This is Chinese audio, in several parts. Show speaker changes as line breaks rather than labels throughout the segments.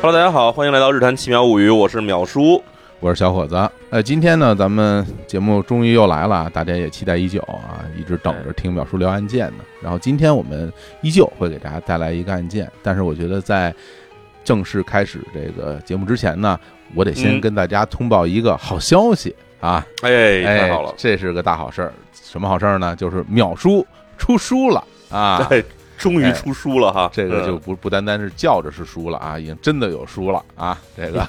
Hello，大家好，欢迎来到《日谈奇妙物语》，我是淼叔。
我是小伙子。呃，今天呢，咱们节目终于又来了，啊大家也期待已久啊，一直等着听淼叔聊案件呢。然后今天我们依旧会给大家带来一个案件，但是我觉得在正式开始这个节目之前呢，我得先
嗯
跟大家通报一个好消息啊！
哎，
哎，
太好了，
这是个大好事儿。什么好事儿呢？就是淼叔出书了 啊！
哎，终于出书了哈，
这个就
嗯
不不单单是叫着是书了啊，已经真的有书了啊！这 个，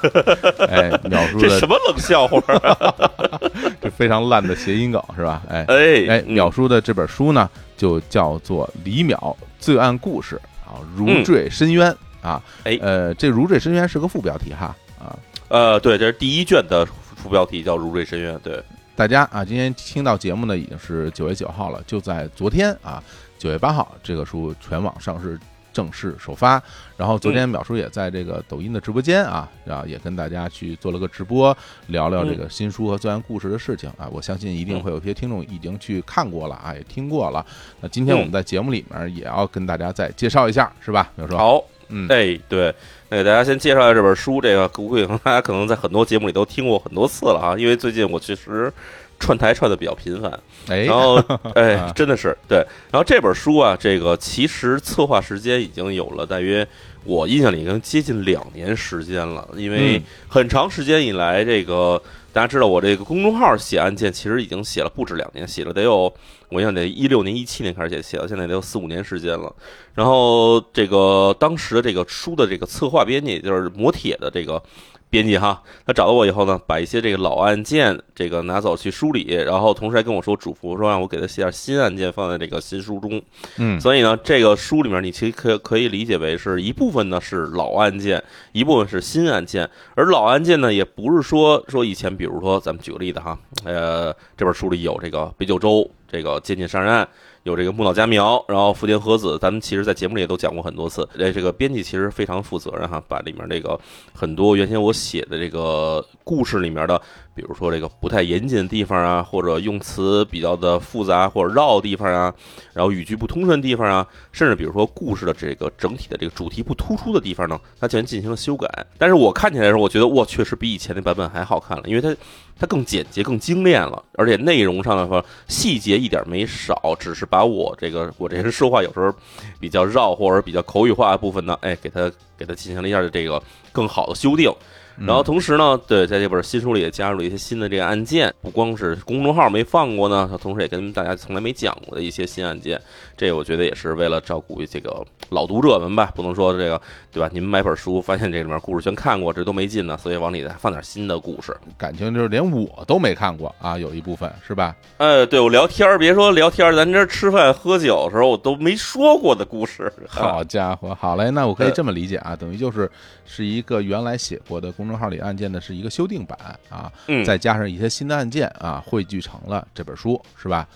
哎，淼叔
这
的
什么冷笑话啊？
这非常烂的谐音梗是吧？ 哎
哎
哎，
嗯
淼叔的这本书呢，就叫做《李淼罪案故事》啊，如坠深渊、啊。
哎
呃，这如坠深渊是个副标题哈啊。
呃，对，这是第一卷的副标题叫《如坠深渊》，对，
大家啊，今天听到节目呢，已经是九月九号了，就在昨天啊，九月八号，这个书全网上市正式首发。然后昨天淼叔也在这个抖音的直播间啊，啊也跟大家去做了个直播，聊聊这个新书和罪案故事的事情啊。我相信一定会有些听众已经去看过了啊，也听过了。那今天我们在节目里面也要跟大家再介绍一下，是吧，淼叔？，
好，
嗯，
哎，对，那给大家先介绍一下这本书，这个估计大家可能在很多节目里都听过很多次了啊，因为最近我确实串台串的比较频繁，
哎
然， 后哎
啊，
真的是对。然后这本书啊，这个其实策划时间已经有了大约。我印象里已经接近两年时间了，因为
嗯
很长时间以来，这个大家知道，我这个公众号写案件其实已经写了不止两年，写了得有我印象得一六年、一七年开始写，写到现在得有四五年时间了。然后这个当时的这个书的这个策划编辑，也就是磨铁的这个编辑哈，他找到我以后呢，把一些这个老案件这个拿走去梳理，然后同时还跟我说嘱咐说让我给他写点新案件放在这个新书中。
嗯，
所以呢，这个书里面你其实可可以理解为是一部分呢是老案件，一部分是新案件。而老案件呢，也不是说说以前，比如说咱们举个例子哈，呃，这本书里有这个北九州这个监禁杀人案。有这个木岛佳苗，然后福田和子，咱们其实在节目里也都讲过很多次。呃，这个编辑其实非常负责任哈，把里面这个很多原先我写的这个故事里面的，比如说这个不太严谨的地方啊，或者用词比较的复杂或者绕的地方啊，然后语句不通顺的地方啊，甚至比如说故事的这个整体的这个主题不突出的地方呢，它竟然进行了修改。但是我看起来的时候，我觉得哇，确实比以前那版本还好看了，因为它它更简洁、更精炼了，而且内容上的话细节一点没少，只是把我这个我这人说话有时候比较绕或者比较口语化的部分呢，哎，给它给它进行了一下这个更好的修订。
嗯
然后同时呢，对，在这本新书里也加入了一些新的这个案件，不光是公众号没放过呢，同时也跟大家从来没讲过的一些新案件。这我觉得也是为了照顾这个老读者们吧，不能说这个对吧？你们买本书，发现这里面故事全看过，这都没劲呢，所以往里再放点新的故事。
感情就是连我都没看过啊，有一部分是吧？
呃，对我聊天儿，别说聊天儿，咱这吃饭喝酒的时候，我都没说过的故事。
好家伙，好嘞，那我可以
呃
这么理解啊，等于就是是一个原来写过的公众号里案件的是一个修订版啊，
嗯，
再加上一些新的案件啊，汇聚成了这本书，是吧？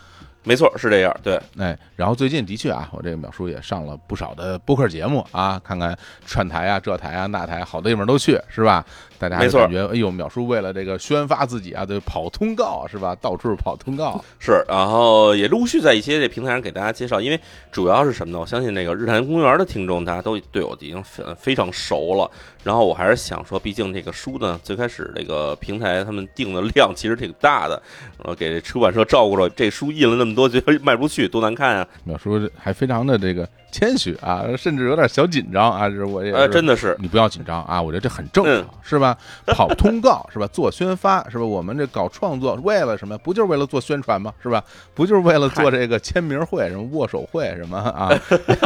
没错，是这样。对，
哎，然后最近的确啊，我这个淼叔也上了不少的播客节目啊，看看串台啊、这台啊、那台啊，好地方都去，是吧？大家
没
就
错
感觉，哎呦，淼叔为了这个宣发自己啊，对，跑通告是吧？ 到处跑通告，
是，然后也陆续在一些这平台上给大家介绍，因为主要是什么呢？我相信那个日坛公园的听众，大家都对我已经非非常熟了。然后我还是想说，毕竟这个书呢，最开始这个平台他们定的量其实挺大的，呃，给出版社照顾着，这书印了那么多，觉得卖不出去，多难看啊！
淼叔还非常的这个谦虚啊，甚至有点小紧张啊，这我也
呃，
是
真的是，
你不要紧张啊，我觉得这很正
嗯
常，是吧？跑通告是吧？做宣发是吧？我们这搞创作为了什么？不就是为了做宣传吗？是吧？不就是为了做这个签名会、什么握手会什么 啊？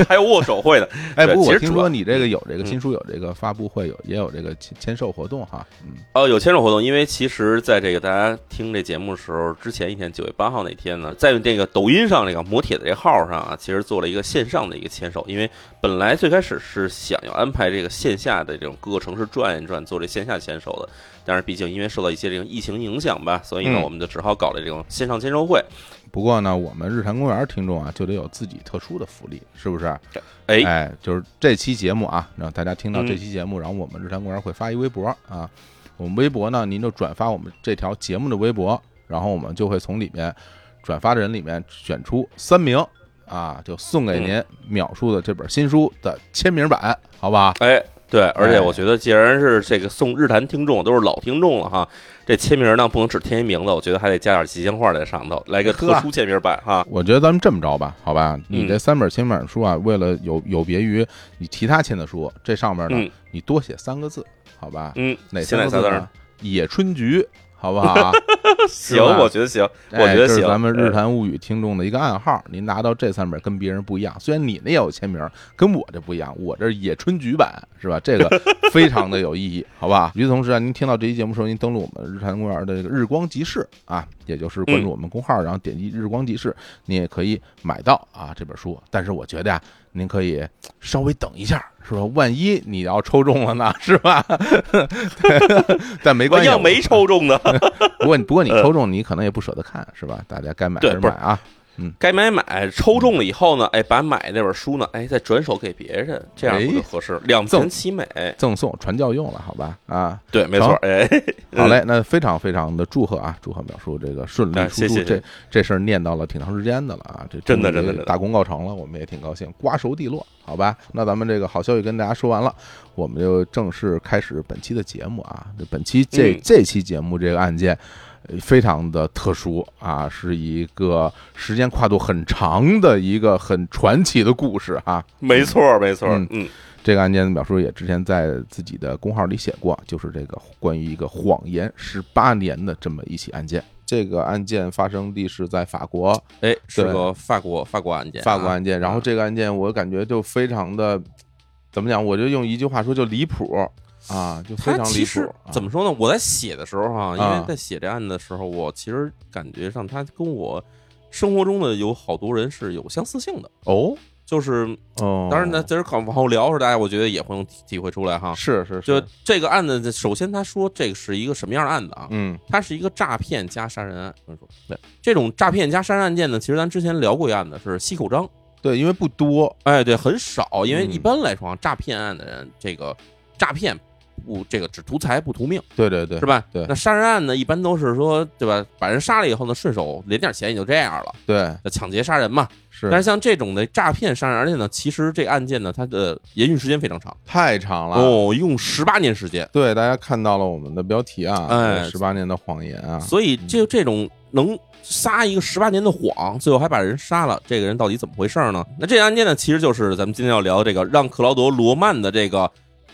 还有握手会呢。
哎，不过
其
我
实
听
主要
说你这个有这个
嗯
新书有这个发布会，有也有这个签签售活动哈。嗯，
哦，有签售活动，因为其实在这个大家听这节目的时候，之前一天九月八号那天呢，在这个抖音上这个磨铁的这号上啊，其实做了一个线上的一个签售，因为本来最开始是想要安排这个线下的这种各个城市转一转，做这线下签售的，但是毕竟因为受到一些这种疫情影响吧，所以呢，
嗯
我们就只好搞了这种线上签售会。
不过呢，我们日坛公园听众啊，就得有自己特殊的福利，是不是？啊
哎，
哎，就是这期节目啊，让大家听到
嗯
这期节目，然后我们日坛公园会发一微博啊，我们微博呢，您就转发我们这条节目的微博，然后我们就会从里面转发的人里面选出三名
嗯
啊，就送给您秒叔的这本新书的签名版，好吧？
哎，
对，而且
哎
我觉得，既然是这个送日坛听众都是老听众了哈，这签名呢不能只填一名字，我觉得还得加点吉祥话在上头，来个特
呵
殊签名版哈。
我觉得咱们这么着吧，好吧，
嗯
你这三本签版书啊，为了有有别于你其他签的书，这上面呢，
嗯
你多写三个字，好吧？
嗯，
哪
现在
三
才
个字
在那
呢？野春菊，好不好啊？是
行，
吧
我觉得行，我
哎
觉得
这是
行。
咱们日
呃
坛物语听众的一个暗号，您拿到这三本跟别人不一样，虽然你那也有签名，跟我这不一样，我这是野春菊版，是吧？这个非常的有意义，好吧？与此同时啊，您听到这期节目的时候，您登录我们日坛公园的这个日光集市啊，也就是关注我们公号，然后点击日光集市，您也可以买到啊这本书。但是我觉得呀、您可以稍微等一下，是吧？万一你要抽中了呢，是吧？ 但没关系，
要没抽中呢，
不过不过你抽中，你可能也不舍得看，是吧？大家该买还
呃对
是
不
买
是
啊。
该买买，抽中了以后呢，哎，把买那本书呢，哎，再转手给别人，这样
哎
就合适，两全其美。
赠送传教用了，好吧？啊，
对，没错，哎，
好嘞，那非常非常的祝贺啊，祝贺淼叔这个顺利
哎
出
谢
书，
谢
这这事儿念叨了挺长时间的了啊，这
真的
终于
真的真的
大功告成了，我们也挺高兴，瓜熟蒂落，好吧？那咱们这个好消息跟大家说完了，我们就正式开始本期的节目啊，这本期这、
嗯
这期节目这个案件。呃非常的特殊啊，是一个时间跨度很长的一个很传奇的故事啊。
没错，没错，
嗯
嗯，
这个案件，表叔也之前在自己的公号里写过，就是这个关于一个谎言十八年的这么一起案件。这个案件发生地是在法国，
哎，是
对
个法国法国案件啊，
法国案件。然后这个案件，我感觉就非常的，怎么讲？我就用一句话说，就离谱啊，就非
它
常离
其实
谱。啊
怎么说呢？我在写的时候哈、因
啊
为在写这案子的时候，我其实感觉上他跟我生活中的有好多人是有相似性的。
哦
就是，
哦，
当然呢，在这往后聊的时候，大家我觉得也会能体体会出来哈。
是是，
就是这个案子，首先他说这个是一个什么样的案子啊？
嗯
它是一个诈骗加杀人案。我跟你说，
对
这种诈骗加杀人案件呢，其实咱之前聊过一案子，是西口章。
对，因为不多，
哎，对，很少，因为
嗯
一般来说啊，诈骗案的人，这个诈骗不这个只图财不图命，
对对对
是，吧？
对
那杀人案呢，一般都是说，对吧？把人杀了以后呢，顺手连点钱也就这样了，
对
那抢劫杀人嘛。
是，
但是像这种的诈骗杀人，而且呢，其实这个案件呢，它的延续时间非常长
太长了。
哦，一共十八年时间，
对，大家看到了我们的标题啊，
哎
十八年的谎言啊，
所以这这种能撒一个十八年的谎，最后还把人杀了，这个人到底怎么回事呢？那这个案件呢，其实就是咱们今天要聊的这个让克劳德·罗曼的这个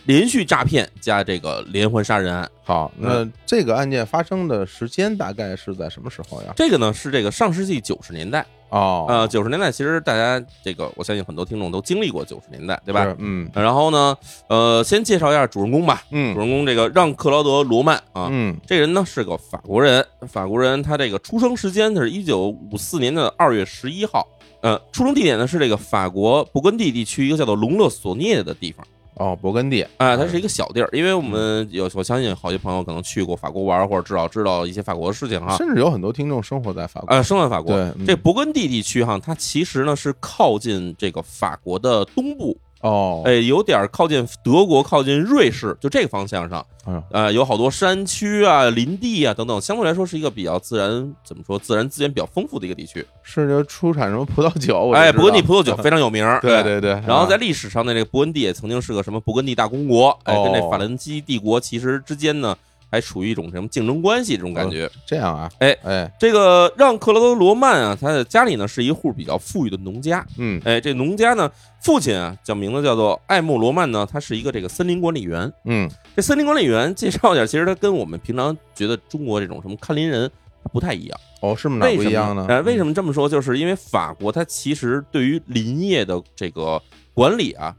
连续诈骗加这个连环杀人案。
好，那这个案件发生的时间大概是在什么时候呀？
这个呢是这个上世纪九十年代，
哦，
呃，九十年代其实大家这个我相信很多听众都经历过九十年代，对
对
吧？？
嗯
然后呢，呃，先介绍一下主人公吧。主
嗯
人公这个让克劳德·罗曼啊，
嗯
这人呢是个法国人，法国人，他这个出生时间是一九五四年的二月十一号，呃，出生地点呢是这个法国勃艮第地区一个叫做隆勒索涅的地方，
哦，勃艮第，
啊、它是一个小地儿，因为我们有我相信好些朋友可能去过法国玩，或者至少知道一些法国的事情哈，
甚至有很多听众生活在法国。
呃，生在法国，
对，嗯
啊这勃艮第地区哈，它其实呢是靠近这个法国的东部，
哦，
哎，有点靠近德国、靠近瑞士，就这个方向上
哎呦，
呃，有好多山区啊、林地啊等等，相对来说是一个比较自然怎么说，自然资源比较丰富的一个地区。
是就出产什么葡萄酒？我就
哎，
知道，
勃艮第葡萄酒非常有名 哎
对。对对。
然后在
啊
历史上的这个勃艮第也曾经是个什么勃艮第大公国，哎，跟这
哦
法兰西帝国其实之间呢还处于一种什么竞争关系这种感觉。
这样啊，
哎
哎，
这个让克劳德·罗曼啊，他的家里呢是一户比较富裕的农家，
嗯
哎，这农家呢，父亲啊叫名字叫做艾穆·罗曼呢，他是一个这个森林管理员，
嗯，
这森林管理员介绍一下，其实他跟我们平常觉得中国这种什么看林人他不太一样，
哦，是吗？哪
为
不
什
一样
么
呢？嗯
呃，为什么这么说？就是因为法国它其实对于林业的这个管理啊，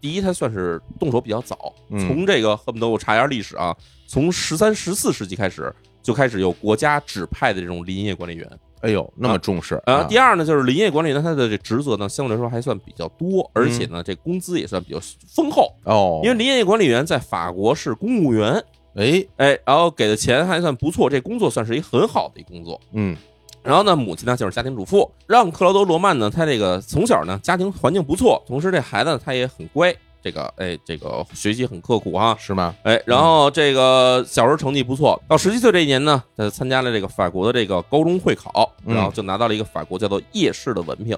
第一它算是动手比较早，
嗯
从这个恨不得我查一下历史啊，从十三、十四世纪开始就开始有国家指派的这种林业管理员。
哎呦，那么重视啊
呃，第二呢，就是林业管理员他的这职责呢，相对来说还算比较多，而且呢，这工资也算比较丰厚，
嗯哦，
因为林业管理员在法国是公务员。
哎，
哎，然后给的钱还算不错，这工作算是一很好的一工作。
嗯
然后呢，母亲呢就是家庭主妇，让克劳德·罗曼呢，他这个从小呢家庭环境不错，同时这孩子他也很乖，这个哎这个学习很刻苦啊，
是吗？
哎，然后这个小时候成绩不错，到十七岁这一年呢，他参加了这个法国的这个高中会考，
嗯
然后就拿到了一个法国叫做夜市的文凭。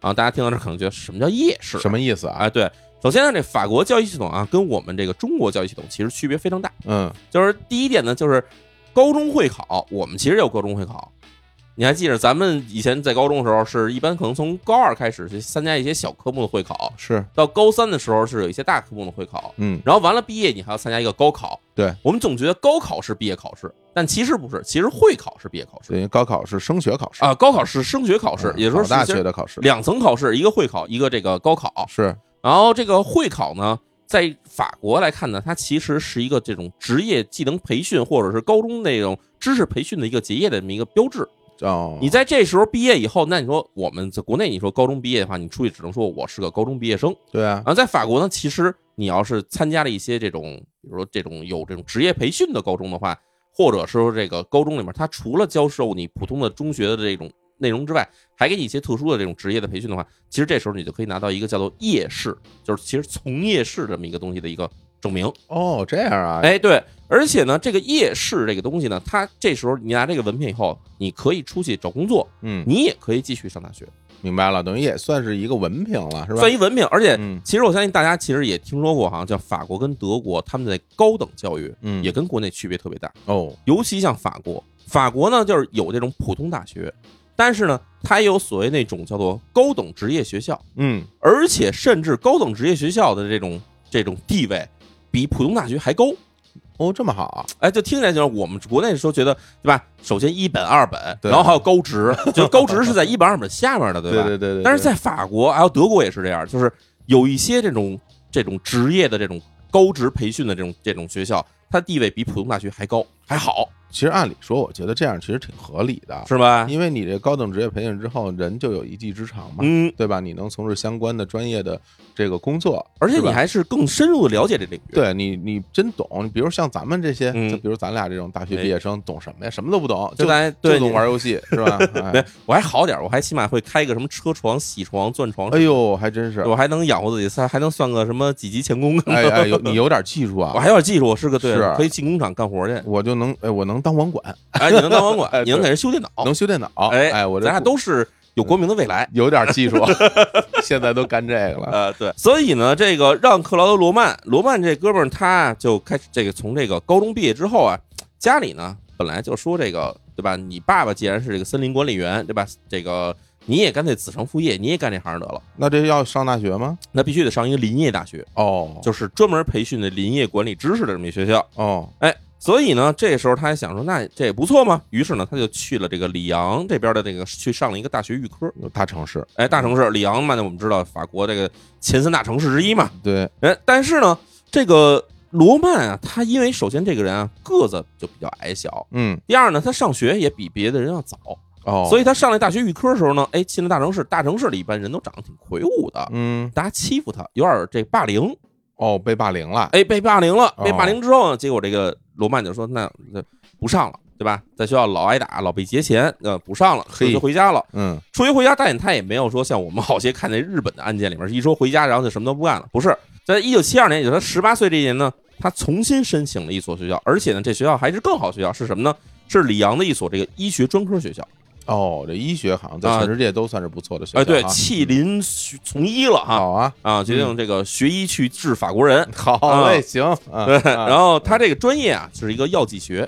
啊，大家听到这可能觉得什么叫夜市？
什么意思啊？
哎，对，首先呢，这法国教育系统啊，跟我们这个中国教育系统其实区别非常大。
嗯
就是第一点呢，就是高中会考，我们其实有高中会考。你还记着咱们以前在高中的时候，是一般可能从高二开始去参加一些小科目的会考，
是
到高三的时候是有一些大科目的会考，
嗯
然后完了毕业你还要参加一个高考。
对
我们总觉得高考是毕业考试，但其实不是，其实会考是毕业考试
等于高考是升学考试
啊、高考是升学考试，
嗯
也就是
考大
其实
学的考试
两层考试，一个会考，一个这个高考。
是
然后这个会考呢，在法国来看呢，它其实是一个这种职业技能培训或者是高中那种知识培训的一个结业的这么一个标志。
哦，
你在这时候毕业以后，那你说我们在国内你说高中毕业的话，你出去只能说我是个高中毕业生。
对啊
然，后在法国呢，其实你要是参加了一些这种，比如说这种有这种职业培训的高中的话，或者说这个高中里面，它除了教授你普通的中学的这种内容之外，还给你一些特殊的这种职业的培训的话，其实这时候你就可以拿到一个叫做夜市，就是其实从业试这么一个东西的一个证明。
哦这样啊，
哎，对，而且呢，这个夜市这个东西呢，它这时候你拿这个文凭以后，你可以出去找工作，
嗯，
你也可以继续上大学，
明白了，等于也算是一个文凭了，是吧？
算一文凭，而且。
嗯
其实我相信大家其实也听说过哈，叫法国跟德国，他们在高等教育
嗯
也跟国内区别特别大，
哦
尤其像法国，法国呢就是有这种普通大学，但是呢它也有所谓那种叫做高等职业学校，
嗯
而且甚至高等职业学校的这种这种地位比普通大学还高。
哦这么好啊，
哎，就听起来就是我们国内的时候觉得，对吧？首先一本、二本，
对
然后还有高 职，就高职是在一本、二本下面的，对吧？
对对对对，
但是在法国还有德国也是这样，就是有一些这种这种职业的这种高职培训的这种这种学校，它地位比普通大学还高还好，
其实按理说，我觉得这样其实挺合理的，
是吧？
因为啊你这高等职业培训之后，人就有一技之长嘛，
嗯，
对吧？你能从事相关的专业的这个工作，
而且
是吧
你还是更深入的了解这领域。，
对你，你真懂。你比如像咱们这些，
嗯哎
就比如咱俩这种大学毕业生，懂什么呀？什么都不懂，就
就咱
就
对
懂
你
玩游戏，是吧？
没
哎，
我还好点儿，我还起码会开一个什么车床、铣床、钻床，
哎呦，还真是，
我还能养活自己，还还能算个什么几级钳工。
哎哎，有你有点技 术
我
啊，
还有点技术，我是个对
是，啊
可以进工厂干活 去。
我就能，哎，我能当网管，
哎，你能当网
哎
管，你能给人修电脑，
能修电脑，
哎
哎，我这嗯
咱俩都是有国民的未来。
有点技术， 现在都干这个了，
呃，对，所以呢，这个让克劳德·罗曼，罗曼这哥们儿他就开始这个从这个高中毕业之后啊，家里呢本来就说这个对吧？你爸爸既然是这个森林管理员对吧？这个你也干脆子承父业，你也干这行得了，
那这要上大学吗？
那必须得上一个林业大学，
哦，
就是专门培训的林业管理知识的这么一学校。
哦，
哎，所以呢，这时候他还想说，那这也不错嘛。于是呢，他就去了这个里昂这边的这个去上了一个大学预科。
大城市，
哎，大城市里昂嘛，那我们知道法国这个前三大城市之一嘛。
对，
哎，但是呢，这个罗曼啊，他因为首先这个人啊个子就比较矮小，
嗯，
第二呢，他上学也比别的人要早，
哦，
所
以，
以他上来大学预科的时候呢，哎，进了大城市，大城市里一般人都长得挺魁梧的，
嗯，
大家欺负他，有点这霸凌，
哦，被霸凌了，
哎，被霸凌了，
哦
被霸凌之后呢，结果这个罗曼就说那那不上了。对吧？在学校老挨打，老被劫钱，呃，不上了，
嘿
就回家了。
嗯，
出去回家，但他也没有说像我们好些看那日本的案件里面，一说回家然后就什么都不干了。不是，在一九七二年，也就是他十八岁这一年呢，他重新申请了一所学校，而且呢，这学校还是更好学校，是什么呢？是里昂的一所这个医学专科学校。
哦，这医学好像在
啊
全世界都算是不错的学校
哎，
啊，
对，弃林学从医了哈
好啊，
啊，决定这个学医去治法国人。
好
啊
嘞，行，啊
对，
啊
然后他这个专业啊是一个药剂学。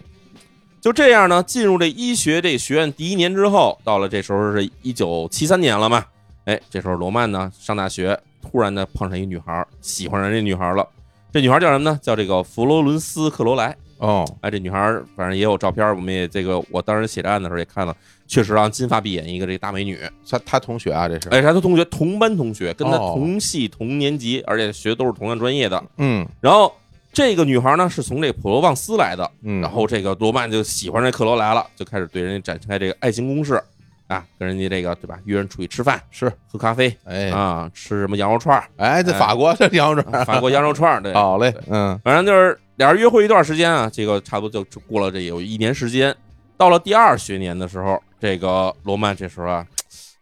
就这样呢，进入这医学这学院第一年之后，到了这时候是一九七三年了嘛，哎，这时候罗曼呢上大学，突然呢碰上一女孩儿，喜欢上这女孩儿了。这女孩儿叫什么呢？叫这个佛罗伦斯克罗莱。
哦，
哎，这女孩儿反正也有照片儿，我们也这个我当时写这案的时候也看了，确实啊，金发碧眼一个这大美女。
他他同学啊，这是，
哎，她的同学同班同学，跟她
哦
同系同年级，而且学的都是同样专业的。
嗯
然后这个女孩呢是从这普罗旺斯来的，
嗯，
然后这个罗曼就喜欢这克罗莱了，就开始对人家展开这个爱情攻势啊，跟人家这个对吧，约人出去吃饭、
是，
喝咖啡
哎
啊，吃什么羊肉串 儿
哎，在
哎
法国这洋人，
法国羊肉串儿，对，
好嘞，嗯
反正就是俩人约会一段时间啊，这个差不多就过了这有一年时间，到了第二学年的时候，这个罗曼这时候啊。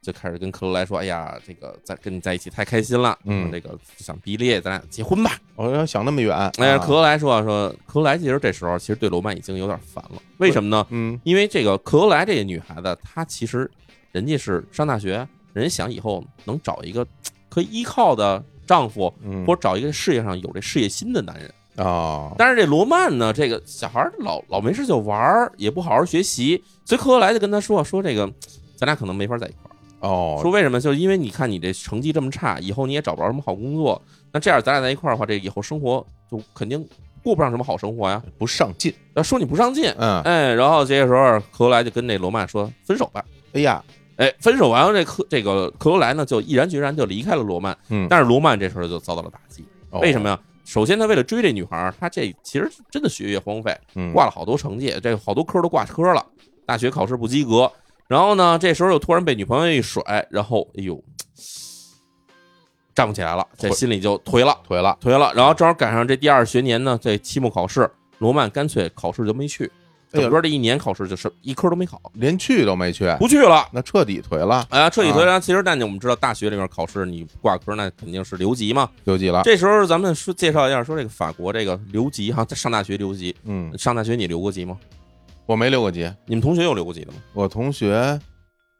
就开始跟克罗莱说：“哎呀，这个在跟你在一起太开心了，
嗯
这个就想毕业，咱俩结婚吧。”
我要想那么远，
哎，
啊
克，罗莱说啊说，克罗莱其实这时候其实对罗曼已经有点烦了，为什么呢？
嗯，
因为这个克罗莱这个女孩子，她其实人家是上大学，人家想以后能找一个嘖可以依靠的丈夫，
嗯
或者找一个事业上有这事业心的男人。
啊，
但是这罗曼呢，这个小孩儿老老没事就玩儿，也不好好学习，所以克罗莱就跟他说说这个，咱俩可能没法在一块儿。
哦，
说为什么？就是因为你看你这成绩这么差，以后你也找不着什么好工作。那这样咱俩在一块儿的话，这以后生活就肯定过不上什么好生活呀。
不上进，
要说你不上进，
嗯，
哎，然后这个时候克罗莱就跟这罗曼说分手吧。
哎呀，
哎，分手完了，这克这个克罗莱呢就毅然决然就离开了罗曼。
嗯
但是罗曼这时候就遭到了打击，
哦
为什么呀？首先，他为了追这女孩儿，他这其实真的学业荒废，
嗯
挂了好多成绩，这个好多科都挂科了，大学考试不及格。然后呢，这时候又突然被女朋友一甩，然后哎呦，站不起来了，这心里就颓了，
颓了，
颓了。然后正好赶上这第二学年呢，这期末考试，罗曼干脆考试就没去，
哎呦
整个这一年考试就是一科都没考，
连去都没去，
不去了。
那彻底颓了，
啊，彻底
啊
颓然。其实，但我们知道，大学里面考试你挂科，那肯定是留级嘛。
留级了，
这时候咱们说介绍一下，说这个法国这个留级哈，在上大学留级，
嗯，
上大学你留过级吗？
我没留过级，
你们同学有留过级的吗？
我同学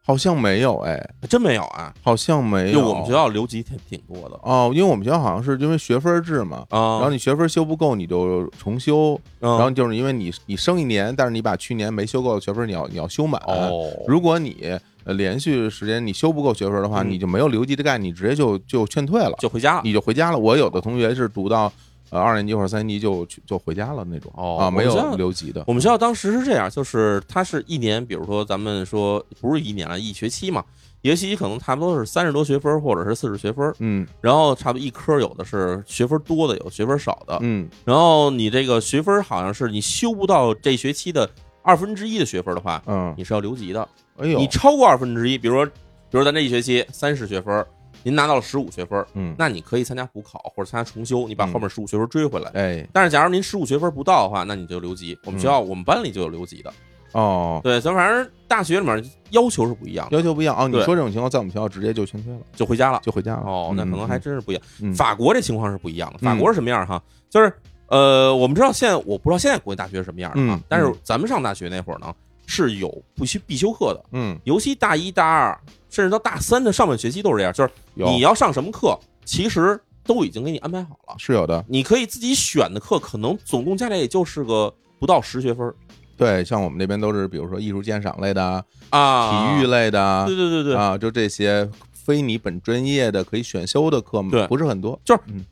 好像没有，哎，
还真没有啊。
好像没
就
有，
我们学校留级挺挺多的
哦，因为我们学校好像是因为学分制嘛。然后
啊。嗯
你学分修不够，你就重修。
然
然后就是因为你你升一年，但是你把去年没修够的学分，你要你要修满。
哦，
如果你呃连续时间你修不够学分的话，
嗯
你就没有留级的概念，你直接就就劝退了，
就回家了。
你就回家了。我有的同学是读到呃二年级或者三年级就去就回家了那种
哦
啊，
我们
没
学校
有留级的
我们学校当时是这样，就是它是一年，比如说咱们说不是一年了，一学期嘛，一学期可能差不多是三十多学分或者是四十学分，
嗯
然后差不多一科有的是学分多的，有学分少的，
嗯
然后你这个学分好像是你修不到这学期的二分之一的学分的话，
嗯，
你是要留级的。
哎
你
呦，
超过二分之一，比如说，比如说咱这一学期三十学分，您拿到了十五学分，
嗯，
那你可以参加补考或者参加重修，你把
嗯
后面十五学分追回来。
哎
但是假如您十五学分不到的话，那你就留级。我
嗯
们学校我们班里就有留级的，
哦，
对，所以反正大学里面要求是不一样的，
要求不一样哦。你
对
说这种情况，在我们学校直接就劝退了，
就回家了。
就回家了。
哦，那可能还真是不一样。
嗯
法国这情况是不一样的。法
嗯
国是什么样哈？就是呃，我们知道现在我不知道现在国内大学是什么样的啊
嗯，
但是
嗯
咱们上大学那会儿呢，是有必须必修课的，
嗯，
尤其大一、大二，甚至到大三的上半学期都是这样，就是
有
你要上什么课，其实都已经给你安排好了，
是有的。
你可以自己选的课，可能总共加起来也就是个不到十学分儿
对，像我们那边都是，比如说艺术鉴赏类的啊，
啊，
体育类的啊
对，对对对，
啊，就这些非你本专业的可以选修的课嘛，
对
不是很多。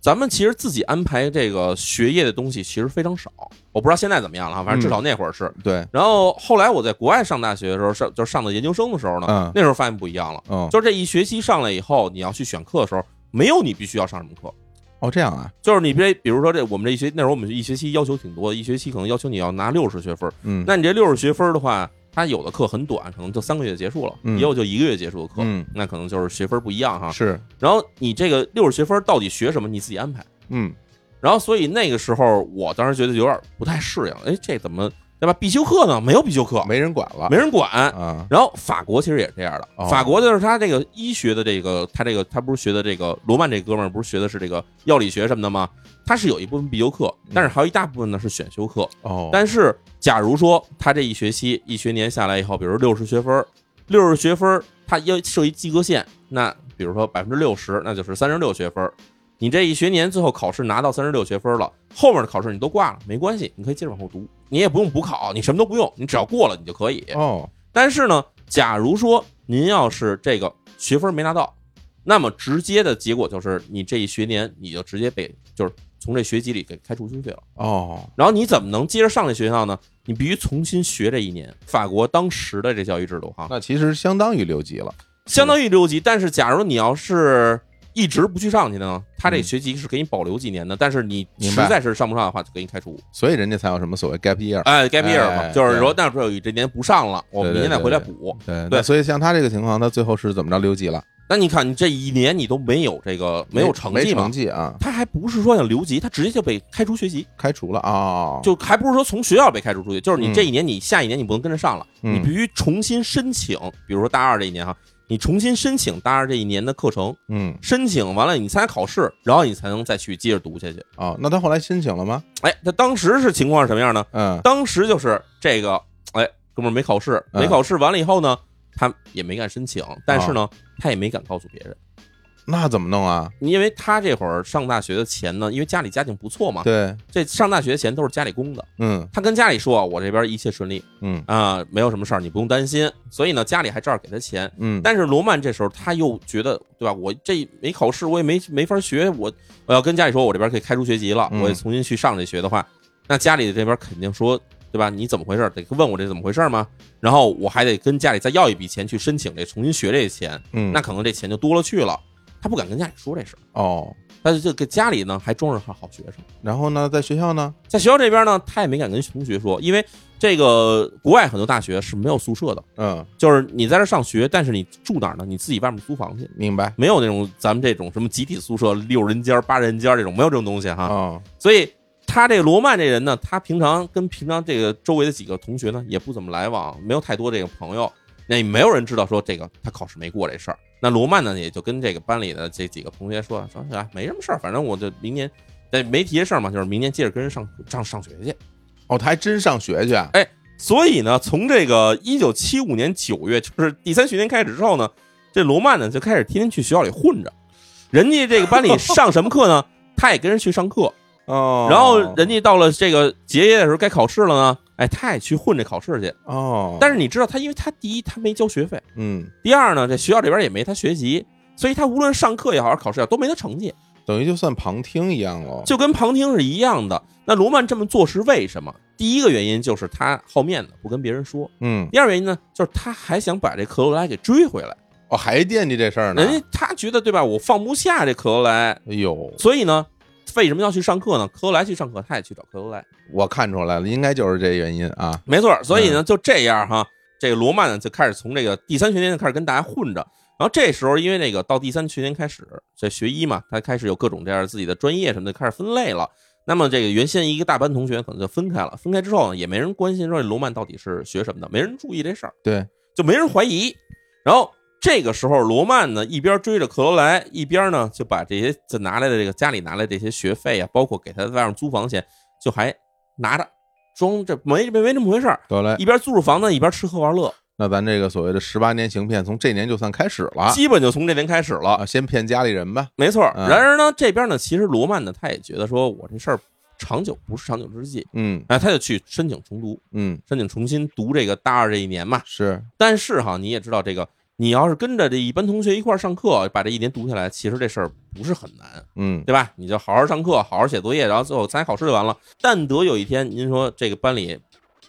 咱们其实自己安排这个学业的东西其实非常少，我不知道现在怎么样了啊，反正至少那会儿是，
对，
然后后来我在国外上大学的时候，上就是上的研究生的时候呢，
嗯
那时候发现不一样了，
嗯，
就是这一学期上来以后，你要去选课的时候，没有你必须要上什么课，
哦，这样啊，
就是你别比如说这我们这一学那时候我们一学期要求挺多的，一学期可能要求你要拿六十学分，
嗯，
那你这六十学分的话，它有的课很短，可能就三个月结束了，
嗯
也有就一个月结束的课，
嗯
那可能就是学分不一样哈。
是，
然后你这个六十学分到底学什么，你自己安排。
嗯
然后所以那个时候我当时觉得有点不太适应，哎，这怎么对吧？必修课呢？没有必修课，
没人管了，
没人管，
啊，
然后法国其实也是这样的，
哦
法国就是他这个医学的这个，他这个他不是学的这个罗曼这哥们儿不是学的是这个药理学什么的吗？他是有一部分必修课，
嗯
但是还有一大部分呢是选修课。
哦，
但是假如说他这一学期一学年下来以后，比如六十学分儿，六十学分儿他要设一及格线，那比如说百分之六十，那就是三十六学分儿。你这一学年最后考试拿到三十六学分了，后面的考试你都挂了，没关系，你可以接着往后读，你也不用补考，你什么都不用，你只要过了你就可以。
哦，
但是呢，假如说您要是这个学分没拿到，那么直接的结果就是你这一学年你就直接被就是从这学籍里给开除出去了。
哦，
然后你怎么能接着上这学校呢？你必须重新学这一年。法国当时的这教育制度哈，
那其实相当于留级了，
相当于留级。但是假如你要是一直不去上去的呢，他这
嗯
学籍是给你保留几年的，但是你
明
实
白
在是上不上的话，就给你开除。
所以人家才有什么所谓 gap year。
哎，该毕业了嘛，
哎
就是说，那不是有这年不上了，我们
对对
明年再
对
回来
对
补。
对，
对
那所以像他这个情况，他最后是怎么着留级了？
那你看，你这一年你都没有这个没有成
没
绩嘛
成？绩啊，
他还不是说想留级，他直接就被开除学籍，
开除了啊，
就还不是说从学校被开除出去，就是你
嗯
这一年你下一年你不能跟着上了，
嗯
你必须重新申请，比如说大二这一年哈，你重新申请大二这一年的课程，
嗯，
申请完了你参加考试，然后你才能再去接着读下去。
哦，那他后来申请了吗？
哎，他当时是情况是什么样呢？
嗯，
当时就是这个，哎，哥们儿没考试，
嗯啊
没考试完了以后呢，他也没敢申请，但是呢，他也没敢告诉别人。
那怎么弄啊？
因为他这会儿上大学的钱呢，因为家里家境不错嘛，
对，
这上大学的钱都是家里供的。
嗯
他跟家里说，我这边一切顺利
嗯
啊、没有什么事儿，你不用担心。所以呢，家里还照样给他钱。
嗯，
但是罗曼这时候他又觉得，对吧？我这没考试，我也没没法学，我我要跟家里说，我这边可以开除学籍了，
嗯
我也重新去上这学的话，那家里这边肯定说，对吧？你怎么回事？得问我这怎么回事吗？然后我还得跟家里再要一笔钱去申请这重新学这钱，
嗯
那可能这钱就多了去了。他不敢跟家里说这事儿，
哦，
但是就给家里呢还装着好好学生。
然后呢，在学校呢，
在学校这边呢，他也没敢跟同学说，因为这个国外很多大学是没有宿舍的，
嗯，
就是你在这上学，但是你住哪儿呢？你自己外面租房去，
明白，
没有那种咱们这种什么集体宿舍六人间儿、八人间儿这种，没有这种东西哈。
哦，
所以他这个罗曼这人呢，他平常跟平常这个周围的几个同学呢，也不怎么来往，没有太多这个朋友，那也没有人知道说这个他考试没过这事儿。那罗曼呢，也就跟这个班里的这几个同学说说啊，没什么事儿，反正我就明年，但没提这事儿嘛，就是明年接着跟人上上上学去。
哦，他还真上学去啊，
所以呢，从这个一九七五年九月，就是第三学年开始之后呢，这罗曼呢就开始天天去学校里混着。人家这个班里上什么课呢？ 他也跟着去上课。
哦，
然后人家到了这个结业的时候该考试了呢，哎，他也去混这考试去。
哦，
但
是
是你知道他，因为他第一他没交学费，
嗯，
第二呢，这学校这边也没他学籍，所以他无论上课也好，还是考试也好，都没他成绩，
等于就算旁听一样喽，
就跟旁听是一样的。那罗曼这么做是为什么？第一个原因就是他好面子，不跟别人说。
嗯，
第二原因呢，就是他还想把这克罗莱给追回来，
哦，还惦记这事儿呢，
人家他觉得对吧，我放不下这克罗莱，
哎呦，
所以呢，为什么要去上课呢？克罗莱去上课，他也去找克罗莱，
我看出来了，应该就是这原因啊，
没错。所以呢，就这样哈，这个罗曼呢就开始从这个第三学年就开始跟大家混着。然后这时候，因为那个到第三学年开始，这学医嘛，他开始有各种这样自己的专业什么的，开始分类了。那么这个原先一个大班同学可能就分开了，分开之后呢，也没人关心说这罗曼到底是学什么的，没人注意这事儿。
对，
就没人怀疑。然后这个时候，罗曼呢一边追着克罗莱，一边呢就把这些就拿来的这个家里拿来这些学费啊，包括给他外面租房钱，就还拿着装这没没没那么回事儿，
得嘞，
一边租着房呢，一边吃喝玩乐，
那咱这个所谓的十八年行骗，从这年就算开始了
基本就从这年开始了。
啊，先骗家里人吧，
没错儿。
啊嗯
然而呢，这边呢，其实罗曼呢，他也觉得说我这事儿长久不是长久之计，
嗯
哎，他就去申请重读，
嗯，
申请重新读这个大二这一年嘛。
是，
但是哈，你也知道这个，你要是跟着这一班同学一块儿上课，把这一年读下来，其实这事儿不是很难，
嗯
对吧？你就好好上课，好好写作业，然后最后参加考试就完了。但得有一天，您说这个班里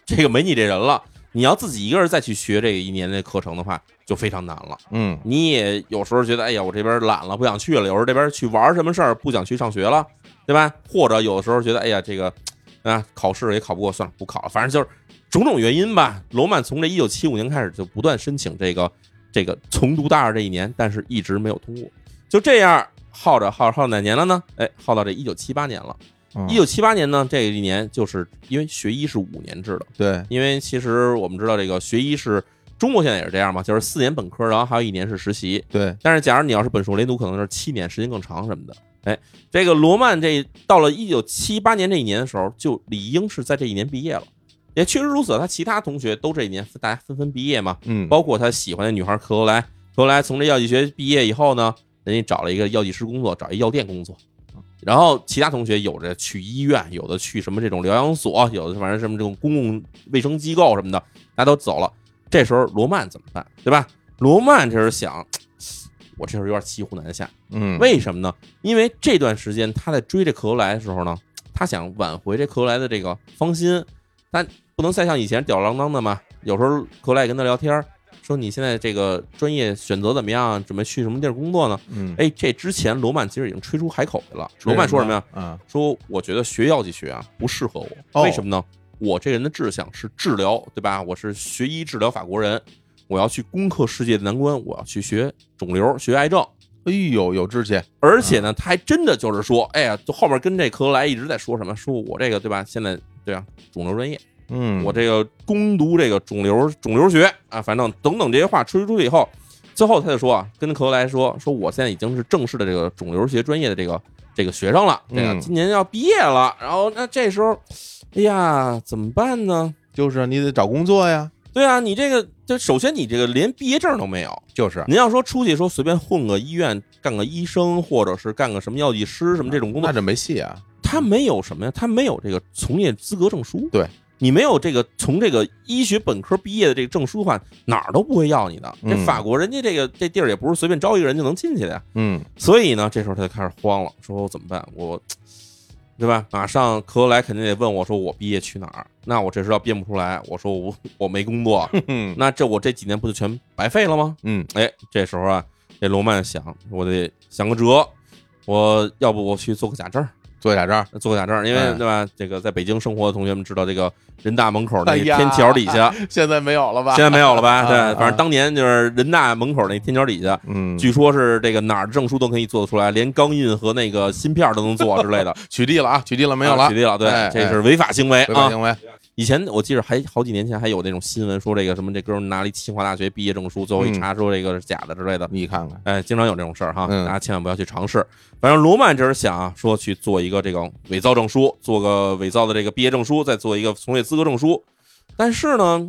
这个没你这人了，你要自己一个人再去学这一年的课程的话，就非常难了。
嗯
你也有时候觉得，哎呀，我这边懒了，不想去了；有时候这边去玩什么事儿，不想去上学了，对吧？或者有时候觉得，哎呀，这个啊，考试也考不过，算了，不考了。反正就是种种原因吧。罗曼从这一九七五年开始就不断申请这个这个重读大二这一年，但是一直没有通过。就这样耗着耗着耗到哪年了呢？哎，耗到这一九七八年了。
嗯
一九七八年呢，这一年就是因为学医是五年制的。
对，
因为其实我们知道这个学医是中国现在也是这样嘛，就是四年本科，然后还有一年是实习。
对，
但是假如你要是本硕连读，可能是七年，时间更长什么的。哎，这个罗曼这到了一九七八年这一年的时候，就理应是在这一年毕业了。也确实如此，他其他同学都这一年大家纷纷毕业嘛，
嗯，
包括他喜欢的女孩克罗莱。克罗莱从这药剂学毕业以后呢，人家找了一个药剂师工作，找一药店工作。然后其他同学有的去医院，有的去什么这种疗养所，有的反正什么这种公共卫生机构什么的，大家都走了。这时候罗曼怎么办，对吧？罗曼这时候想，我这时候有点骑虎难下，
嗯，
为什么呢？因为这段时间他在追这克罗莱的时候呢，他想挽回这克罗莱的这个芳心，但不能再像以前吊儿郎当的嘛。有时候克罗莱也跟他聊天儿，说你现在这个专业选择怎么样？准备去什么地儿工作呢？
嗯，
哎，这之前罗曼其实已经吹出海口来了。
吹
罗曼说什么呀？
啊，
说我觉得学药剂学啊不适合我，
哦
为什么呢？我这人的志向是治疗，对吧？我是学医治疗法国人，我要去攻克世界的难关，我要去学肿瘤、学癌症。
哎呦，有志气，
而且呢，他还真的就是说，哎呀，就后面跟这克罗莱一直在说什么，说我这个对吧？现在对啊，肿瘤专业，
嗯，
我这个攻读这个肿瘤肿瘤学啊，反正等等这些话吹出去以后，最后他就说啊，跟克罗莱说，说我现在已经是正式的这个肿瘤学专业的这个这个学生了，这
嗯
个今年要毕业了，然后那这时候，哎呀，怎么办呢？
就是啊你得找工作呀，
对啊，你这个就首先你这个连毕业证都没有，
就是
您要说出去说随便混个医院干个医生，或者是干个什么药剂师什么这种工作
那，这没戏啊。
他没有什么呀，他没有这个从业资格证书。
对，
你没有这个从这个医学本科毕业的这个证书的话，哪儿都不会要你的。这
嗯
法国人家这个这地儿也不是随便招一个人就能进去的呀。
嗯
所以呢，这时候他就开始慌了，说我怎么办？我，对吧？马上克罗莱肯定得问我说我毕业去哪儿？那我这时候要编不出来，我说我我没工 作，
嗯
那这我这几年不就全白费了吗？
嗯
哎，这时候啊，这罗曼想，我得想个辙，我要不我去做个假证儿，
做假证，
做个假证儿，因为、
嗯
对吧？这个在北京生活的同学们知道，这个人大门口那
哎呀
天桥底 下，
现在没有了吧？
现在没有了吧？对，
啊
反正当年就是人大门口那天桥底下，
嗯，
据说是这个哪儿证书都可以做得出来，连钢印和那个芯片儿都能做之类的，
取缔了啊，取缔 了，没有
啊
了
举，例了，对
哎，
这是违法行为
违法
啊！
行为。
以前我记得还好几年前还有那种新闻说这个什么这哥们儿拿了一清华大学毕业证书，最后一
嗯
查说这个是假的之类的。
你看看，
哎，经常有这种事儿哈，
嗯
大家千万不要去尝试。反正罗曼这是想啊，说去做一个这个伪造证书，做个伪造的这个毕业证书，再做一个从业资格证书。但是呢，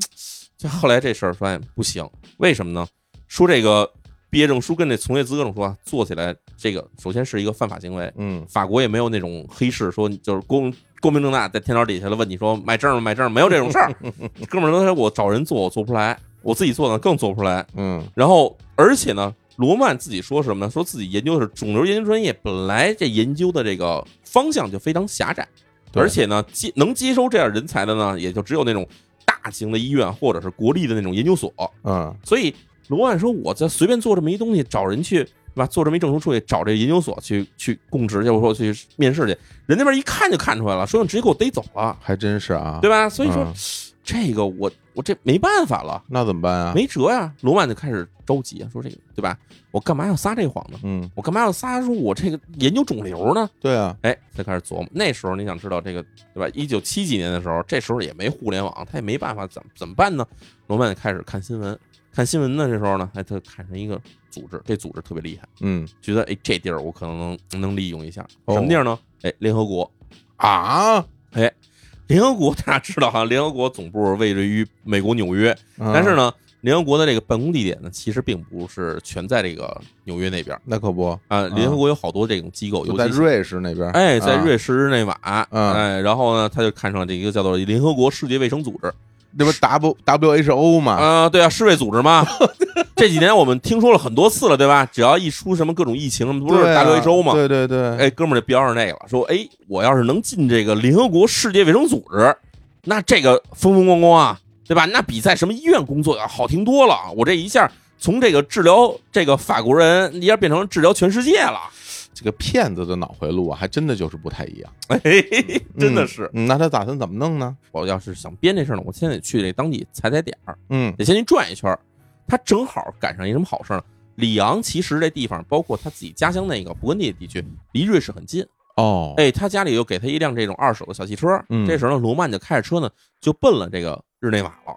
这后来这事儿发现不行，为什么呢？说这个毕业证书跟这从业资格证书啊，做起来这个首先是一个犯法行为，
嗯
法国也没有那种黑市，说你就是光光明正大在天桥底下了问你说买证吗？买证吗没有这种事儿， 哥们儿都说我找人做我做不出来，我自己做呢更做不出来。
嗯
然后而且呢，罗曼自己说什么呢？说自己研究的是肿瘤研究专业，本来这研究的这个方向就非常狭窄，
对
而且呢接能接收这样人才的呢，也就只有那种大型的医院或者是国立的那种研究所。
嗯
所以罗曼说，我在随便做这么一东西，找人去。对吧？做这么一证书出去，找这研究所去去供职去，或者说去面试去，人那边一看就看出来了，说你直接给我逮走了，
还真是啊。
对吧？所以说、
嗯
这个我我这没办法了，
那怎么办啊？
没辙呀、罗曼就开始着急啊，说这个对吧？我干嘛要撒这谎呢？
嗯，
我干嘛要撒说我这个研究肿瘤呢？
对啊，
哎，他开始琢磨。那时候你想知道这个对吧？一九七几年的时候，这时候也没互联网，他也没办法，怎么怎么办呢？罗曼就开始看新闻，看新闻呢，这时候呢，哎，他看上一个组织，这组织特别厉害，
嗯
觉得哎这地儿我可能能能利用一下。
哦
什么地儿呢？哎，联合国。
啊，
联合国大家知道哈，联合国总部位于美国纽约，但是
呢，
呢，联合国的这个办公地点呢，其实并不是全在这个纽约那边儿
那可不，
啊。联合国有好多这种机构，
嗯就
尤
在
其是
瑞士那边，
哎，在
啊
瑞士日内瓦，
嗯
哎，然后呢，他就看上了这一个叫做联合国世界卫生组织
那不 W W H O 嘛，
啊、对啊，世卫组织 嘛。这几年我们听说了很多次了，对吧？只要一出什么各种疫情什么，不是
对啊
WHO 嘛？
对对对，
哎，哥们儿就标上那个了，说哎，我要是能进这个联合国世界卫生组织，那这个风风光光啊，对吧？那比在什么医院工作要好听多了。我这一下从这个治疗这个法国人，一下变成治疗全世界了，
这个骗子的脑回路啊，还真的就是不太一样，
哎，真的是。
嗯。嗯那他打算怎么弄呢？
我要是想编这事儿呢，我现在得去这当地踩踩点儿，
嗯
得先去转一圈儿。他正好赶上一什么好事儿呢？里昂其实这地方，包括他自己家乡那个勃艮第地区，离瑞士很近。
哦，
哎，他家里又给他一辆这种二手的小汽车。
嗯
这时候呢，罗曼就开着车呢，就奔了这个日内瓦了。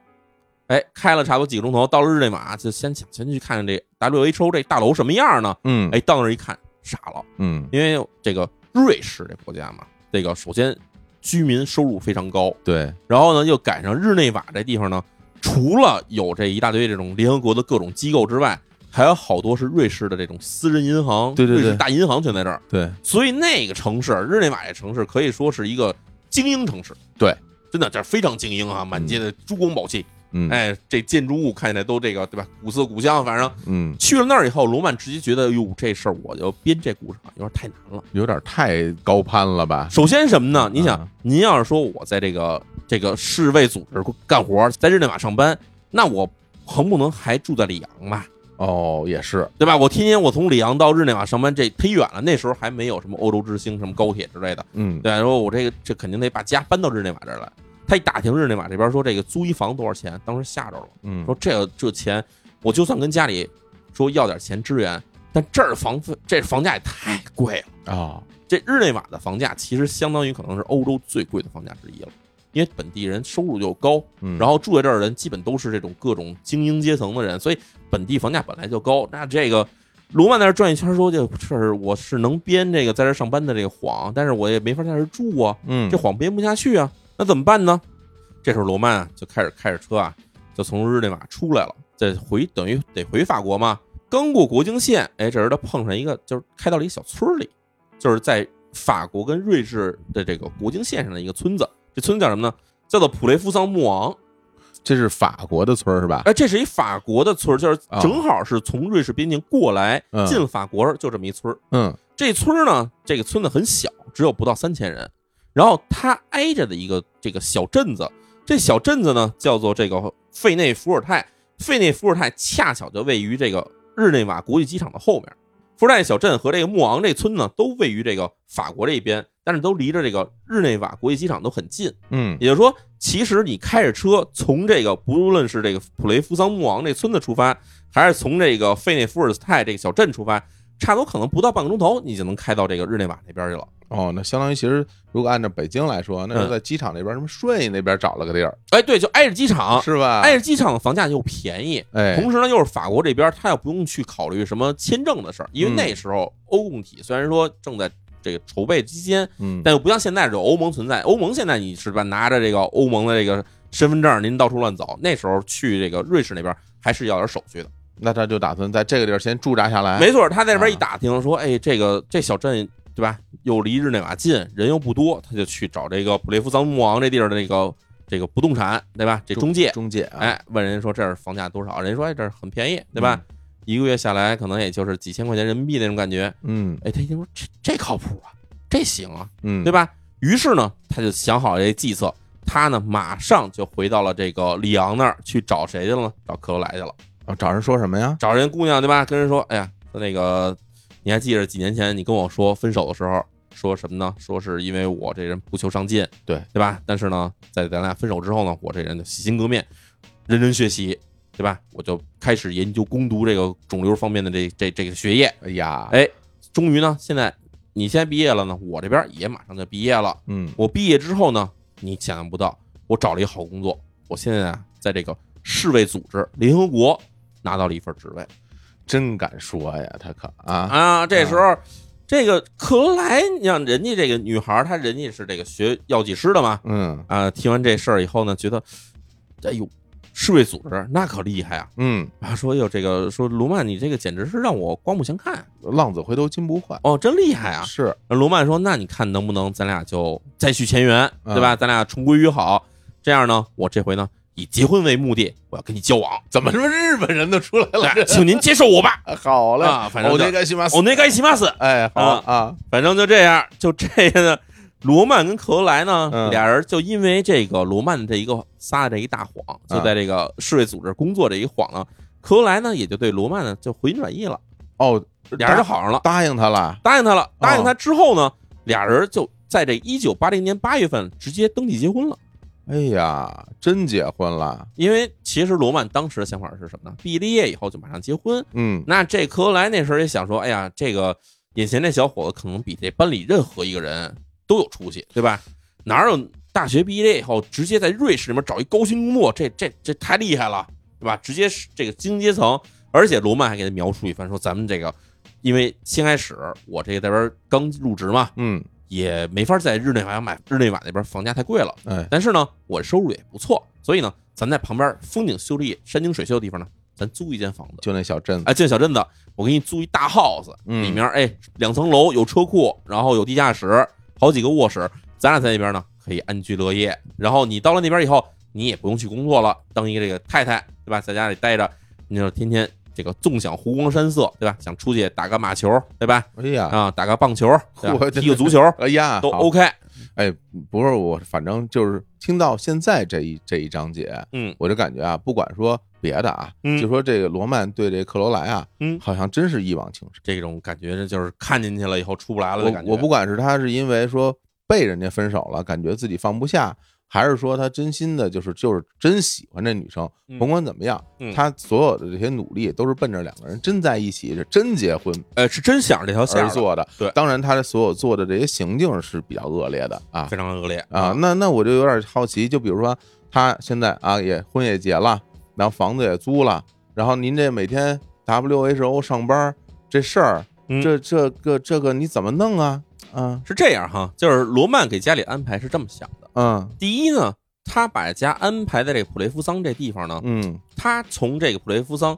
哎，开了差不多几个钟头，到了日内瓦，就先想先去看看这 WHO 这大楼什么样呢？
嗯
哎，到那儿一看傻了，
嗯，
因为这个瑞士这国家嘛，这个首先居民收入非常高，
对，
然后呢又赶上日内瓦这地方呢，除了有这一大堆这种联合国的各种机构之外，还有好多是瑞士的这种私人银行，
对对对
瑞士大银行全在这儿。
对，
所以那个城市，日内瓦这城市可以说是一个精英城市。
对，
真的这非常精英啊，满街的珠光宝气，
嗯，，
哎，这建筑物看起来都这个对吧？古色古香，反正
嗯，
去了那儿以后，罗曼直接觉得，哟，这事儿我就编这故事啊，有点太难了。
有点太高攀了吧？
首先什么呢？你想
啊，
您要是说我在这个这个世卫组织干活，在日内瓦上班，那我横不能还住在里昂吧？
哦，也是，
对吧？我天天我从里昂到日内瓦上班，这忒远了。那时候还没有什么欧洲之星、什么高铁之类的。
嗯，
对，说我这个这肯定得把家搬到日内瓦这儿来。他一打听日内瓦这边说这个租一房多少钱，当时吓着了，
嗯，
说这这钱我就算跟家里说要点钱支援，但这儿房费这房价也太贵了。
啊，
这日内瓦的房价其实相当于可能是欧洲最贵的房价之一了，因为本地人收入又高，
嗯，
然后住在这儿的人基本都是这种各种精英阶层的人，所以本地房价本来就高。那这个罗曼在这儿转一圈说，这事儿我是能编这个在这儿上班的这个谎，但是我也没法在这儿住啊，
嗯，
这谎编不下去啊，那怎么办呢？这时候罗曼啊就开始开着车啊，就从日内瓦出来了，再回等于得回法国嘛。刚过国境线，哎，这时候他碰上一个，就是开到了一小村儿里，就是在法国跟瑞士的这个国境线上的一个村子。这村子叫什么呢？叫做普雷夫桑穆昂。
这是法国的村儿是吧？
哎，这是一法国的村儿，就是
啊
正好是从瑞士边境过来、
嗯
进法国，就这么一村儿。
嗯
这村儿呢，这个村子很小，只有不到三千人。然后它挨着的一个这个小镇子，这小镇子呢叫做这个费内伏尔泰。费内伏尔泰恰巧就位于这个日内瓦国际机场的后面。伏尔泰小镇和这个穆昂这村呢，都位于这个法国这一边，但是都离着这个日内瓦国际机场都很近。
嗯
也就是说，其实你开着车从这个不论是这个普雷夫桑穆昂这村子出发，还是从这个费内夫尔泰这个小镇出发，差不多可能不到半个钟头，你就能开到这个日内瓦那边去了。
哦，那相当于其实如果按照北京来说，那
嗯
是在机场那边什么顺义那边找了个地儿，
哎，对，就挨着机场，
是啊吧？
挨着机场的房价又便宜，
哎，
哎同时呢又是法国这边，他也不用去考虑什么签证的事儿，因为
嗯
那时候欧共体虽然说正在这个筹备期间，
嗯
但又不像现在有欧盟存在。欧盟现在你是吧，拿着这个欧盟的这个身份证，您到处乱走。那时候去这个瑞士那边还是要点手续的。
那他就打算在这个地儿先驻扎下来。
没错，他在这边一打听说，哎，这个这小镇对吧，又离日内瓦近，人又不多，他就去找这个普雷夫桑穆昂这地儿的这个这个不动产对吧，这中介，
中介啊，
哎，问人说这儿房价多少？人说哎这儿很便宜对吧，一个月下来可能也就是几千块钱人民币那种感觉。
嗯
哎，他一听说这这靠谱啊，这行啊，
嗯，
对吧？于是呢，他就想好了这计策，他呢马上就回到了这个里昂那儿去找谁去了呢？找克罗莱去了，
啊找人说什么呀？
找人姑娘对吧？跟人说，哎呀，那个你还记着几年前你跟我说分手的时候说什么呢？说是因为我这人不求上进，
对
对吧？但是呢，在咱俩分手之后呢，我这人就洗心革面，认真学习。对吧？我就开始研究攻读这个肿瘤方面的这这这个学业。
哎呀，
哎，终于呢，现在你现在毕业了呢，我这边也马上就毕业了。
嗯
我毕业之后呢，你想象不到，我找了一好工作，我现在啊，在这个世卫组织联合国拿到了一份职位
真敢说呀，他可啊，
啊。这时候，这个克罗莱，你让人家这个女孩儿，她人家是这个学药剂师的嘛，
嗯
啊，听完这事儿以后呢，觉得，哎呦，世卫组织那可厉害啊。
嗯，
啊，说哟，这个说卢曼，你这个简直是让我刮目相看
浪子回头金不换，
哦，真厉害啊！
是
罗曼说：“那你看能不能咱俩就再续前缘，对
嗯
吧？咱俩重归于好。这样呢，我这回呢以结婚为目的，我要跟你交往。
怎么什么日本人都出来了？
对请您接受我吧。
这哎好嘞哦
啊，反正
我
就
那个西马斯，
我那该西马斯，
哎，好
啊
啊，
反正就这样，就这样呢。罗曼跟克罗莱呢，
嗯
俩人就因为这个罗曼这一个撒的这一大谎，
嗯
就在这个世卫组织工作这一谎呢，克罗莱呢也就对罗曼呢就回心转意了，
哦，
俩人就好上了，
答应他了，
答应他了。答应
哦
他之后呢，俩人就在这一九八零年八月份直接登记结婚了。”
哎呀，真结婚了，
因为其实罗曼当时的想法是什么呢？毕了业以后就马上结婚。
嗯
那这克罗莱那时候也想说，哎呀，这个眼前这小伙子可能比这班里任何一个人都有出息，对吧？哪有大学毕业以后直接在瑞士里面找一高薪工作？这这这太厉害了，对吧？直接是这个精英阶层，而且罗曼还给他描述一番，说咱们这个，因为先开始我这个在这边刚入职嘛，
嗯，
也没法在日内瓦买，日内瓦那边房价太贵了。
哎，
但是呢，我收入也不错，所以呢，咱在旁边风景秀丽、山清水秀的地方呢，咱租一间房子。
就那小镇子，
哎，进小镇子，我给你租一大 house，
嗯
里面哎两层楼，有车库，然后有地下室，好几个卧室，咱俩在那边呢可以安居乐业。然后你到了那边以后，你也不用去工作了，当一个这个太太，对吧？在家里待着，你就天天这个纵享湖光山色，对吧？想出去打个马球，对吧？
哎呀，
啊，打个棒球，对吧
我
踢个足球
哎呀，
都
好
OK。
哎，不是我，反正就是听到现在这一这一章节，
嗯，
我就感觉啊，不管说别的啊，
嗯
就说这个罗曼对这克罗莱啊，
嗯
好像真是一往情深。
这种感觉就是看进去了以后出不来了的感觉。
我我不管是他是因为说被人家分手了，感觉自己放不下，还是说他真心的，就是就是真喜欢这女生，
嗯
甭管怎么样，
嗯
他所有的这些努力都是奔着两个人真在一起，是真结婚
呃，是真想着这条线
而
儿了，
做的。
对
当然他的所有做的这些行径是比较恶劣的啊
非常恶劣
啊。那那我就有点好奇，就比如说他现在啊也婚也结了，然后房子也租了，然后您这每天 WHO 上班这事儿，
嗯
这这个这个你怎么弄啊？啊
是这样哈，就是罗曼给家里安排是这么想的：
嗯
第一呢，他把家安排在这个普雷夫桑这地方呢，
嗯
他从这个普雷夫桑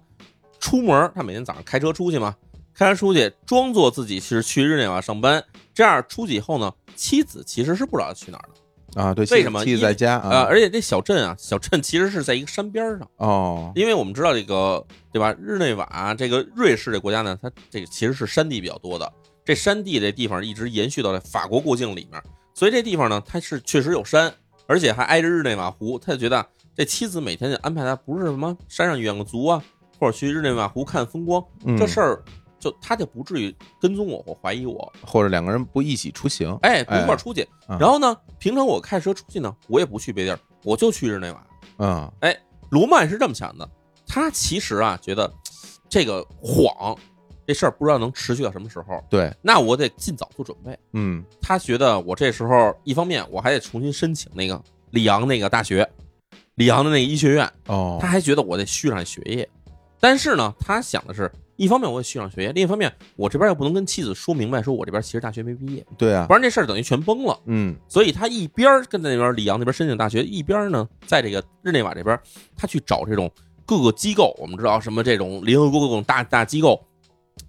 出门儿，他每天早上开车出去嘛，开车出去，装作自己是去日内瓦上班，这样出去以后呢，妻子其实是不知道去哪儿的。
啊，对，
为什么
妻子在家
呃，
啊？
而且这小镇啊，小镇其实是在一个山边儿上，
哦，
因为我们知道这个对吧？日内瓦这个瑞士这国家呢，它这个其实是山地比较多的，这山地这地方一直延续到这法国国境里面，所以这地方呢，它是确实有山，而且还挨着日内瓦湖，他就觉得这妻子每天就安排他不是什么山上远个足啊，或者去日内瓦湖看风光，
嗯
这事儿就他就不至于跟踪我或怀疑我，
或者两个人不一起出行，
哎，不一块儿出去。
哎啊
然后呢，平常我开车出去呢，我也不去别地儿，我就去日内瓦。
嗯
罗曼是这么想的，他其实啊觉得这个谎这事儿不知道能持续到什么时候，
对，
那我得尽早做准备。
嗯
他觉得我这时候一方面我还得重新申请那个里昂那个大学，里昂的那个医学院，
哦
他，还觉得我得续上学业。但是呢，他想的是一方面我得续上学业，另一方面我这边又不能跟妻子说明白，说我这边其实大学没毕业，
对啊
不，然这事儿等于全崩了。
嗯
所以他一边儿跟在那边儿里昂那边申请大学，一边儿呢在这个日内瓦这边儿，他去找这种各个机构。我们知道啊什么这种联合国各种大大机构，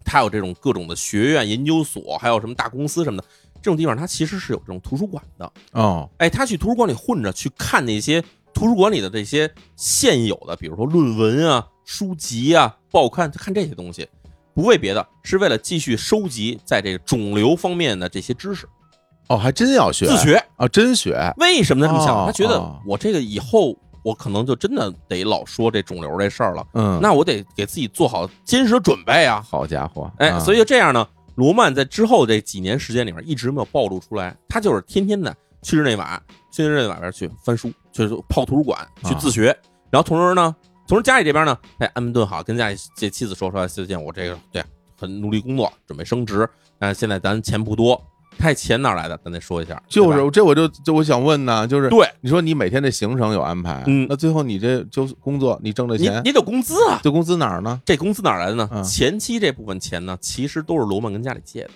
它有这种各种的学院、研究所，还有什么大公司什么的，这种地方它其实是有这种图书馆的。
哦，
哎，他去图书馆里混着去看那些图书馆里的这些现有的，比如说论文啊、书籍啊、报刊，看这些东西，不为别的，是为了继续收集在这个肿瘤方面的这些知识，
哦，还真要学，
自学。
啊，真学，
为什么他这么想？
哦
他觉
哦
得我这个以后我可能就真的得老说这肿瘤这事儿了，
嗯，
那我得给自己做好坚实的准备啊！
好家伙，
哎，
啊
所以就这样呢，罗曼在之后这几年时间里啊面一直没有暴露出来，他就是天天的去日内瓦，去日内瓦边去翻书，去泡图书馆，
啊
去自学，然后同时呢，同时家里这边呢，哎，安顿好，跟家里这妻子说说，最近我这个对很努力工作，准备升职，但是现在咱钱不多，这钱哪儿来的？咱得说一下，
就
对吧
是这我就就我想问呢，就是
对
你说你每天这行程有安排，
嗯
那最后你这就是工作，你挣这
你
钱，
你得有工资啊，
这工资哪儿呢？
这工资哪儿来的呢？
嗯
前期这部分钱呢，其实都是罗曼跟家里借的。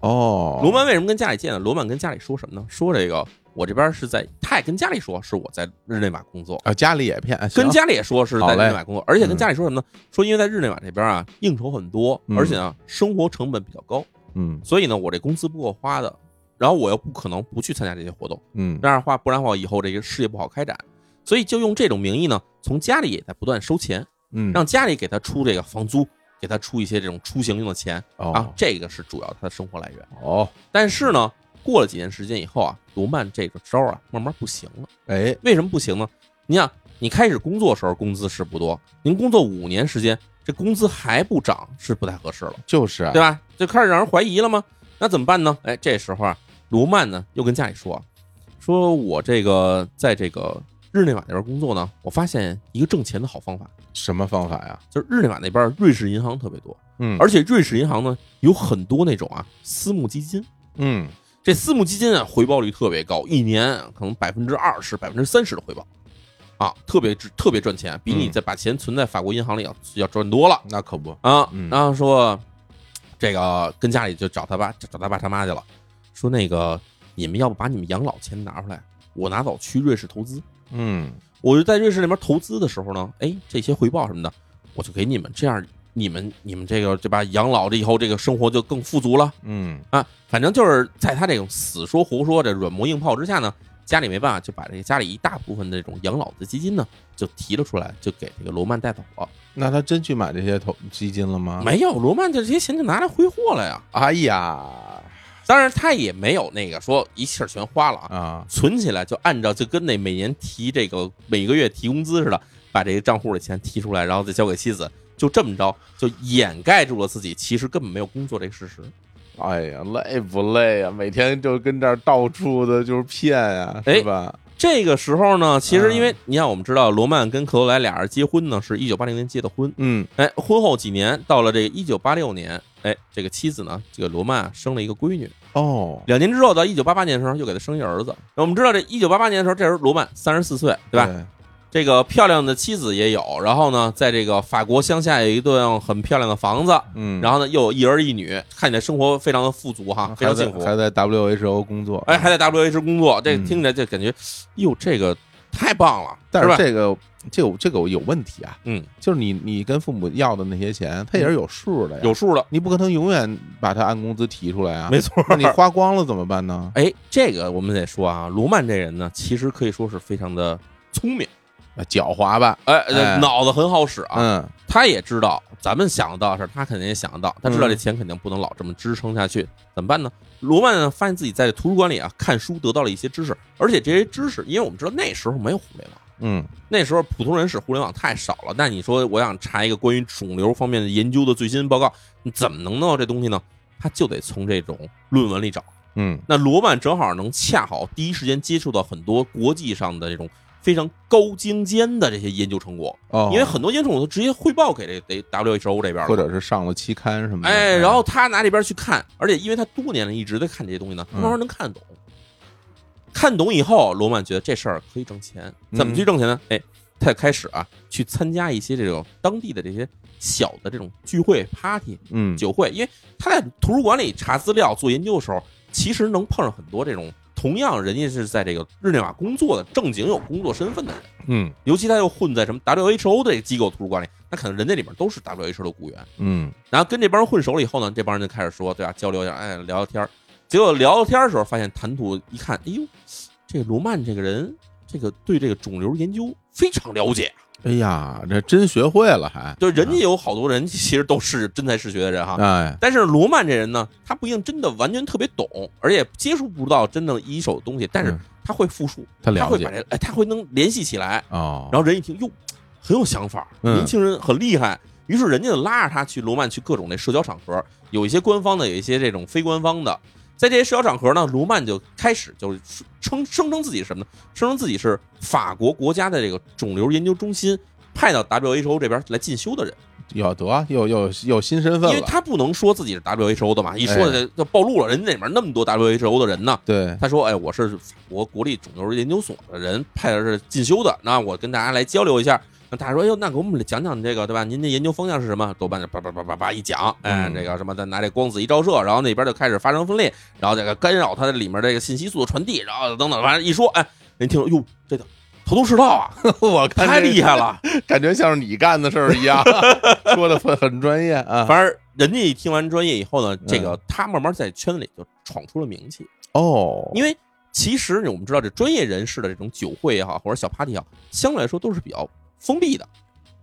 哦，
罗曼为什么跟家里借呢？罗曼跟家里说什么呢？说这个我这边是在，他也跟家里说是我在日内瓦工作，
啊，家里也骗，行
跟家里也说是在
好
日
嘞
内瓦工作，而且
嗯
跟家里说什么呢？说因为在日内瓦这边啊，应酬很多，
嗯
而且呢生活成本比较高，
嗯
所以呢我这工资不够花的，然后我又不可能不去参加这些活动，
嗯
这样的话不然的话以后这个事业不好开展，所以就用这种名义呢，从家里也在不断收钱。
嗯，
让家里给他出这个房租，给他出一些这种出行用的钱啊
哦，
这个是主要他的生活来源。
哦，
但是呢，过了几年时间以后啊，罗曼这个招儿啊，慢慢不行了。
哎，
为什么不行呢？你想，你开始工作时候工资是不多，您工作五年时间，这工资还不涨是不太合适了，
就是啊
对吧？就开始让人怀疑了吗？那怎么办呢？哎，这时候啊，罗曼呢又跟家里说啊，说我这个在这个日内瓦那边工作呢，我发现一个挣钱的好方法。
什么方法呀？
就是日内瓦那边瑞士银行特别多，
嗯，
而且瑞士银行呢有很多那种啊私募基金，
嗯
这私募基金啊回报率特别高，一年可能百分之二十、百分之三十的回报，啊，特别值特别赚钱，比你
嗯
再把钱存在法国银行里要要赚多了
那可不，
啊
嗯。
然后说这个跟家里就找他爸找他爸他妈去了，说那个你们要不把你们养老钱拿出来，我拿走去瑞士投资。
嗯
我就在瑞士那边投资的时候呢，哎，这些回报什么的，我就给你们，这样你们你们这个对吧？养老了以后，这个生活就更富足了
嗯
啊。反正就是在他这种死说活说这软磨硬泡之下呢，家里没办法，就把这个家里一大部分的这种养老的基金呢，就提了出来，就给这个罗曼带走了。
那他真去买这些投基金了吗？，
没有，罗曼就这些钱就拿来挥霍了呀。
哎呀
当然，他也没有那个说一气儿全花了啊，
啊，
存起来就按照就跟那每年提这个每个月提工资似的，把这个账户里钱提出来，然后再交给妻子，就这么着就掩盖住了自己其实根本没有工作这个事实。
哎呀，累不累啊？每天就跟这儿到处的就是骗呀，
哎
是吧？
这个时候呢，其实因为
嗯
你看，我们知道罗曼跟克罗莱俩人结婚呢，是一九八零年结的婚。
嗯
哎，婚后几年，到了这个一九八六年，哎，这个妻子呢，这个罗曼啊生了一个闺女。
哦，
两年之后，到一九八八年的时候，又给他生一儿子。那我们知道，这一九八八年的时候，这时候罗曼三十四岁，对吧？这个漂亮的妻子也有，然后呢，在这个法国乡下有一栋很漂亮的房子，
嗯，
然后呢又有一儿一女，看起来生活非常的富足哈，非
还
常
在
幸福。哎
还在 WHO 工作，
哎，还在 WHO 工作，这
嗯
听着就感觉，哟，这个太棒了，
但
是吧？
是这个这有这个有问题啊，
嗯，
就是你你跟父母要的那些钱，他也是有数的呀，
有数了，
你不可能永远把它按工资提出来啊，
没错
那。你花光了怎么办呢？
哎，这个我们得说啊，罗曼这人呢，其实可以说是非常的聪明，
啊狡猾吧，
哎，
哎
脑子很好使啊。
嗯，
他也知道咱们想得到的事儿，他肯定也想得到，他知道
嗯
这钱肯定不能老这么支撑下去，怎么办呢？罗曼呢发现自己在图书馆里啊看书得到了一些知识，而且这些知识，因为我们知道那时候没有互联网，
嗯，
那时候普通人使互联网太少了。那你说我想查一个关于肿瘤方面的研究的最新报告，你怎么能弄到这东西呢？他就得从这种论文里找。
嗯，
那罗曼正好能恰好第一时间接触到很多国际上的这种非常高精尖的这些研究成果，
哦，
因为很多研究成果都直接汇报给这得 WHO 这边
或
了。
者是上了期刊什么的，
哎，然后他拿这边去看，而且因为他多年了一直在看这些东西呢，
嗯
他慢慢能看懂。看懂以后，罗曼觉得这事儿可以挣钱，
嗯
怎么去挣钱呢？哎，他就开始啊，去参加一些这种当地的这些小的这种聚会、party、
嗯，
酒会，因为他在图书馆里查资料、做研究的时候，其实能碰上很多这种同样人家是在这个日内瓦工作的正经有工作身份的人，
嗯
尤其他又混在什么 WHO 的这个机构图书馆里，那可能人家里面都是 WHO 的雇员。
嗯
然后跟这帮人混熟了以后呢，这帮人就开始说，对吧、交流一下，哎，聊聊天儿。结果聊聊天儿的时候，发现谈吐一看，哎呦，这个罗曼这个人，这个对这个肿瘤研究非常了解。
哎呀，这真学会了还，
就人家有好多人 其实都是真才实学的人哈，
哎，
但是罗曼这人呢，他不一定真的完全特别懂，而且接触不到真正一手的东西，但是
嗯
他会复述，
他
他
了
会
解
把这，哎，他会能联系起来。
哦，
然后人一听，哟，很有想法，
嗯
年轻人很厉害。于是人家就拉着他去罗曼去各种那社交场合，有一些官方的，有一些这种非官方的。在这些社交场合呢，罗曼就开始就是称声称自己是什么呢？声称自己是法国国家的这个肿瘤研究中心派到 WHO 这边来进修的人。
有得又又又新身
因
份
为
了，哎
他不能说自己是 WHO 的嘛，一说就就暴露了，人家里面那么多 WHO 的人呢。
对，
他说：“哎，我是法国国立肿瘤研究所的人派到这儿进修的，那我跟大家来交流一下。”那大家说：“哎呦，那给我们讲讲这个，对吧？您的研究方向是什么？”多半就叭叭叭叭叭一讲，哎，
嗯
这个什么，再拿这光子一照射，然后那边就开始发生分裂，然后这个干扰它的里面这个信息速度传递，然后等等，反正一说，哎，人听说，哟，这个头头是道啊，
我看
太
这
厉害了。
感觉像是你干的事儿一 样，说的很很专业啊。
反而人家一听完专业以后呢，这个他慢慢在圈子里就闯出了名气，
哦，
因为其实我们知道，这专业人士的这种酒会也好，或者小 party 也好，相对来说都是比较封闭的，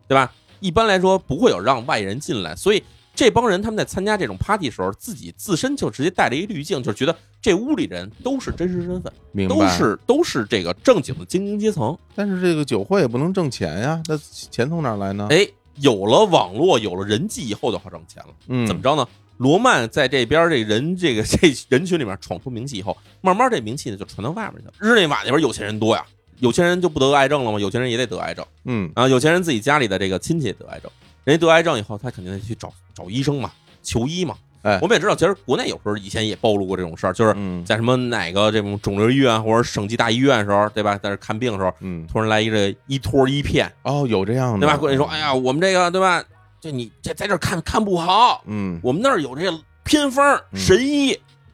对吧？一般来说不会有让外人进来，所以这帮人他们在参加这种 party 的时候，自己自身就直接带了一滤镜，就是觉得这屋里人都是真实身份，
明白
都是都是这个正经的精英阶层。
但是这个酒会也不能挣钱呀，那钱从哪儿来呢？
哎，有了网络，有了人际以后就好挣钱了。
嗯，
怎么着呢？罗曼在这边这人这个 这人群里面闯出名气以后，慢慢这名气呢就传到外面去了。日内瓦那边有钱人多呀，有钱人就不得癌症了吗？有钱人也得得癌症
嗯
啊，有钱人自己家里的这个亲戚也得癌症，人家得癌症以后，他肯定得去找找医生嘛，求医嘛。
哎
我们也知道，其实国内有时候以前也暴露过这种事儿，就是
嗯
在什么哪个这种肿瘤医院或者省级大医院的时候，对吧？在这看病的时候，
嗯，
突然来一个一托一片，
哦，有这样的
对吧？过来说，哎呀，，我们这个对吧？这你这在这儿看看不好，
嗯，
我们那儿有这偏方
嗯
神医，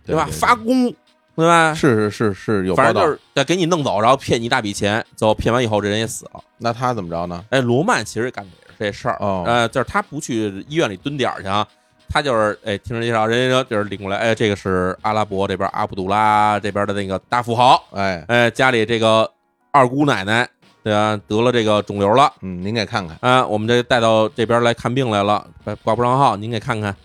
对吧？
对对
发功，对吧？
是是是是有
反正
报道
就，是要给你弄走，然后骗你一大笔钱，最后骗完以后这人也死了。
那他怎么着呢？
哎，罗曼其实干的也是这事儿，
哦
呃，就是他不去医院里蹲点儿去啊，他就是哎，听人介绍，人家就是领过来，哎，这个是阿拉伯这边阿卜杜拉这边的那个大富豪，
哎，
哎，家里这个二姑奶奶对吧，得了这个肿瘤了。
嗯，您给看看，
啊，我们这带到这边来看病来了，挂挂不上号，您给看看。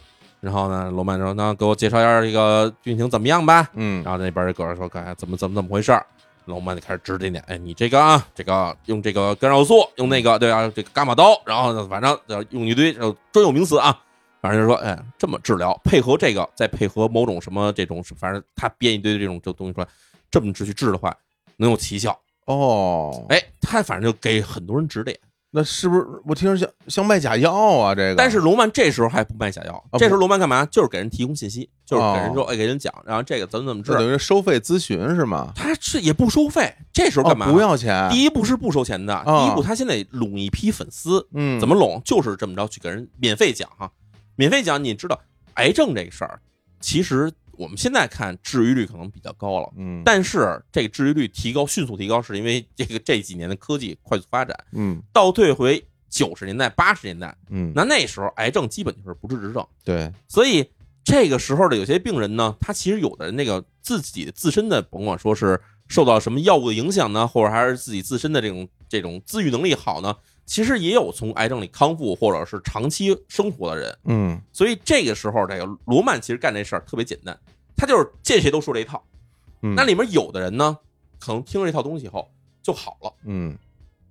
然后呢，罗曼说：“那给我介绍一下这个病情怎么样吧。”
嗯
然后那边儿狗说：“哎，怎么怎么怎么回事儿？”罗曼就开始指点点，哎，你这个啊，这个用这个干扰素，用那个对啊，这个伽马刀，然后呢，反正呃用一堆呃专有名词啊，反正就是说，哎，这么治疗，配合这个，再配合某种什么这种，反正他编一堆这种这东西出来，这么治去治的话，能有奇效。
哦，
哎，他反正就给很多人指点。
那是不是我听着像像卖假药啊？这个，
但是罗曼这时候还不卖假药，
啊不
这时候罗曼干嘛？就是给人提供信息，就是给人
哦
说，哎，给人讲，然后这个怎么怎么
这
治，
等于是收费咨询是吗？
他是也不收费。这时候
哦，
干嘛？
不要钱，
第一步是不收钱的，
哦
第一步他先得拢一批粉丝，
嗯，
怎么拢？就是这么着去给人免费讲哈，免费讲。你知道癌症这个事儿，其实我们现在看治愈率可能比较高了，
嗯，
但是这个治愈率提高迅速提高，是因为这个这几年的科技快速发展，
嗯
倒退回九十年代、八十年代，
嗯，
那那时候癌症基本就是不治之症，
嗯
对，
所以这个时候的有些病人呢，他其实有的那个自己自身的，甭管说是受到什么药物的影响呢，或者还是自己自身的这种这种自愈能力好呢，其实也有从癌症里康复或者是长期生活的人。
嗯
所以这个时候，这个罗曼其实干这事儿特别简单，他就是见谁都说这一套。
嗯
那里面有的人呢，可能听了这套东西以后就好了。
嗯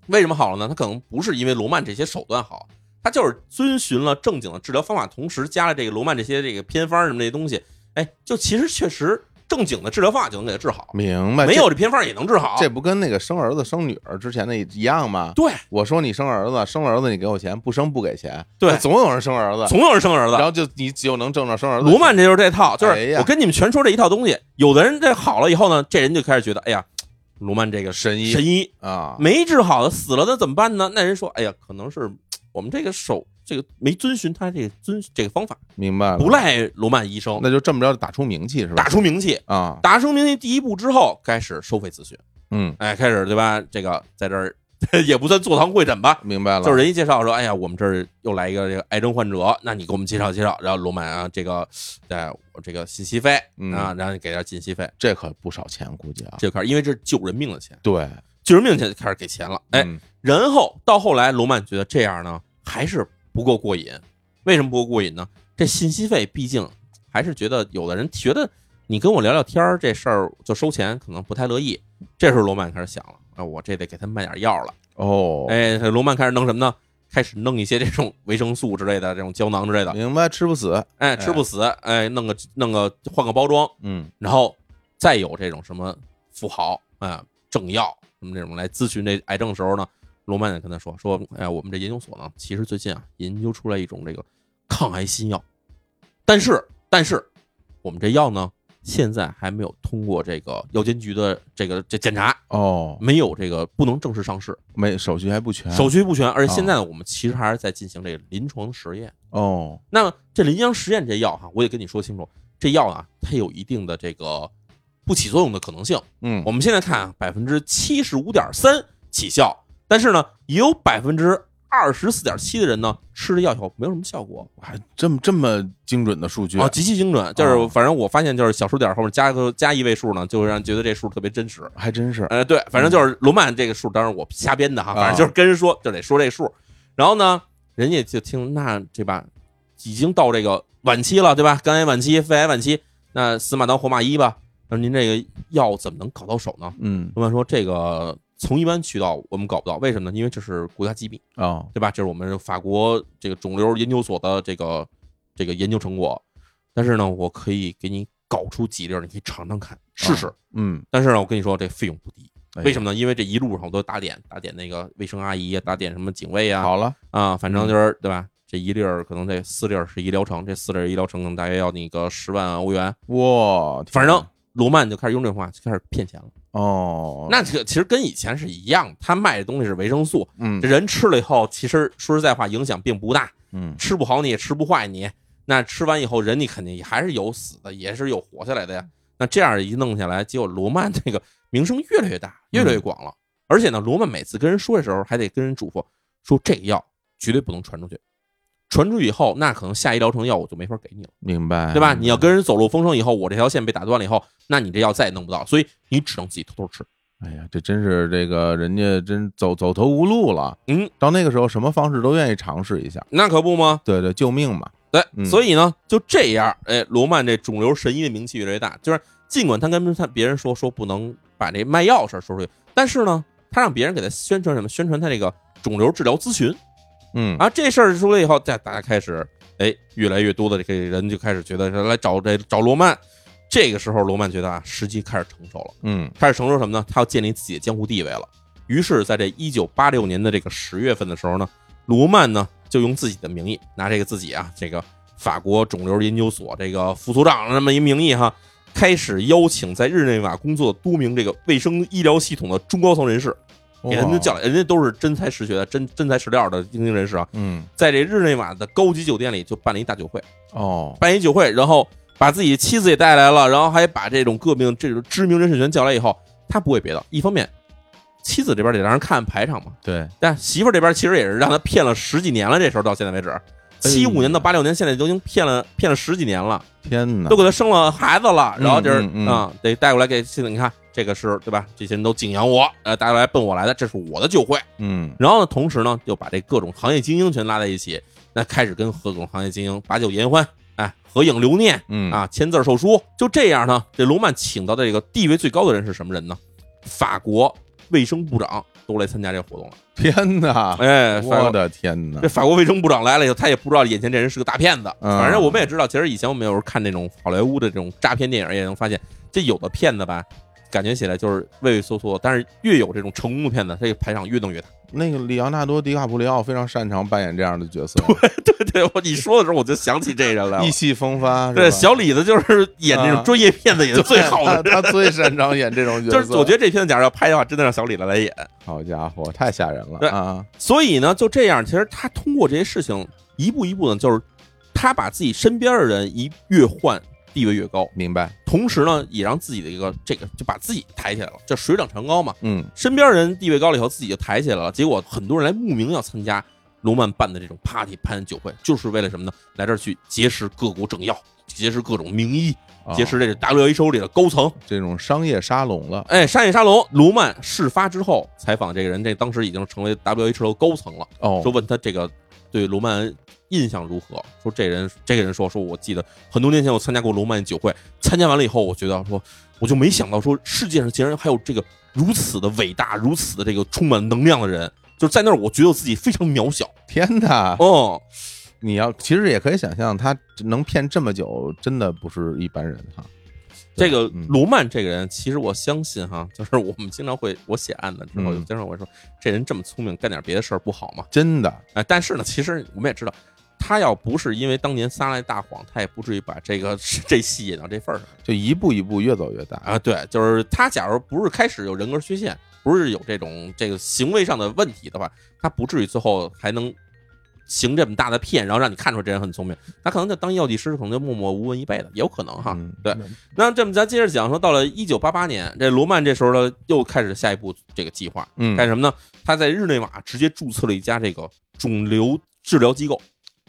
为什么好了呢？他可能不是因为罗曼这些手段好，他就是遵循了正经的治疗方法，同时加了这个罗曼这些这个偏方什么这些东西，哎，就其实确实正经的治疗方法就能给他治好，
明白，
没有这偏方也能治好。
这啊这不跟那个生儿子生女儿之前那一样吗？
对
我说你生儿子，生儿子你给我钱，不生不给钱，
对，
总有人生儿子，
总有人生
然
儿子。
后就你就能挣着生儿子。
罗曼这就是这套，就
哎
是
呀
我跟你们全说这一套东西。有的人这好了以后呢，这人就开始觉得，哎呀，罗曼这个
神医
神医
啊，
没治好的死了，那怎么办呢？那人说，哎呀，可能是我们这个手这个没遵循他这个遵这个方法，
明白了，
不赖罗曼医生。
那就这么着打出名气是吧？
打出名气，
啊，
打出名气第一步之后，开始收费咨询，
嗯，
哎，开始对吧？这个在这儿 也不算坐堂会诊吧，
明白了，
就是人一介绍说，哎呀，我们这儿又来一个这个哎癌症患者，那你给我们介绍介绍，然后罗曼啊，这个，哎，我这个信息费
嗯
啊，然后你给点信息费，
这可不少钱，估计啊，
这就开始，因为这是救人命的钱，
对，
救人命的钱就开始给钱了，哎，
嗯
然后到后来罗曼觉得这样呢还是不够过瘾，为什么不够过瘾呢？这信息费毕竟还是觉得有的人觉得你跟我聊聊天儿这事儿就收钱，可能不太乐意。这时候罗曼开始想了，啊，我这得给他卖点药了。
哦，
哎，这罗曼开始弄什么呢？开始弄一些这种维生素之类的这种胶囊之类的，
明白，吃不死，
哎，吃不死，哎，弄个弄个换个包装，
嗯
然后再有这种什么富豪啊、政要什么这种来咨询这哎癌症时候呢，罗曼也跟他说说，哎呀，我们这研究所呢，其实最近啊研究出来一种这个抗癌新药，但是但是我们这药呢，现在还没有通过这个药监局的这个这检查，
哦，
没有这个不能正式上市，
没手续还不
哎
全，
手续不全，而且现在呢，我们其实还是在进行这个临床实验。
哦，
那么这临床实验这药哈，我得跟你说清楚，这药啊，它有一定的这个不起作用的可能性。
嗯
我们现在看百分之七十五点三起效，但是呢，也有百分之二十四点七的人呢吃了药以后没有什么效果
还这么这么精准的数据
啊，极其精准。就是
哦
反正我发现，就是小数点后面加个加一位数呢，就会让人觉得这数特别真实。
还真是，
呃，对，反正就是罗曼这个数，当然我瞎编的哈，
啊
反正就是跟人说就得说这数。然后呢，人家就听那对吧，已经到这个晚期了，对吧？肝癌晚期、肺癌晚期，那死马当活马医吧。那您这个药怎么能搞到手呢？
嗯
罗曼说这个从一般渠道我们搞不到，为什么呢？因为这是国家机密，
哦，
对吧？这是我们法国这个肿瘤研究所的这个这个研究成果。但是呢，我可以给你搞出几粒儿，你可以尝尝看，试试。
嗯，
但是呢，我跟你说，这费用不低。
哎呀
为什么呢？因为这一路上我都打点，打点那个卫生阿姨啊，打点什么警卫啊，
好嗯了，
啊，反正就是对吧？这一粒儿可能这四粒儿是一疗程，这四粒儿一疗程可能大约要那个十万欧元。
哇，天
反正罗曼就开始用这种话，就开始骗钱了。
哦，
那这个其实跟以前是一样，他卖的东西是维生素，
嗯
这人吃了以后，其实说实在话影响并不大，
嗯
吃不好你也吃不坏你。那吃完以后，人你肯定还是有死的，也是有活下来的
嗯
呀。那这样一弄下来，结果罗曼这个名声越来越大，越来越广了。
嗯
而且呢，罗曼每次跟人说的时候，还得跟人嘱咐说这个药绝对不能传出去，传出去以后，那可能下一疗程药我就没法给你了，
明白，
对吧？你要跟人走漏风声以后，我这条线被打断了以后，那你这药再也弄不到，所以你只能自己偷偷吃。
哎呀，这真是这个人家真走走投无路了。
嗯，
到那个时候，什么方式都愿意尝试一下。
那可不吗？
对对，救命嘛！
对，
嗯
哎所以呢，就这样，哎，罗曼这肿瘤神医的名气越来越大。就是尽管他跟他别人说说不能把这卖药事儿说出去，但是呢，他让别人给他宣传什么？宣传他这个肿瘤治疗咨询
嗯，
啊。这事儿出来以后，大大家开始，哎，越来越多的这个人就开始觉得来找这找罗曼。这个时候，罗曼觉得啊，时机开始成熟了，
嗯
开始成熟什么呢？他要建立自己的江湖地位了。于是，在这一九八六年的这个十月份的时候呢，罗曼呢就用自己的名义，拿这个自己啊，这个法国肿瘤研究所这个副所长这么一名义哈，开始邀请在日内瓦工作的多名这个卫生医疗系统的中高层人士，给他们叫来，人家都是真才实学的、真真材实料的精英人士啊，
嗯
在这日内瓦的高级酒店里就办了一大酒会，
哦，
办一酒会，然后把自己的妻子也带来了，然后还把这种各名这种知名人士全叫来以后，他不会别的。一方面，妻子这边得让人看排场嘛，
对，
但媳妇儿这边其实也是让他骗了十几年了，这时候到现在为
哎
止，七五年到八六年，现在都已经骗了骗了十几年了，
天哪
都，给他生了孩子了，然后就是
嗯嗯嗯
啊、得带过来给妻子，你看这个是对吧？这些人都敬仰我，呃，带过来奔我来的，这是我的酒会。
嗯，
然后呢，同时呢，就把这各种行业精英全拉在一起，那开始跟各种行业精英把酒言欢，哎，合影留念，
嗯
啊，签字授书。就这样呢，这罗曼请到的这个地位最高的人是什么人呢？法国卫生部长都来参加这个活动了。
天哪，
哎，法
我
国
的天哪
这，法国卫生部长来了以后，他也不知道眼前这人是个大骗子。
嗯
反正我们也知道，其实以前我们有时候看那种好莱坞的这种诈骗电影，也能发现，这有的骗子吧，感觉起来就是畏畏缩缩，但是越有这种成功的骗子，这个排场越弄越大。
那个里昂纳多·迪卡普里奥非常擅长扮演这样的角色，
对对，我你说的时候我就想起这人来了
意。气风发，
对，
小
小李子就是演那种
啊
专业骗子演的最好的人，
他他最擅长演这种角
就是
色，
我觉得这片子假如要拍的话，真的让小李子来演。
好家伙，太吓人
对
了啊！
所以呢，就这样，其实他通过这些事情，一步一步呢，就是他把自己身边的人一越换，地位越高，
明白，
同时呢，也让自己的一个这个就把自己抬起来了，叫水涨船高嘛。
嗯，
身边人地位高了以后，自己就抬起来了。结果很多人来慕名要参加罗曼办的这种 party 潘酒会，就是为了什么呢？来这儿去结识各国政要，结识各种名医，
啊
结识这个 WHO 里的高层。
这种商业沙龙了，
哎，商业沙龙，卢曼事发之后采访这个人，这当时已经成为 WHO 高层了，
哦
说，问他这个对卢曼印象如何？说这人，这个人说说，我记得很多年前我参加过卢曼酒会，参加完了以后，我觉得说，我就没想到说世界上竟然还有这个如此的伟大，如此的这个充满能量的人。就是在那儿，我觉得自己非常渺小。
天哪！
哦，
你要其实也可以想象，他能骗这么久，真的不是一般人哈。
这个
嗯
罗曼这个人，其实我相信哈，就是我们经常会，我写案子之后，
嗯
就经常会说，这人这么聪明，干点别的事儿不好吗？
真的，
哎，但是呢，其实我们也知道，他要不是因为当年撒了一大谎，他也不至于把这个 这戏演到这份儿上
就一步一步越走越大
啊。对，就是他假如不是开始有人格缺陷，不是有这种这个行为上的问题的话，他不至于最后还能行这么大的骗，然后让你看出来这人很聪明。他可能就当药剂师，可能就默默无闻一辈子，也有可能哈。
嗯
对，那这么咱接着讲说，到了一九八八年，这罗曼这时候呢又开始下一步这个计划，
嗯
干什么呢？他在日内瓦直接注册了一家这个肿瘤治疗机构。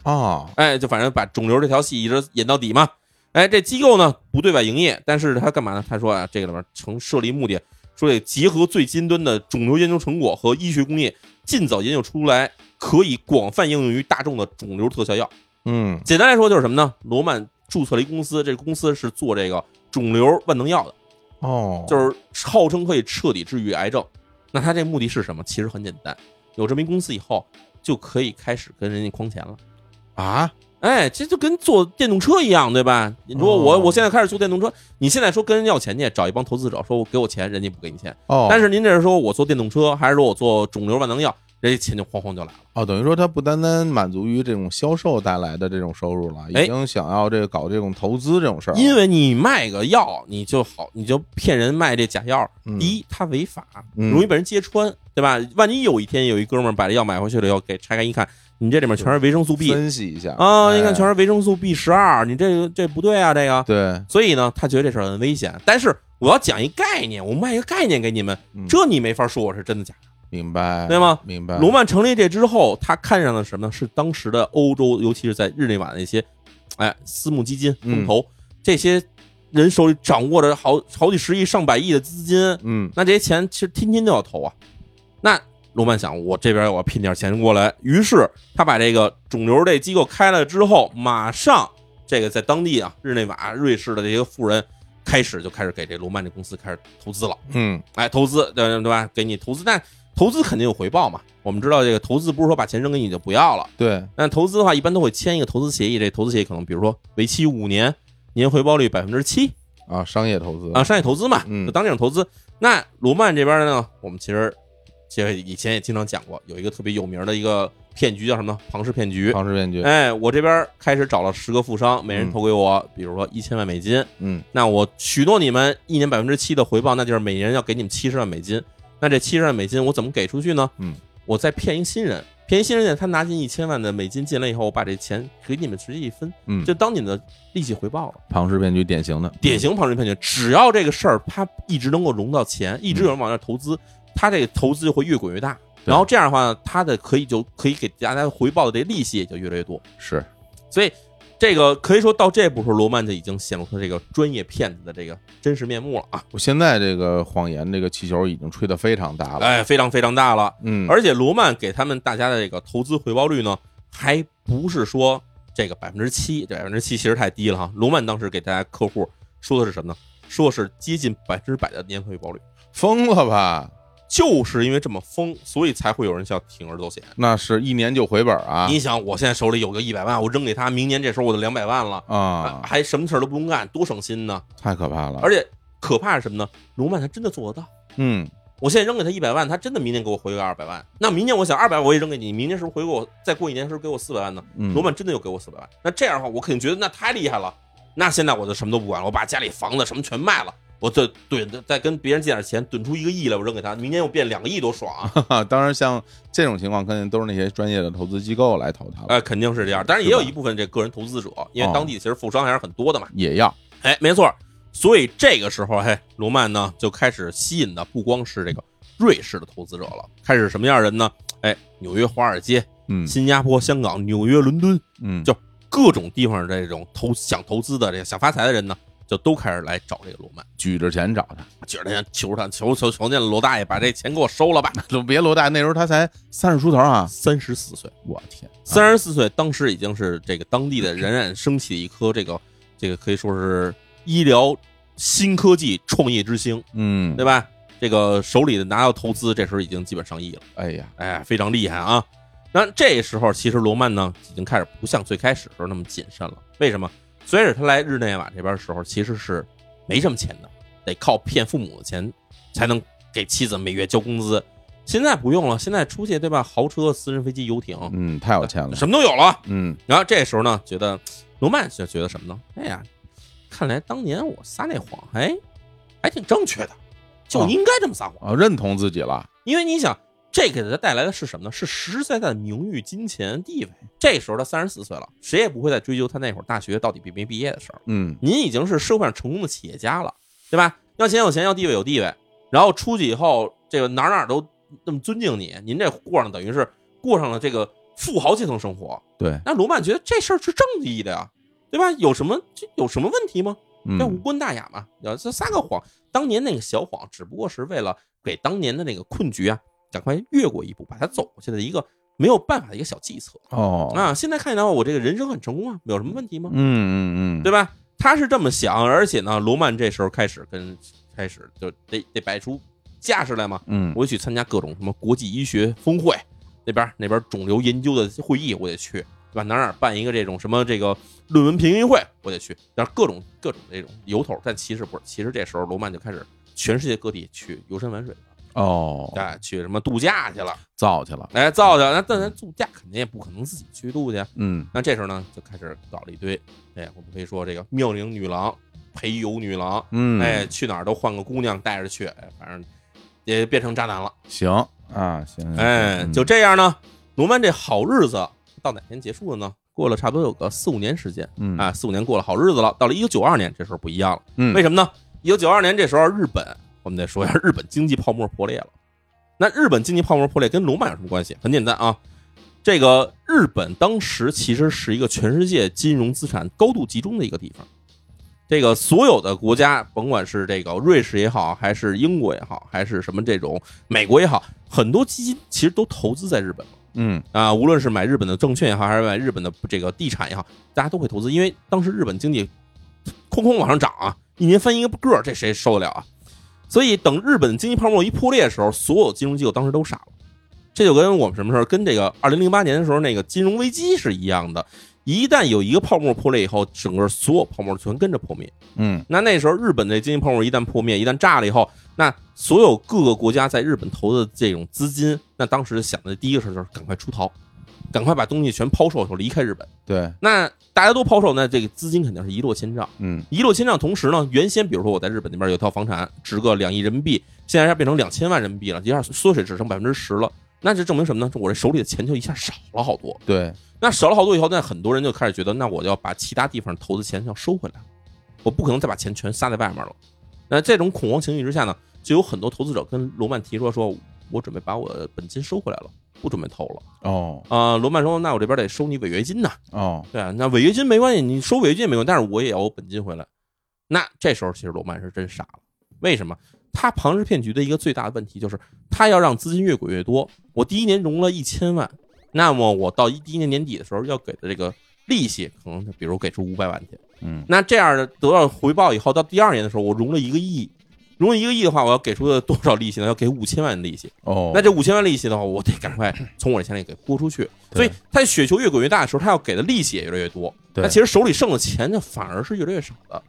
哦，
哎，就反正把肿瘤这条戏一直演到底嘛。哎，这机构呢不对外营业，但是他干嘛呢？他说啊，这个里面成设立目的，说得结合最尖端的肿瘤研究成果和医学工业，尽早研究出来可以广泛应用于大众的肿瘤特效药。
嗯
简单来说就是什么呢？罗曼注册了一公司，这公司是做这个肿瘤万能药的，
哦，
就是号称可以彻底治愈癌症。那他这目的是什么？其实很简单，有这么一公司以后，就可以开始跟人家诓钱了。
啊，
哎，这就跟坐电动车一样，对吧？你说我、
哦
我现在开始坐电动车，你现在说跟人要钱去，找一帮投资者说我给我钱，人家不给你钱。
哦，
但是您这是说我坐电动车，还是说我做肿瘤万能药，人家钱就哐哐就来了。
哦，等于说他不单单满足于这种销售带来的这种收入了，已
哎
经想要这个搞这种投资这种事儿了，
因为你卖个药，你就好，你就骗人卖这假药。
嗯
第一，它违法，
嗯
容易被人揭穿，对吧？万一有一天有一哥们儿把这药买回去了以后，给拆开一看，你这里面全是维生素 B
分析一下
啊，
嗯哎
你看全是维生素 B 十二，你这个这不对啊，这个。
对，
所以呢，他觉得这事儿很危险。但是我要讲一概念，我卖一个概念给你们，
嗯
这你没法说我是真的假的。
明白，
对吗
明白，
罗曼成立这之后，他看上的是什么呢？是当时的欧洲，尤其是在日内瓦的一些，哎，私募基金、
嗯
风投、这些人手里掌握着好好几十亿、上百亿的资金，
嗯
那这些钱其实天天都要投啊。那罗曼想，我这边我要拼点钱过来，于是他把这个肿瘤这机构开了之后，马上这个在当地啊，日内瓦、瑞士的这些富人开始就开始给这罗曼这公司开始投资了。
嗯，
哎，投资对对吧？给你投资，但投资肯定有回报嘛。我们知道这个投资不是说把钱扔给你就不要了，
对，
但投资的话一般都会签一个投资协议，这投资协议可能比如说为期五年，年回报率百分之七，
啊，商业投资
啊，，商业投资嘛，
嗯
就当这种投资。那罗曼这边呢，我们其实其实以前也经常讲过，有一个特别有名的一个骗局叫什么呢？庞氏骗局。
庞氏骗局，
哎，我这边开始找了十个富商，每人
嗯
投给我，比如说一千万美金。
嗯，
那我许诺你们一年百分之七的回报，那就是每人要给你们七十万美金。那这七十万美金我怎么给出去呢？
嗯，
我再骗一新人，便宜新人店他拿进一千万的美金进来以后，我把这钱给你们直接一分，
嗯
就当你们的利息回报了。
庞氏骗局典型的，
典型庞氏骗局，只要这个事儿他一直能够融到钱，一直有人往那儿投资，他这个投资就会越滚越大。
嗯对
然后这样的话，他的可以就可以给大家回报的这利息也就越来越多。
嗯是
所以这个可以说到这步时候，罗曼就已经显露出这个专业骗子的这个真实面目了啊！
我现在这个谎言这个气球已经吹得非常大了，
哎，非常非常大了。
嗯，
而且罗曼给他们大家的这个投资回报率呢，还不是说这个百分之七，这百分之七其实太低了哈。罗曼当时给大家客户说的是什么呢？说的是接近百分之百的年回报率，
疯了吧？
就是因为这么疯，所以才会有人叫铤而走险。
那是一年就回本啊
你想，我现在手里有个一百万，我扔给他，明年这时候我就两百万了，
啊，
还什么事儿都不用干，多省心呢！
太可怕了，
而且可怕是什么呢？罗曼他真的做得到。
嗯，
我现在扔给他一百万，他真的明年给我回个二百万。那明年我想二百我也扔给你，明年是不是回给我？再过一年是不是给我四百万呢？
嗯
罗曼真的又给我四百万。那这样的话，我肯定觉得那太厉害了。那现在我就什么都不管了，我把家里房子什么全卖了，我再怼再跟别人借点钱，怼出一个亿来，我扔给他，明年又变两个亿，多爽啊！
哈， 当然像这种情况，肯定都是那些专业的投资机构来投他了，
哎，肯定是这样。当然也有一部分这个人投资者，因为当地其实富商还是很多的嘛。
也要
哎，没错。所以这个时候，嘿，罗曼呢就开始吸引的不光是这个瑞士的投资者了，开始什么样的人呢？哎，纽约、华尔街、
嗯
新加坡、香港、纽约、伦敦
嗯
就各种地方的这种投想投资的这个想发财的人呢，就都开始来找这个罗曼，
举着钱找他，
觉得求他求求求见罗大爷把这钱给我收了吧。
就别罗大那时候他才三十出头啊，
三十四岁，
我天，啊
三十四岁，当时已经是这个当地的冉冉升起的一颗这个这个可以说是医疗新科技创业之星。
嗯，
对吧？这个手里的拿到投资，这时候已经基本上亿了，
哎呀，
哎，非常厉害啊。那这时候其实罗曼呢，已经开始不像最开始的时候那么谨慎了。为什么？最开始他来日内瓦这边的时候，其实是没什么钱的，得靠骗父母的钱才能给妻子每月交工资。现在不用了，现在出去对吧？豪车、私人飞机、游艇，
嗯，太有钱了，
什么都有了。
嗯，
然后这时候呢，觉得罗曼就觉得什么呢？哎呀，看来当年我撒那谎，哎，还挺正确的，就应该这么撒谎。
啊，认同自己了，
因为你想，这给他带来的是什么呢？是实实在在的名誉、金钱、地位。这时候他三十四岁了，谁也不会再追究他那会儿大学到底毕没毕业的事儿了。
嗯，
您已经是社会上成功的企业家了，对吧？要钱有钱，要地位有地位。然后出去以后，这个哪儿哪儿都那么尊敬你，您这过上等于是过上了这个富豪阶层生活。
对，
那罗曼觉得这事儿是正义的呀，对吧？有什么这有什么问题吗？这无
嗯，
关大雅嘛。然后这撒个谎，当年那个小谎只不过是为了给当年的那个困局啊，赶快越过一步，把它走过去的一个没有办法的一个小计策
哦，
啊。现在看起来我这个人生很成功啊，有什么问题吗？
嗯嗯嗯，
对吧？他是这么想，而且呢，罗曼这时候开始跟开始就得得摆出架势来嘛。
嗯，
我去参加各种什么国际医学峰会，那边那边肿瘤研究的会议我得去，对吧？哪儿哪儿办一个这种什么这个论文评议会我得去，但是各种各种这种由头，但其实不是，其实这时候罗曼就开始全世界各地去游山玩水了，
哦，
哎，去什么度假去了，
造去了，
哎，造去了，那但咱度假肯定也不可能自己去度去，啊
嗯，
那这时候呢就开始搞了一堆，哎，我们可以说这个妙龄女郎、陪游女郎，
嗯，
哎，，去哪儿都换个姑娘带着去，哎，反正也变成渣男了。
行啊，行，
哎，
嗯
就这样呢，罗曼这好日子到哪天结束了呢？过了差不多有个四五年时间
嗯
啊，四五年过了好日子了。到了一九九二年，这时候不一样了，
嗯
为什么呢？一九九二年这时候日本，我们得说一下日本经济泡沫破裂了。那日本经济泡沫破裂跟罗曼有什么关系？很简单啊，这个日本当时其实是一个全世界金融资产高度集中的一个地方。这个所有的国家，甭管是这个瑞士也好，还是英国也好，还是什么这种美国也好，很多基金其实都投资在日本
嗯
啊，无论是买日本的证券也好，还是买日本的这个地产也好，大家都会投资，因为当时日本经济哐哐往上涨啊，一年翻一个个儿，这谁受得了啊？所以等日本经济泡沫一破裂的时候，所有金融机构当时都傻了。这就跟我们什么事儿，跟这个二零零八年的时候那个金融危机是一样的。一旦有一个泡沫破裂以后，整个所有泡沫全跟着破灭。
嗯
那那时候日本的经济泡沫一旦破灭，一旦炸了以后，那所有各个国家在日本投的这种资金，那当时想的第一个事儿就是赶快出逃，赶快把东西全抛售以后离开日本。
对，
那大家都抛售，那这个资金肯定是一落千丈。
嗯
一落千丈，同时呢，原先比如说我在日本那边有套房产值个两亿人民币，现在要变成两千万人民币了，一下缩水只剩百分之十了。那这证明什么呢？我这手里的钱就一下少了好多。
对，
那少了好多以后，那很多人就开始觉得，那我要把其他地方投资钱要收回来，我不可能再把钱全撒在外面了。那这种恐慌情绪之下呢，就有很多投资者跟罗曼提出说，我准备把我的本金收回来了，不准备投了。
哦
啊、罗曼说，那我这边得收你违约金呐、
哦，
对啊，那违约金没关系，你收违约金也没关系，但是我也要我本金回来。那这时候其实罗曼是真傻了，为什么？他庞氏骗局的一个最大的问题就是，他要让资金越滚越多。我第一年融了一千万，那么我到一第一年年底的时候要给的这个利息，可能比如给出五百万去，
嗯，
那这样的得到回报以后，到第二年的时候，我融了一个亿，融了一个亿的话，我要给出的多少利息呢？要给五千万利息。
哦，
那这五千万利息的话，我得赶快从我这钱里给拨出去。所以他雪球越滚越大的时候，他要给的利息也越来越多。
对
那其实手里剩的钱就反而是越来越少的。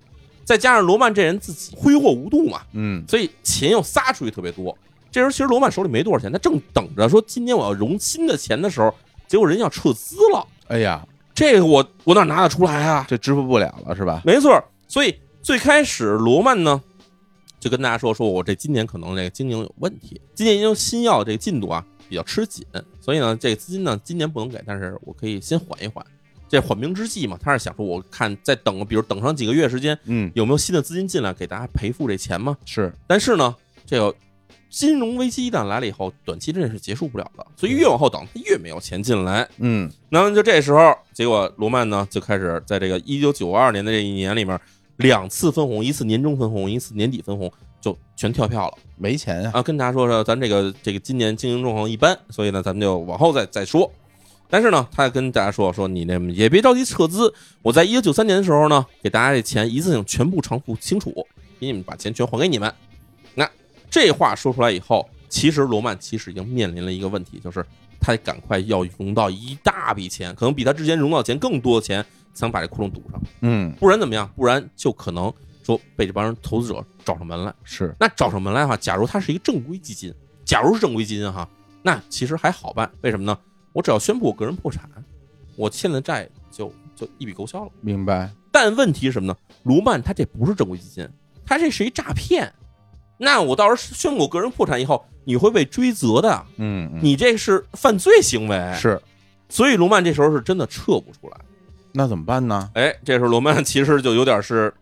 再加上罗曼这人自己挥霍无度嘛，
嗯
所以钱又撒出去特别多。这时候其实罗曼手里没多少钱，他正等着说今年我要融新的钱的时候，结果人要撤资了，
哎呀，
这个我我哪拿得出来啊？
这支付不了了是吧？
没错，所以最开始罗曼呢，就跟大家说，说我这今年可能这个经营有问题，今年因为新药这个进度啊比较吃紧，所以呢，这个资金呢今年不能给，但是我可以先缓一缓。这缓兵之计嘛，他是想说，我看再等，比如等上几个月时间，
嗯，
有没有新的资金进来给大家赔付这钱嘛？
是
但是呢，这个金融危机一旦来了以后，短期之内是结束不了的，所以越往后等，他越没有钱进来。
嗯
那么就这时候，结果罗曼呢就开始在这个一九九二年的这一年里面，两次分红，一次年终分红，一次年底分红，就全跳票了
没钱呀，
啊！跟大家说说，咱这个这个今年经营状况一般，所以呢，咱们就往后再再说。但是呢，他也跟大家说说，你那也别着急撤资，我在一九九三年的时候呢，给大家这钱一次性全部偿付清楚，给你们把钱全还给你们。那这话说出来以后，其实罗曼其实已经面临了一个问题，就是他赶快要融到一大笔钱，可能比他之前融到的钱更多的钱，才能把这窟窿堵上。
嗯
不然怎么样？不然就可能说被这帮人投资者找上门来。
是
那找上门来的话，假如它是一个正规基金，假如是正规基金哈，那其实还好办。为什么呢？我只要宣布我个人破产，我欠的债就就一笔勾销了。
明白，
但问题是什么呢？卢曼他这不是正规基金，他这是一诈骗。那我到时候宣布我个人破产以后，你会被追责的，
嗯嗯
你哎这是犯罪行为。
是，
所以卢曼这时候是真的撤不出来。
那怎么办呢？
哎，这时候罗曼其实就有点是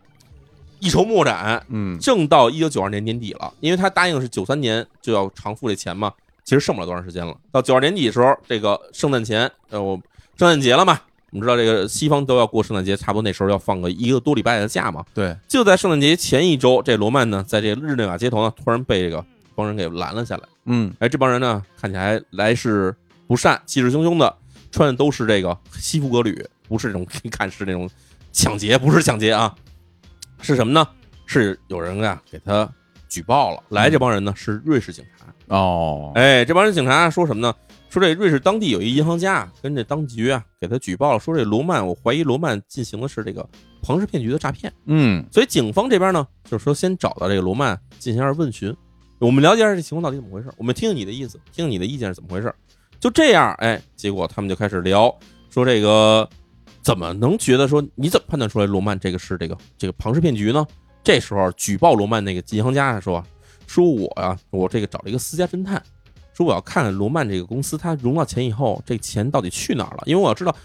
一筹莫展。
嗯
正到一九九二年年底了，因为他答应是九三年就要偿付这钱嘛，其实剩不了多长时间了。到九二年底的时候，这个圣诞前，呃，我圣诞节了嘛，我们知道这个西方都要过圣诞节，差不多那时候要放个一个多礼拜的假嘛。
对，
就在圣诞节前一周，这罗曼呢，在这个日内瓦街头呢，突然被这个帮人给拦了下来。
嗯
哎，这帮人呢，看起来来势不善，气势汹汹的，穿的都是这个西服革履，不是这种 一看是那种抢劫，不是抢劫啊，是什么呢？是有人啊给他举报了。来，这帮人呢是瑞士警察。
哦，
哎，这帮人警察说什么呢？说这瑞士当地有一银行家啊跟这当局啊给他举报了，说这罗曼，我怀疑罗曼进行的是这个庞氏骗局的诈骗。
嗯
所以警方这边呢，就是说先找到这个罗曼进行一下问询，我们了解一下这情况到底怎么回事，我们听听你的意思，听听你的意见是怎么回事。就这样，哎，结果他们就开始聊，说这个怎么能觉得说你怎么判断出来罗曼这个是这个这个庞氏骗局呢？这时候举报罗曼那个银行家说，说我呀、我这个找了一个私家侦探，说我要看看罗曼这个公司他融到钱以后，这钱到底去哪儿了，因为我要知道，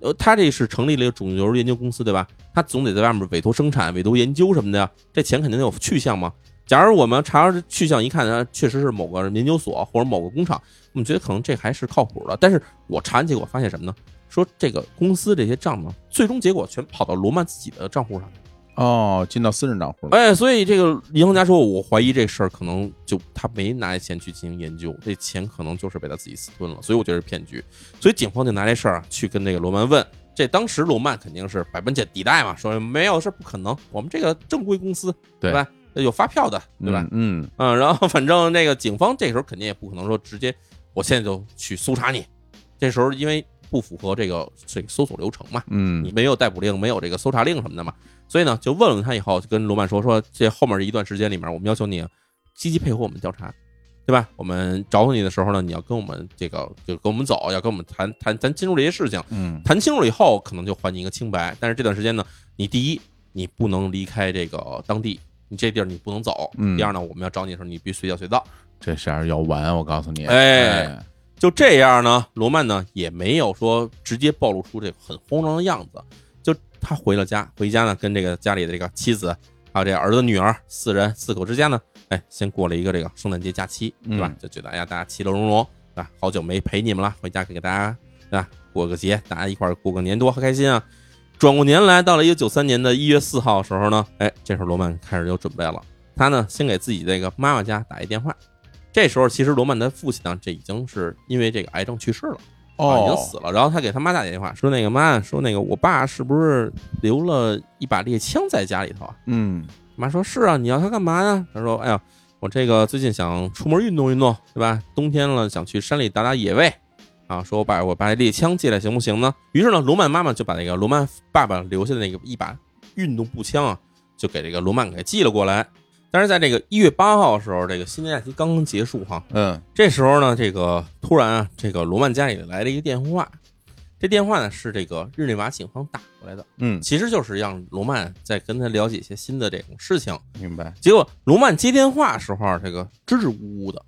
呃，他这是成立了一个肿瘤研究公司，对吧？他总得在外面委托生产、委托研究什么的呀，这钱肯定得有去向嘛。假如我们查着去向一看呢，确实是某个研究所或者某个工厂，我们觉得可能这还是靠谱的。但是我查完结果发现什么呢？说这个公司这些账呢，最终结果全跑到罗曼自己的账户上。
哦，进到私人账户了，
哎，所以这个银行家说，我怀疑这事儿可能就他没拿钱去进行研究，这钱可能就是被他自己私吞了，所以我觉得是骗局。所以警方就拿这事儿啊去跟那个罗曼问，这当时罗曼肯定是百般姐抵赖嘛，说没有，这不可能，我们这个正规公司
对
吧？有发票的对吧？
嗯？嗯，
嗯，然后反正那个警方这时候肯定也不可能说直接，我现在就去搜查你，这时候因为不符合这个这个搜索流程嘛，你
嗯，
没有逮捕令，没有这个搜查令什么的嘛。所以呢，就问问他以后，就跟罗曼说说，这后面这一段时间里面，我们要求你积极配合我们调查，对吧？我们找你的时候呢，你要跟我们这个就跟我们走，要跟我们谈谈谈清楚这些事情，
嗯，
谈清楚了以后，可能就还你一个清白。但是这段时间呢，你第一，你不能离开这个当地，你这地儿你不能走；
嗯
第二呢，我们要找你的时候，你必须随叫随到。
这事儿要完，我告诉你，
哎
哎，
就这样呢，罗曼呢也没有说直接暴露出这个很慌张的样子，就他回了家，回家呢跟这个家里的这个妻子还有这儿子女儿四人四口之家呢，哎，先过了一个这个圣诞节假期，对吧？就觉得哎呀，大家其乐融融啊，好久没陪你们了，回家给大家啊过个节，大家一块儿过个年多开心啊。转过年来，到了一九九三年的一月四号的时候呢，哎，这时候罗曼开始有准备了。他呢，先给自己这个妈妈家打一电话。这时候，其实罗曼的父亲呢，这已经是因为这个癌症去世了，
哦
啊已经死了。然后他给他妈打电话，说那个妈，说那个我爸是不是留了一把猎枪在家里头啊？
嗯
妈说：“是啊，你要它干嘛呀？”他说：“哎呀，我这个最近想出门运动运动，对吧？冬天了，想去山里打打野味啊。说我把我把猎枪借来行不行呢？”于是呢，罗曼妈妈就把那个罗曼爸爸留下的那个一把运动步枪啊，就给这个罗曼给寄了过来。但是在这个一月八号的时候，这个新年假期刚刚结束哈，
嗯
这时候呢，这个突然啊，这个罗曼家里来了一个电话，这电话呢是这个日内瓦警方打过来的，
嗯，
其实就是让罗曼再跟他了解一些新的这种事情。
明白。
结果罗曼接电话时候啊，这个支支吾吾的，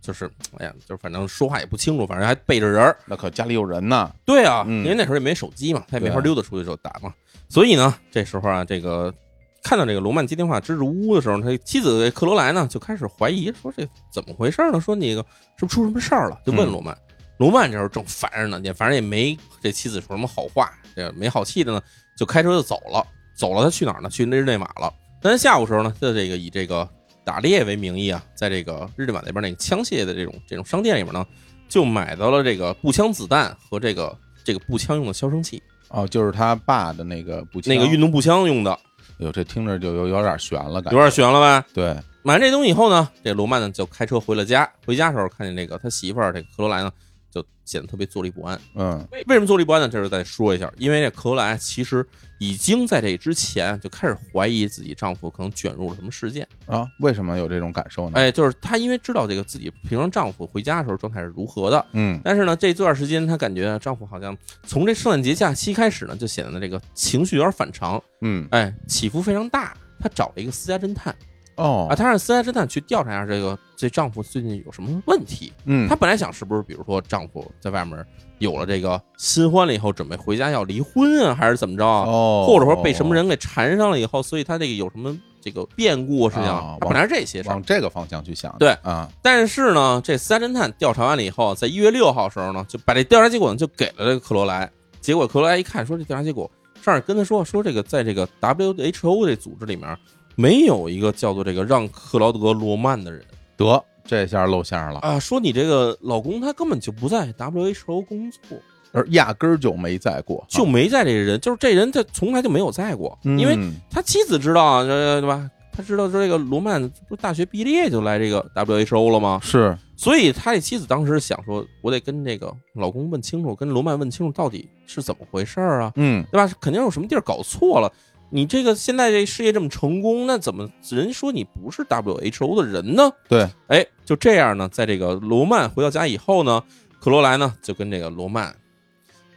就是哎呀，就是反正说话也不清楚，反正还背着人儿。
那可家里有人呢，
对啊，
嗯
因为那时候也没手机嘛，他也没法
对啊
溜达出去就打嘛。所以呢，这时候啊，这个看到这个罗曼接电话支支吾吾的时候，他妻子克罗莱呢就开始怀疑，说这怎么回事呢？说那个是不是出什么事儿了？就问罗曼。罗曼这时候正烦着呢，也反正也没这妻子说什么好话，这没好气的呢，就开车就走了。走了，他去哪儿呢？去日内瓦了。但是下午时候呢，他这个以这个打猎为名义啊，在这个日内瓦那边那个枪械的这种这种商店里面呢，就买到了这个步枪子弹和这个这个步枪用的消声器，
哦，就是他爸的那个步枪，
那个运动步枪用的，
哟，这听着就有有点悬了，感
有
觉
点悬了吧？
对，
买完这东西以后呢，这罗曼呢就开车回了家。回家的时候看见这个他媳妇儿这个克罗莱呢，就显得特别坐立不安。
嗯
为为什么坐立不安呢？这是再说一下，因为这克罗莱其实已经在这之前就开始怀疑自己丈夫可能卷入了什么事件。
啊，为什么有这种感受呢？
哎，就是她因为知道这个自己平常丈夫回家的时候状态是如何的，
嗯
但是呢，这段时间她感觉丈夫好像从这圣诞节假期开始呢，就显得这个情绪有点反常，
嗯，
哎，起伏非常大。她找了一个私家侦探啊，
哦，
她让私家侦探去调查一下这个这丈夫最近有什么问题。
嗯
她本来想是不是，比如说丈夫在外面有了这个新欢了以后，准备回家要离婚啊，还是怎么着啊？
哦，
或者说被什么人给缠上了以后，所以她这个有什么这个变故啊事情啊
啊？
她本来是这些事儿。
往这个方向去想的？
对
啊，
但是呢，这私家侦探调查完了以后，在一月六号的时候呢，就把这调查结果呢就给了这个克罗莱。结果克罗莱一看，说这调查结果，上面跟他说说这个在这个 WHO 这组织里面，没有一个叫做这个让克劳德罗曼的人
得这下露馅儿了，
啊，说你这个老公他根本就不在 WHO 工作，
而压根儿就没在过，啊
就没在这个人，就是这人他从来就没有在过，因为
嗯
他妻子知道啊，这对吧？他知道说这个罗曼不是大学毕业就来这个 WHO 了吗？
是
所以他这妻子当时想说，我得跟这个老公问清楚，跟罗曼问清楚到底是怎么回事儿啊，
嗯
对吧？肯定有什么地儿搞错了。你这个现在这事业这么成功，那怎么人说你不是 WHO 的人呢？
对，
哎，就这样呢，在这个罗曼回到家以后呢，克罗莱呢就跟这个罗曼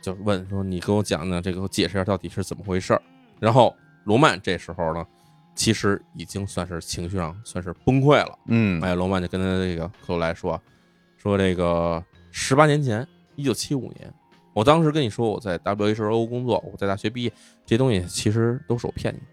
就问说：“你给我讲讲这个，给我解释一下到底是怎么回事儿。”然后罗曼这时候呢，其实已经算是情绪上算是崩溃了。
嗯
哎，罗曼就跟他这个克罗莱说，啊说这个十八年前，一九七五年，我当时跟你说我在 WHO 工作，我在大学毕业，这东西其实都是我骗你的。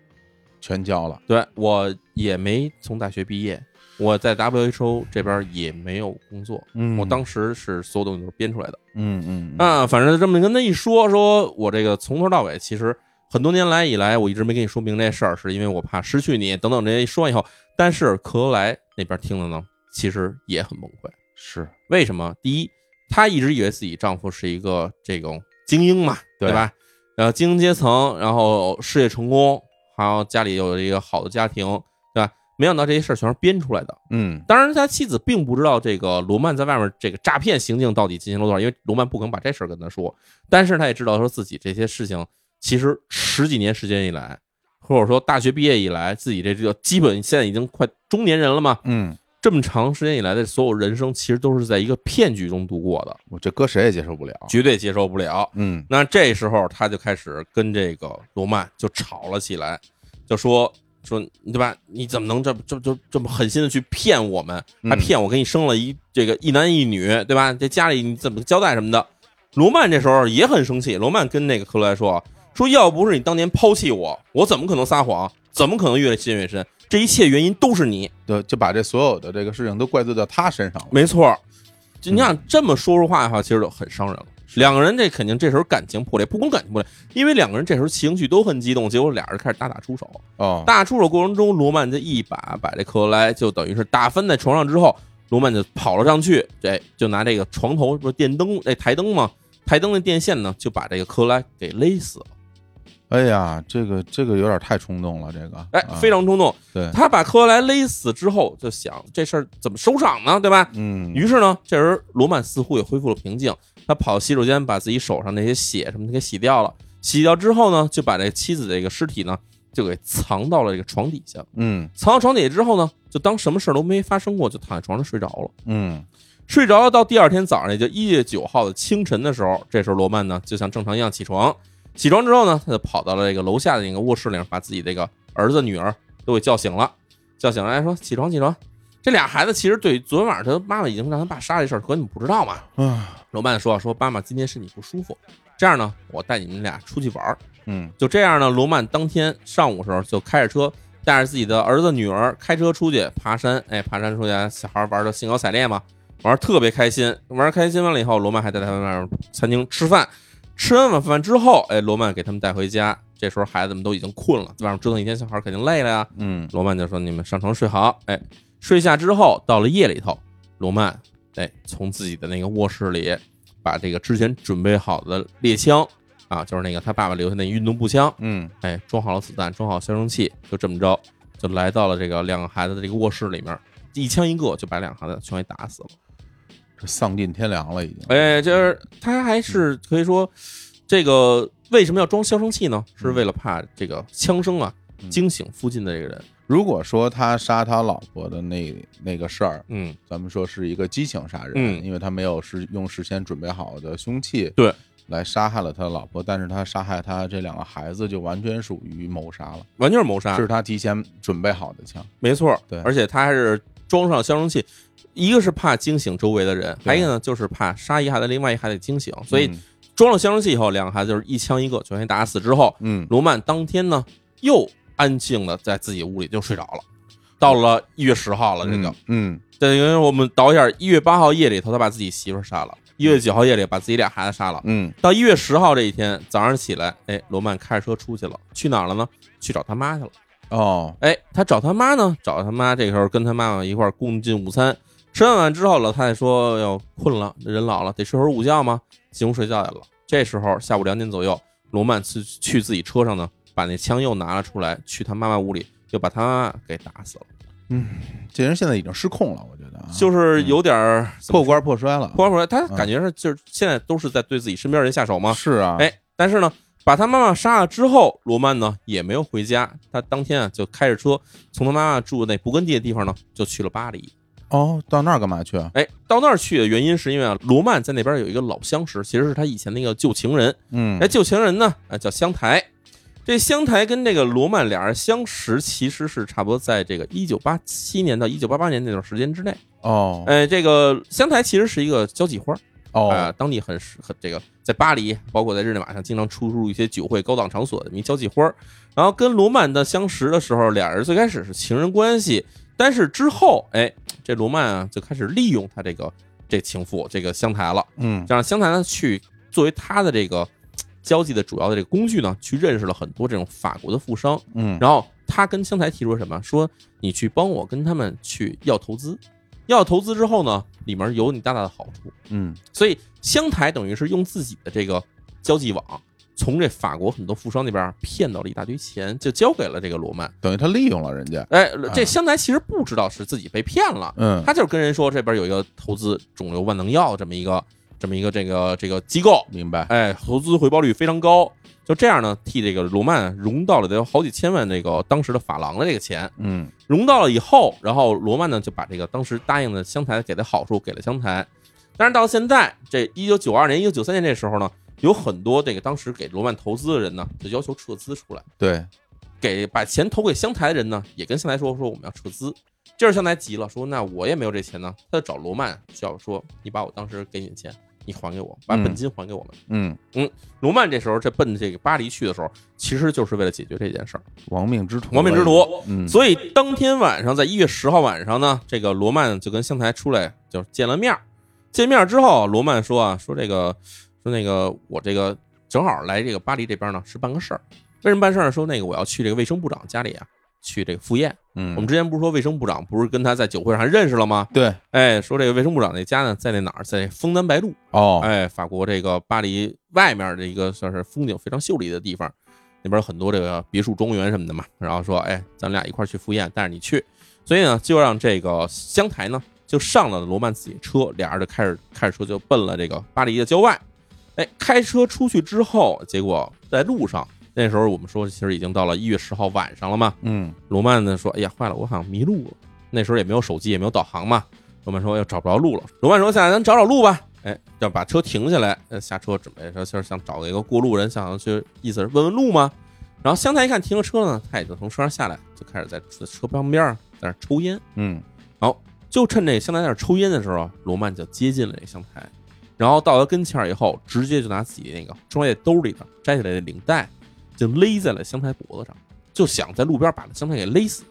全交了，
对我也没从大学毕业，我在 WHO 这边也没有工作，
嗯
我当时是所有东西都是编出来的。
嗯嗯嗯
啊，反正这么跟他一说，说我这个从头到尾，其实很多年来以来，我一直没跟你说明这事儿，是因为我怕失去你等等这些一说完以后，但是克罗莱那边听了呢，其实也很崩溃。
是
为什么？第一，她一直以为自己丈夫是一个这种精英嘛，对
对
吧？呃，精英阶层，然后事业成功，还有家里有一个好的家庭，对吧？没想到这些事儿全是编出来的。
嗯
当然，他妻子并不知道这个罗曼在外面这个诈骗行径到底进行了多少，因为罗曼不可能把这事儿跟他说。但是他也知道说自己这些事情，其实十几年时间以来，或者说大学毕业以来，自己这这个基本现在已经快中年人了嘛，
嗯，
这么长时间以来的所有人生，其实都是在一个骗局中度过的，
我这搁谁也接受不了，
绝对接受不了。
嗯
那这时候他就开始跟这个罗曼就吵了起来，就说说对吧？你怎么能这这这这么狠心的去骗我们？
嗯
还骗我给你生了一这个一男一女，对吧？这家里你怎么交代什么的？罗曼这时候也很生气，罗曼跟那个克莱说说，要不是你当年抛弃我，我怎么可能撒谎？怎么可能越陷越深？这一切原因都是你。
就就把这所有的这个事情都怪罪到他身上了。
没错儿，就你想这么说出话的话，其实就很伤人了。两个人这肯定这时候感情破裂，不光感情破裂，因为两个人这时候情绪都很激动，结果俩人开始大打出手。
哦，
大打出手过程中，罗曼就一把把这克罗莱就等于是打翻在床上之后，罗曼就跑了上去，这就拿这个床头不是电灯那台灯嘛，台灯的电线呢就把这个克罗莱给勒死了。
哎呀，这个这个有点太冲动了，这个
哎，
啊
非常冲动。
对
他把克罗莱勒死之后，就想这事儿怎么收场呢？对吧？
嗯，
于是呢，这时候罗曼似乎也恢复了平静，他跑洗手间把自己手上那些血什么的给洗掉了。洗掉之后呢，就把这妻子这个尸体呢就给藏到了这个床底下。
嗯
藏到床底下之后呢，就当什么事儿都没发生过，就躺在床上睡着了。
嗯
睡着了，到第二天早上，也就一月九号的清晨的时候，这时候罗曼呢就像正常一样起床。起床之后呢，他就跑到了这个楼下的那个卧室里，把自己这个儿子、女儿都给叫醒了。叫醒了，哎，说起床，起床。这俩孩子其实对昨天晚上他妈妈已经让他爸杀这事儿，可你们不知道嘛？
啊
罗曼说：“说妈妈今天身体不舒服，这样呢，我带你们俩出去玩儿。
嗯
就这样呢，罗曼当天上午的时候就开着车，带着自己的儿子女儿开车出去爬山。哎，爬山出去，小孩玩的兴高采烈嘛，玩得特别开心。玩开心完了以后，罗曼还带他们外面餐厅吃饭。吃完晚饭之后，哎，罗曼给他们带回家。这时候孩子们都已经困了，晚上折腾一天，小孩肯定累了呀。
嗯
哎罗曼就说：“你们上床睡好。”哎，睡下之后，到了夜里头，罗曼哎从自己的那个卧室里把这个之前准备好的猎枪啊，就是那个他爸爸留下那运动步枪，
嗯
哎，装好了子弹，装好消声器，就这么着就来到了这个两个孩子的这个卧室里面，一枪一个就把两个孩子全给打死了。
这丧尽天良了已经。
哎，就是他还是可以说，这个为什么要装消声器呢？是为了怕这个枪声啊
嗯
惊醒附近的这个人。
如果说他杀他老婆的那那个事儿，
嗯，
咱们说是一个激情杀人，
嗯
因为他没有事用事先准备好的凶器，
对，
来杀害了他的老婆，但是他杀害他这两个孩子就完全属于谋杀了，
完全是谋杀，
是他提前准备好的枪，
没错，
对
而且他还是装上消声器，一个是怕惊醒周围的人，还有一个呢就是怕杀一孩子，另外一孩子惊醒，所以
嗯
装了消声器以后，两个孩子就是一枪一个全给打死之后，
嗯，
罗曼当天呢又安静的在自己屋里就睡着了。到了一月十号了，这个
嗯，
等于我们倒一下，一月八号夜里头，他把自己媳妇儿杀了；一月九号夜里把自己俩孩子杀了。
嗯
到一月十号这一天早上起来，哎，罗曼开着车出去了，去哪儿了呢？去找他妈去了。
嗯，哦，
哎，他找他妈呢，找他妈，这个时候跟他妈妈一块儿共进午餐。吃完饭之后，老太太说：“哟，困了，人老了，得睡会儿午觉嘛。”进屋睡觉去了。这时候下午两点左右，罗曼去去自己车上呢，把那枪又拿了出来，去他妈妈屋里，又把他妈妈给打死了。
这人现在已经失控了，我觉得啊，
就是有点儿
破罐啊破摔了，
光出来，他感觉是就是现在都是在对自己身边人下手嘛。
是啊，
哎，但是呢，把他妈妈杀了之后，罗曼呢也没有回家，他当天啊就开着车从他妈妈住的那勃艮第的地方呢，就去了巴黎。
哦，到那儿干嘛去啊？
哎，到那儿去的原因是因为啊，罗曼在那边有一个老相识，其实是他以前那个旧情人。
嗯
哎，，旧情人呢，啊叫香台。这香台跟这个罗曼俩人相识，其实是差不多在这个一九八七年到一九八八年那段时间之内。
哦，
哎，这个香台其实是一个交际花啊、
哦，
当地很很这个，在巴黎，包括在日内瓦上，经常出入一些酒会、高档场所的一交际花。然后跟罗曼的相识的时候，俩人最开始是情人关系，但是之后，哎，这罗曼啊就开始利用他这个这情妇这个香台了，
嗯，
让香台呢去作为他的这个嘖交际的主要的这个工具呢，去认识了很多这种法国的富商。
嗯，
然后他跟香台提出了什么？说你去帮我跟他们去要投资，要投资之后呢，里面有你大大的好处。
嗯，
所以香台等于是用自己的这个交际网。从这法国很多富商那边骗到了一大堆钱，就交给了这个罗曼。
等于他利用了人家，
哎，这
啊
香台其实不知道是自己被骗了，
嗯，
他就是跟人说这边有一个投资肿瘤万能药这么一个这么一个这个这个机构，
明白，
哎，投资回报率非常高。就这样呢，替这个罗曼融到了得有好几千万那个当时的法郎的这个钱，
嗯，
融到了以后，然后罗曼呢就把这个当时答应的香台给的好处给了香台。但是到现在这一九九二年、一九九三年这时候呢，有很多这个当时给罗曼投资的人呢，就要求撤资出来。
对，
给把钱投给湘台的人呢，也跟湘台说说我们要撤资。这时候湘台急了，说那我也没有这钱呢。他就找罗曼要说，你把我当时给你的钱，你还给我，把本金还给我们。
嗯，
罗曼这时候这奔这个巴黎去的时候，其实就是为了解决这件事儿，
亡命之徒，
亡命之徒。
嗯，
所以当天晚上，在一月十号晚上呢，这个罗曼就跟湘台出来就见了面儿。见面之后，罗曼说啊，说这个说那个我这个正好来这个巴黎这边呢是办个事儿，为什么办事儿呢？说那个我要去这个卫生部长家里啊去这个赴宴。
嗯，
我们之前不是说卫生部长不是跟他在酒会上还认识了吗？
对，
哎，说这个卫生部长那家呢在那哪儿，在枫丹白露。
哦，
哎，法国这个巴黎外面的一个算是风景非常秀丽的地方，那边有很多这个别墅庄园什么的嘛。然后说，哎，咱俩一块儿去赴宴，带着你去。所以呢，就让这个湘台呢就上了罗曼自己车，俩人就开始开着车就奔了这个巴黎的郊外。哎，开车出去之后，结果在路上，那时候我们说其实已经到了一月十号晚上了嘛。
嗯
罗曼呢说：“哎呀，坏了，我好像迷路了。那时候也没有手机，也没有导航嘛。”罗曼说：“要找不着路了。”罗曼说：“下来，咱找找路吧。”哎，要把车停下来，呃下车准备说，就是想找一个过路人，想要去意思是问问路嘛。然后湘台一看停了车呢，他也就从车上下来，就开始在车旁边啊在那儿抽烟。
嗯
就趁这湘台在那儿抽烟的时候，罗曼就接近了这湘台，然后到他跟前儿以后，直接就拿自己那个装在兜里的摘下来的领带，就勒在了湘台脖子上，就想在路边把湘台给勒死。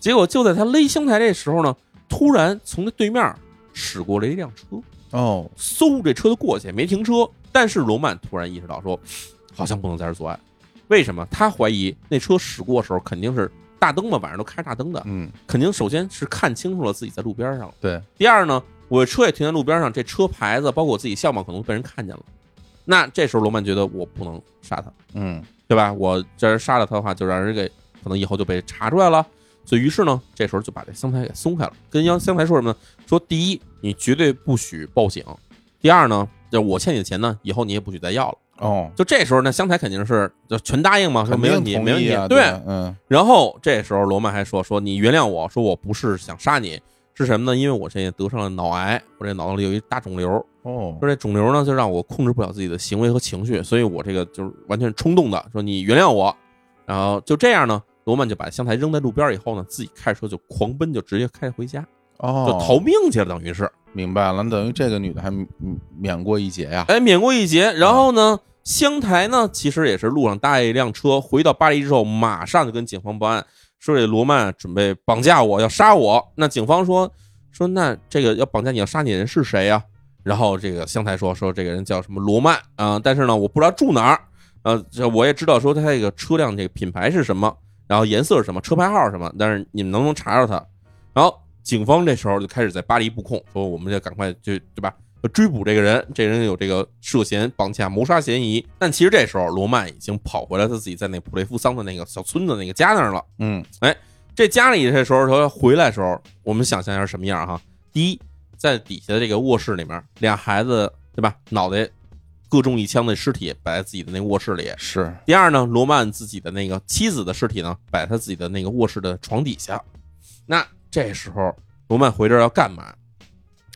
结果就在他勒湘台这时候呢，突然从他对面驶过了一辆车，
哦，
嗖，这车就过去，没停车。但是罗曼突然意识到说，好像不能在这儿作案，为什么？他怀疑那车驶过的时候肯定是大灯嘛，晚上都开着大灯的，
嗯
肯定首先是看清楚了自己在路边上了。
对，
第二呢，我车也停在路边上，这车牌子包括我自己相貌可能被人看见了。那这时候罗曼觉得我不能杀他，
嗯
对吧？我这人杀了他的话，就让人给可能以后就被查出来了。所以于是呢，这时候就把这湘台给松开了，跟央湘台说什么呢？说第一，你绝对不许报警；第二呢，就我欠你的钱呢，以后你也不许再要了。
哦，
就这时候呢，湘台肯定是就全答应嘛，说
肯
没
定
问题，
同
没问
意
题
啊，，
对，
嗯
然后这时候罗曼还说：“说你原谅我，说我不是想杀你，是什么呢？因为我现在得上了脑癌，我这脑子里有一大肿瘤。
哦，
说这肿瘤呢，就让我控制不了自己的行为和情绪，所以我这个就是完全是冲动的。说你原谅我，然后就这样呢，罗曼就把香台扔在路边以后呢，自己开着车就狂奔，就直接开回家，就
哦，
逃命去了，等于是。
明白了，那等于这个女的还免免过一劫呀，
哎，免过一劫。然后呢，湘台呢，其实也是路上搭了一辆车，回到巴黎之后，马上就跟警方报案，说这罗曼准备绑架我，要杀我。那警方说说那这个要绑架你要杀你的人是谁呀、然后这个湘台说说这个人叫什么罗曼啊、但是呢，我不知道住哪儿，呃，这我也知道说他这个车辆这个品牌是什么，然后颜色是什么，车牌号是什么，但是你们能不能查着他？然后警方这时候就开始在巴黎布控，说我们这赶快就对吧，追捕这个人，这人有这个涉嫌绑架、谋杀嫌疑。但其实这时候罗曼已经跑回来，他自己在那普雷夫桑的那个小村子那个家那儿了。
嗯
这家里这时候他回来的时候，我们想象一下什么样哈？第一，在底下的这个卧室里面，俩孩子对吧，脑袋各中一枪的尸体摆在自己的那个卧室里。
是，
第二呢，罗曼自己的那个妻子的尸体呢，摆他自己的那个卧室的床底下。那这时候罗曼回这儿要干嘛？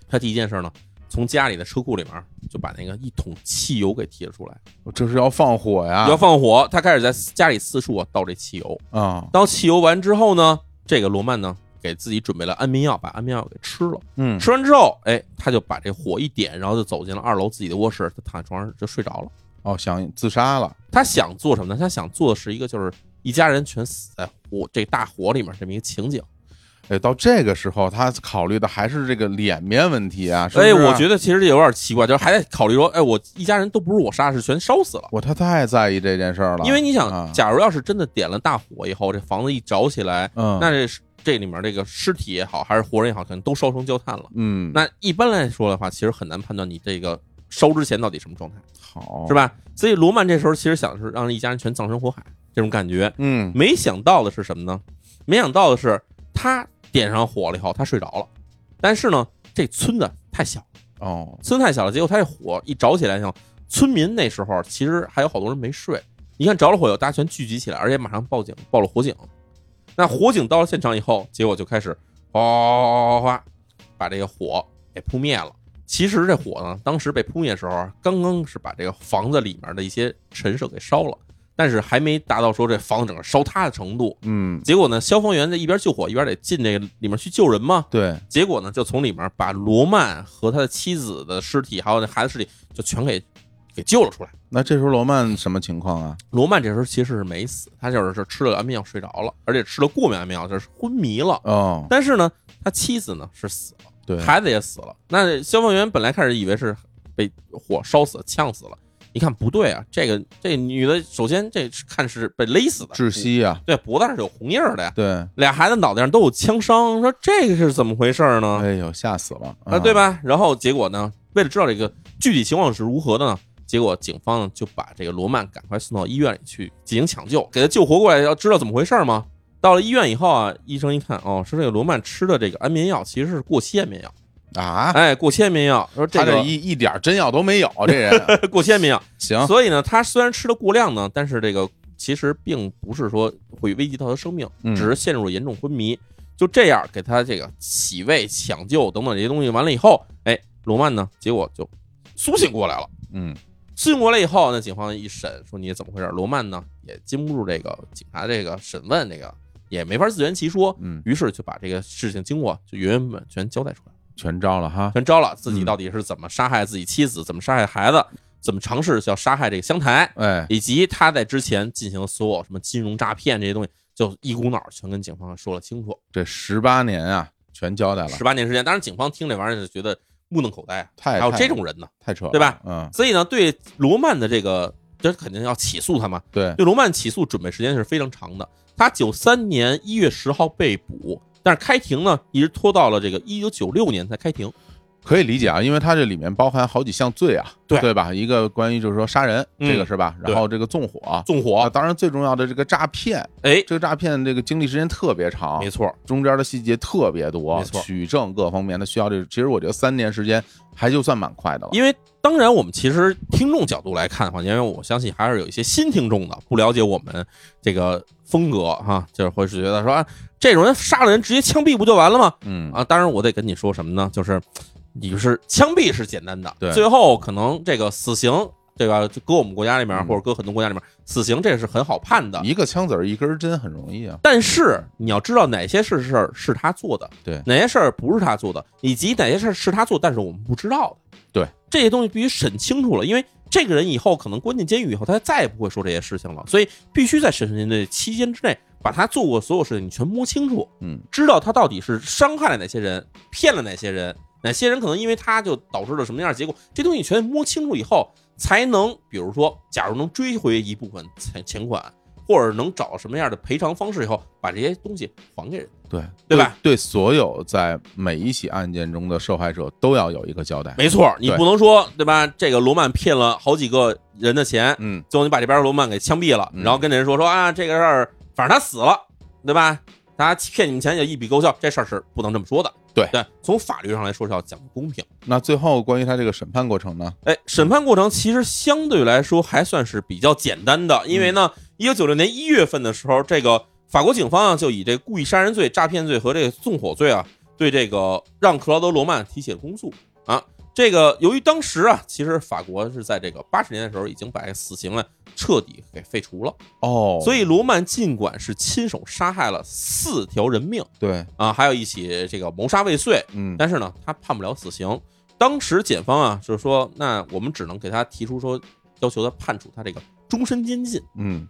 他第一件事呢，从家里的车库里面就把那个一桶汽油给提了出来，
这是要放火呀，
要放火。他开始在家里四处啊倒这汽油。
啊，
倒汽油完之后呢，这个罗曼呢给自己准备了安眠药，把安眠药给吃了。
嗯
吃完之后，哎，他就把这火一点，然后就走进了二楼自己的卧室，他躺在床上就睡着了。
哦，想自杀了，
他想做什么呢？他想做的是一个就是一家人全死在火这大火里面这么一个情景。
哎，到这个时候他考虑的还是这个脸面问题啊，
所以哎我
得
觉得其实也有点奇怪，就是还在考虑说，哎，我一家人都不是我杀，是全烧死了。
我他太在意这件事儿了，
因为你
啊
想，假如要是真的点了大火以后，这房子一着起来，
嗯
那这这里面这个尸体也好，还是活人也好，可能都烧成焦炭了。
嗯
那一般来说的话，其实很难判断你这个烧之前到底什么状态，
好
是吧？所以罗曼这时候其实想的是让一家人全葬身火海这种感觉。
嗯
没想到的是什么呢？没想到的是，他点上火了以后，他睡着了。但是呢，这村子太小，
哦
村太小了，结果他这火一着起来，像村民那时候其实还有好多人没睡。你看着了火以后，大家全聚集起来，而且马上报警，报了火警。那火警到了现场以后，结果就开始哗哗哗哗哗，把这个火给扑灭了。其实这啊火呢，当时被扑灭的时候，刚刚是把这个房子里面的一些陈设给烧了，但是还没达到说这房子整个烧塌的程度。
嗯，
结果呢，消防员在一边救火一边得进这个里面去救人嘛。
对，
结果呢，就从里面把罗曼和他的妻子的尸体，还有那孩子尸体，就全给给救了出来。
那这时候罗曼什么情况啊？
罗曼这时候其实是没死，他就是是吃了安眠药睡着了，而且吃了过敏安眠药，就是昏迷了。
哦，
但是呢，他妻子呢是死了，
对，
孩子也死了。那消防员本来开始以为是被火烧死、呛死了，一看不对啊，这个这女的首先这是看是被勒死的，
窒，息啊，
对，脖子上是有红印儿的呀，
对，
俩孩子脑袋上都有枪伤，说这个是怎么回事儿呢？
哎呦，吓死了
嗯啊，对？吧？
嗯
然后结果呢，为了知道这个具体情况是如何的呢？结果警方呢就把这个罗曼赶快送到医院里去进行抢救，给他救活过来，要知道怎么回事儿吗？到了医院以后啊，医生一看，哦，说这个罗曼吃的这个安眠药其实是过期安眠药，
啊，
哎，过期安眠药，说这
他这
个
一一点真药都没有，啊这人
过期安眠药，
行，
所以呢，他虽然吃的过量呢，但是这个其实并不是说会危及到他生命，
嗯
只是陷入了严重昏迷。就这样给他这个洗胃、抢救等等这些东西完了以后，哎，罗曼呢，结果就苏醒过来了。
嗯，
苏醒过来以后，那警方一审说你怎么回事？罗曼呢也经不住这个警察这个审问，这个也没法自圆其说，
嗯，
于是就把这个事情经过就原原本全交代出来了。
全招了哈，
全招了，
嗯
自己到底是怎么杀害自己妻子，怎么杀害孩子，怎么尝试要杀害这个湘台，
哎，
以及他在之前进行所有什么金融诈骗这些东西，就一股脑儿全跟警方说了清楚。
这十八年啊，全交代了，
十八年时间，当然警方听这玩意儿就觉得目瞪口呆，啊
太
还有
太
这种人呢，
太扯了，
对吧？
嗯，
所以呢，对罗曼的这个，这肯定要起诉他嘛。
对，
对罗曼起诉准备时间是非常长的，他九三年一月十号被捕，但是开庭呢一直拖到了这个一九九六年才开庭。
可以理解啊，因为它这里面包含好几项罪啊，
对
吧？一个关于就是说杀人，
嗯
这个是吧？然后这个纵火。
纵
啊，
火，
当然最重要的这个诈骗，
哎，
这个诈骗这个经历时间特别长
没，错，
中间的细节特别多
没，错
取证各方面的需要这，其实我觉得三年时间还就算蛮快的了。
因为当然，我们其实听众角度来看的话，因为我相信还是有一些新听众的，不了解我们这个风格哈、就是会是觉得说、啊、这种人杀了人直接枪毙不就完了吗？
嗯
啊，当然我得跟你说什么呢？就是你是枪毙是简单的，
对
最后可能这个死刑，对吧？就搁我们国家里面，
嗯
或者搁很多国家里面，死刑这是很好判的。
一个枪子儿一根针很容易啊。
但是你要知道哪些事事儿是他做的，
对
哪些事儿不是他做的，以及哪些事儿是他做，但是我们不知道的。
对，
这些东西必须审清楚了，因为这个人以后可能关进监狱以后，他再也不会说这些事情了，所以必须在审讯的期间之内，把他做过所有事情你全摸清楚，
嗯，
知道他到底是伤害了哪些人，骗了哪些人，哪些人可能因为他就导致了什么样的结果，这东西全摸清楚以后，才能比如说，假如能追回一部分钱钱款，或者能找什么样的赔偿方式以后，把这些东西还给人。
对
对吧
对？对所有在每一起案件中的受害者都要有一个交代。
没错，你
对
不能说对吧？这个罗曼骗了好几个人的钱，
嗯，
最后你把这边罗曼给枪毙了，
嗯
然后跟人说说啊，这个事儿反正他死了，对吧？他骗你们钱也一笔勾销，这事儿是不能这么说的。
对
对，从法律上来说是要讲公平。
那最后关于他这个审判过程呢？
哎，审判过程其实相对来说还算是比较简单的，因为呢，一九九六年一月份的时候，这个法国警方啊就以这故意杀人罪、诈骗罪和这个纵火罪啊，对这个让克劳德·罗曼提起了公诉啊。这个由于当时啊，其实法国是在这个八十年代的时候已经把死刑啊彻底给废除了，
哦，
所
以
以罗曼尽管是亲手杀害了四条人命
对，
啊，还有一起这个谋杀未遂，
嗯，
但是呢，他判不了死刑。当时检方啊，就是说，那我们只能给他提出说，要求他判处他这个终身监禁。
嗯，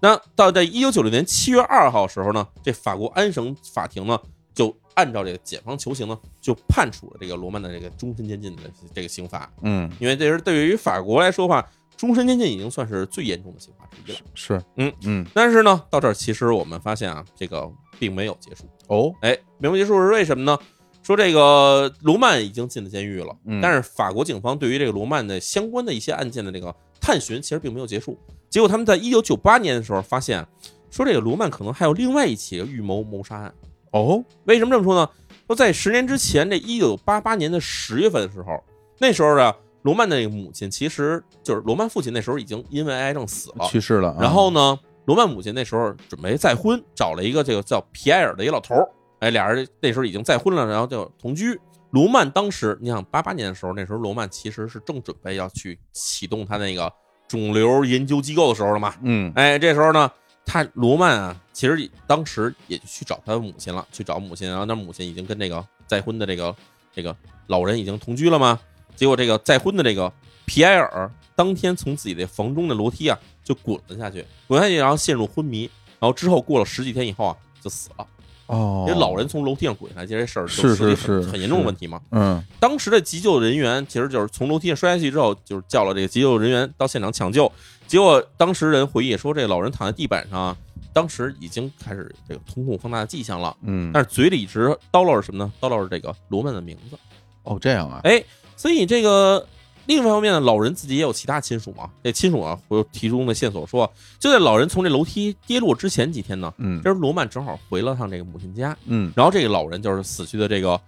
那到在一九九六年七月二号时候呢，这法国安省法庭呢，就按照这个检方求刑呢，就判处了这个罗曼的这个终身监禁的这个刑罚。
嗯，
因为这是对于法国来说的话，终身监禁已经算是最严重的刑罚之一了。
是，
嗯
嗯，
但是呢，到这儿其实我们发现啊，这个并没有结束。
哦，
哎，明不结束是为什么呢？说这个罗曼已经进了监狱了，
嗯
但是法国警方对于这个罗曼的相关的一些案件的这个探寻其实并没有结束。结果他们在一九九八年的时候发现，说这个罗曼可能还有另外一起预谋谋杀案。
哦，
为什么这么说呢？说在十年之前，这一九八八年的十月份的时候，那时候呢，罗曼的那个母亲其实就是罗曼父亲，那时候已经因为癌症死了。
去世了啊。
哦然后呢，罗曼母亲那时候准备再婚，找了一个这个叫皮埃尔的一老头儿。哎，俩人那时候已经再婚了，然后就同居。罗曼当时，你想八八年的时候，那时候罗曼其实是正准备要去启动他那个肿瘤研究机构的时候了嘛。
嗯
哎，这时候呢，他罗曼啊，其实当时也就去找他母亲了，去找母亲，然后那母亲已经跟这个再婚的这个这个老人已经同居了嘛。结果这个再婚的这个皮埃尔当天从自己的房中的楼梯啊就滚了下去，滚下去然后陷入昏迷，然后之后过了十几天以后啊就死了。
哦
因为老人从楼梯上滚下去这事儿就是涉及
是
很
是
很严重的
是
问题嘛。
嗯
当时的急救人员其实就是从楼梯上摔下去之后，就是叫了这个急救人员到现场抢救。结果当时人回忆说，这老人躺在地板上，当时已经开始这个瞳孔放大的迹象了，
嗯
但是嘴里一直叨唠着什么呢？叨唠着这个罗曼的名字。
哦这样啊
哎，所以这个另一方面呢，老人自己也有其他亲属嘛。这亲属啊，我有提供的线索说，就在老人从这楼梯跌落之前几天呢，
嗯
这时候罗曼正好回了趟这个母亲家，
嗯
然后这个老人就是死去的这个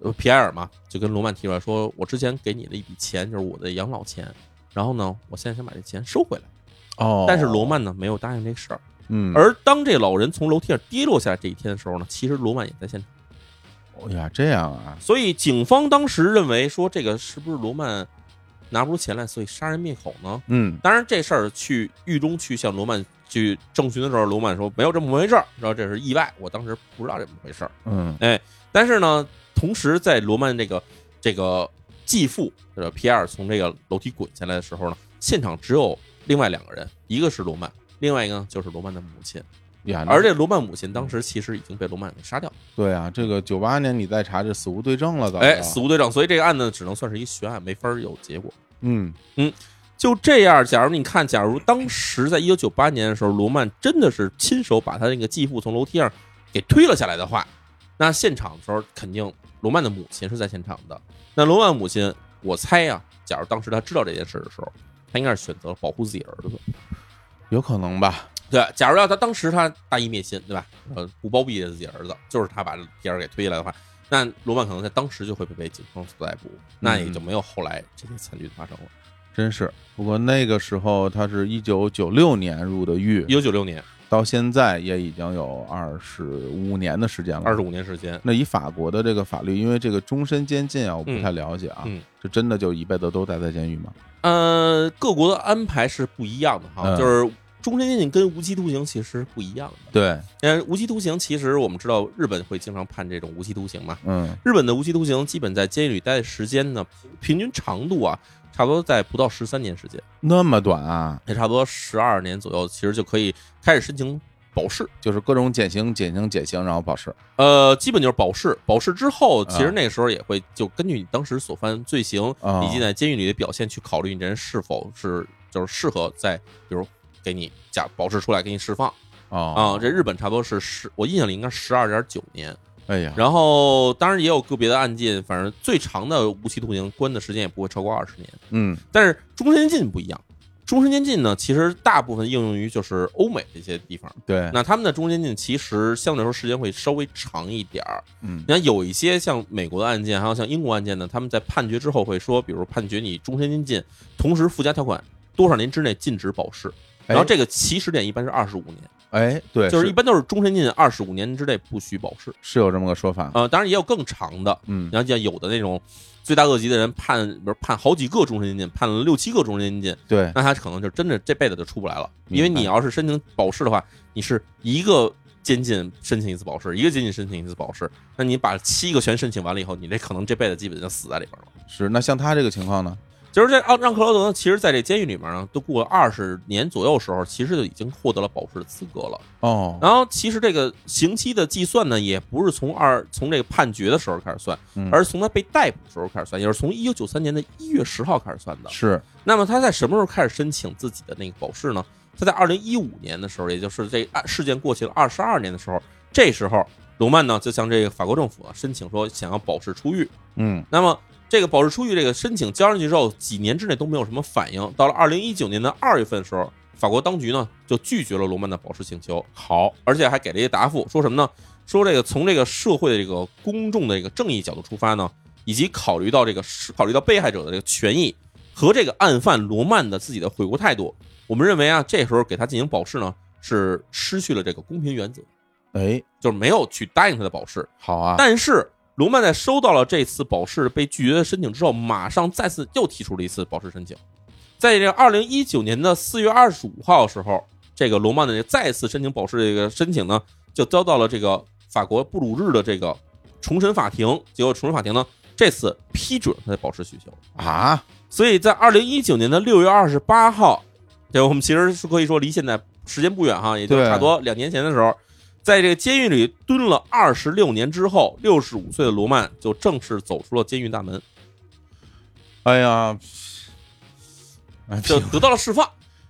呃皮埃尔嘛，就跟罗曼提出来说，我之前给你的一笔钱就是我的养老钱，然后呢，我现在想把这钱收回来，
哦
但是罗曼呢没有答应这事儿。
嗯
而当这老人从楼梯上跌落下来这一天的时候呢，其实罗曼也在现场，
哦呀这样啊
所以警方当时认为说这个是不是罗曼拿不出钱来，所以杀人灭口呢？
嗯
当然这事儿去狱中去向罗曼去证询的时候，罗曼说没有这么回事儿，然后这是意外，我当时不知道这么回事儿。
嗯
但是呢，同时在罗曼这个这个继父这个皮埃尔从这个楼梯滚下来的时候呢，现场只有另外两个人，一个是罗曼，另外一个呢就是罗曼的母亲。
呀
而这罗曼母亲当时其实已经被罗曼给杀掉了，
对啊这个九八年你再查这死无对证了早就
哎，死无对证，所以这个案子只能算是一悬案，没法儿有结果。
嗯
就这样，假如你看，假如当时在一九九八年的时候，罗曼真的是亲手把他那个继父从楼梯上给推了下来的话，那现场的时候肯定罗曼的母亲是在现场的。那罗曼母亲，我猜呀、假如当时他知道这件事的时候，他应该是选择保护自己儿子。
有可能吧
对，假如要他当时他大义灭亲，对吧？呃，不包庇自己儿子，就是他把皮尔给推下来的话，那罗曼可能在当时就会被警方所逮捕，那也就没有后来这些惨剧的发生了。
真是不过那个时候他是一九九六年入的狱
一九九六年，
到现在也已经有二十五年的时间了
二十五年时间，
那以法国的这个法律，因为这个终身监禁啊，我不太了解啊，
嗯嗯
这真的就一辈子都待在监狱吗？
呃，各国的安排是不一样的哈，
嗯
就是终身监禁跟无期徒刑其实不一样的。
对，
嗯，无期徒刑其实我们知道，日本会经常判这种无期徒刑嘛。
嗯，
日本的无期徒刑基本在监狱里待的时间呢，平均长度啊，差不多在不到十三年时间，
那么短啊，
也差不多十二年左右，其实就可以开始申请保释。
就是各种减刑、减刑、减刑，然后保释。
呃，基本就是保释，保释之后，其实
嗯
那个时候也会就根据你当时所犯罪行
哦
以及在监狱里的表现去考虑你这人是否是就是适合在比如给你假保释出来给你释放啊、
哦，
这日本差不多是十，我印象里应该十二点九年。
哎呀，
然后当然也有个别的案件，反正最长的无期徒刑关的时间也不会超过二十年。
嗯，
但是终身监禁不一样，终身监禁呢，其实大部分应用于就是欧美这些地方。
对，
那他们的中间进其实相对来说时间会稍微长一点儿。
嗯
你看有一些像美国的案件，还有像英国案件呢，他们在判决之后会说，比如判决你终身监禁，同时附加条款多少年之内禁止保释。然后这个起始点一般是二十五年，
哎，对，
就是一
是
般都是终身禁二十五年之内不许保释。
是有这么个说法。
呃，当然也有更长的，
嗯
然后像有的那种罪大恶极的人判，比如判好几个终身监禁，判了六七个终身监禁，
对，
那他可能就真的这辈子就出不来了，
明白
因为你要是申请保释的话，你是一个监禁申请一次保释，一个监禁申请一次保释，那你把七个全申请完了以后，你这可能这辈子基本就死在里边了。
是。那像他这个情况呢？
就是这奥让克劳德呢，其实在这监狱里面呢，都过了二十年左右时候，其实就已经获得了保释的资格了。
哦，
然后其实这个刑期的计算呢，也不是从二从这个判决的时候开始算，
嗯
而是从他被逮捕的时候开始算，也就是从一九九三年的一月十号开始算的。
是，
那么他在什么时候开始申请自己的那个保释呢？他在二零一五年的时候，也就是这啊事件过去了二十二年的时候，这时候罗曼呢就向这个法国政府啊申请说想要保释出狱。
嗯，
那么这个保释出狱这个申请交上去之后，几年之内都没有什么反应。到了二零一九年的二月份的时候，法国当局呢就拒绝了罗曼的保释请求，
好，
而且还给了一个答复，说什么呢？说这个从这个社会的这个公众的这个正义角度出发呢，以及考虑到这个是考虑到被害者的这个权益和这个案犯罗曼的自己的悔过态度，我们认为啊，这时候给他进行保释呢是失去了这个公平原则，
哎，
就是没有去答应他的保释。
好啊，
但是罗曼在收到了这次保释被拒绝的申请之后，马上再次又提出了一次保释申请。在这个二零一九年的四月二十五号时候，这个罗曼的这个再次申请保释这个申请呢，就遭到了这个法国布鲁日的这个重审法庭，结果重审法庭呢这次批准他的保释取消。
啊，
所以在二零一九年的六月二十八号，对，我们其实是可以说离现在时间不远哈，也就
对
差不多两年前的时候，在这个监狱里蹲了二十六年之后，六十五岁的罗曼就正式走出了监狱大门，
哎呀， 哎
就
凭
得到了释放。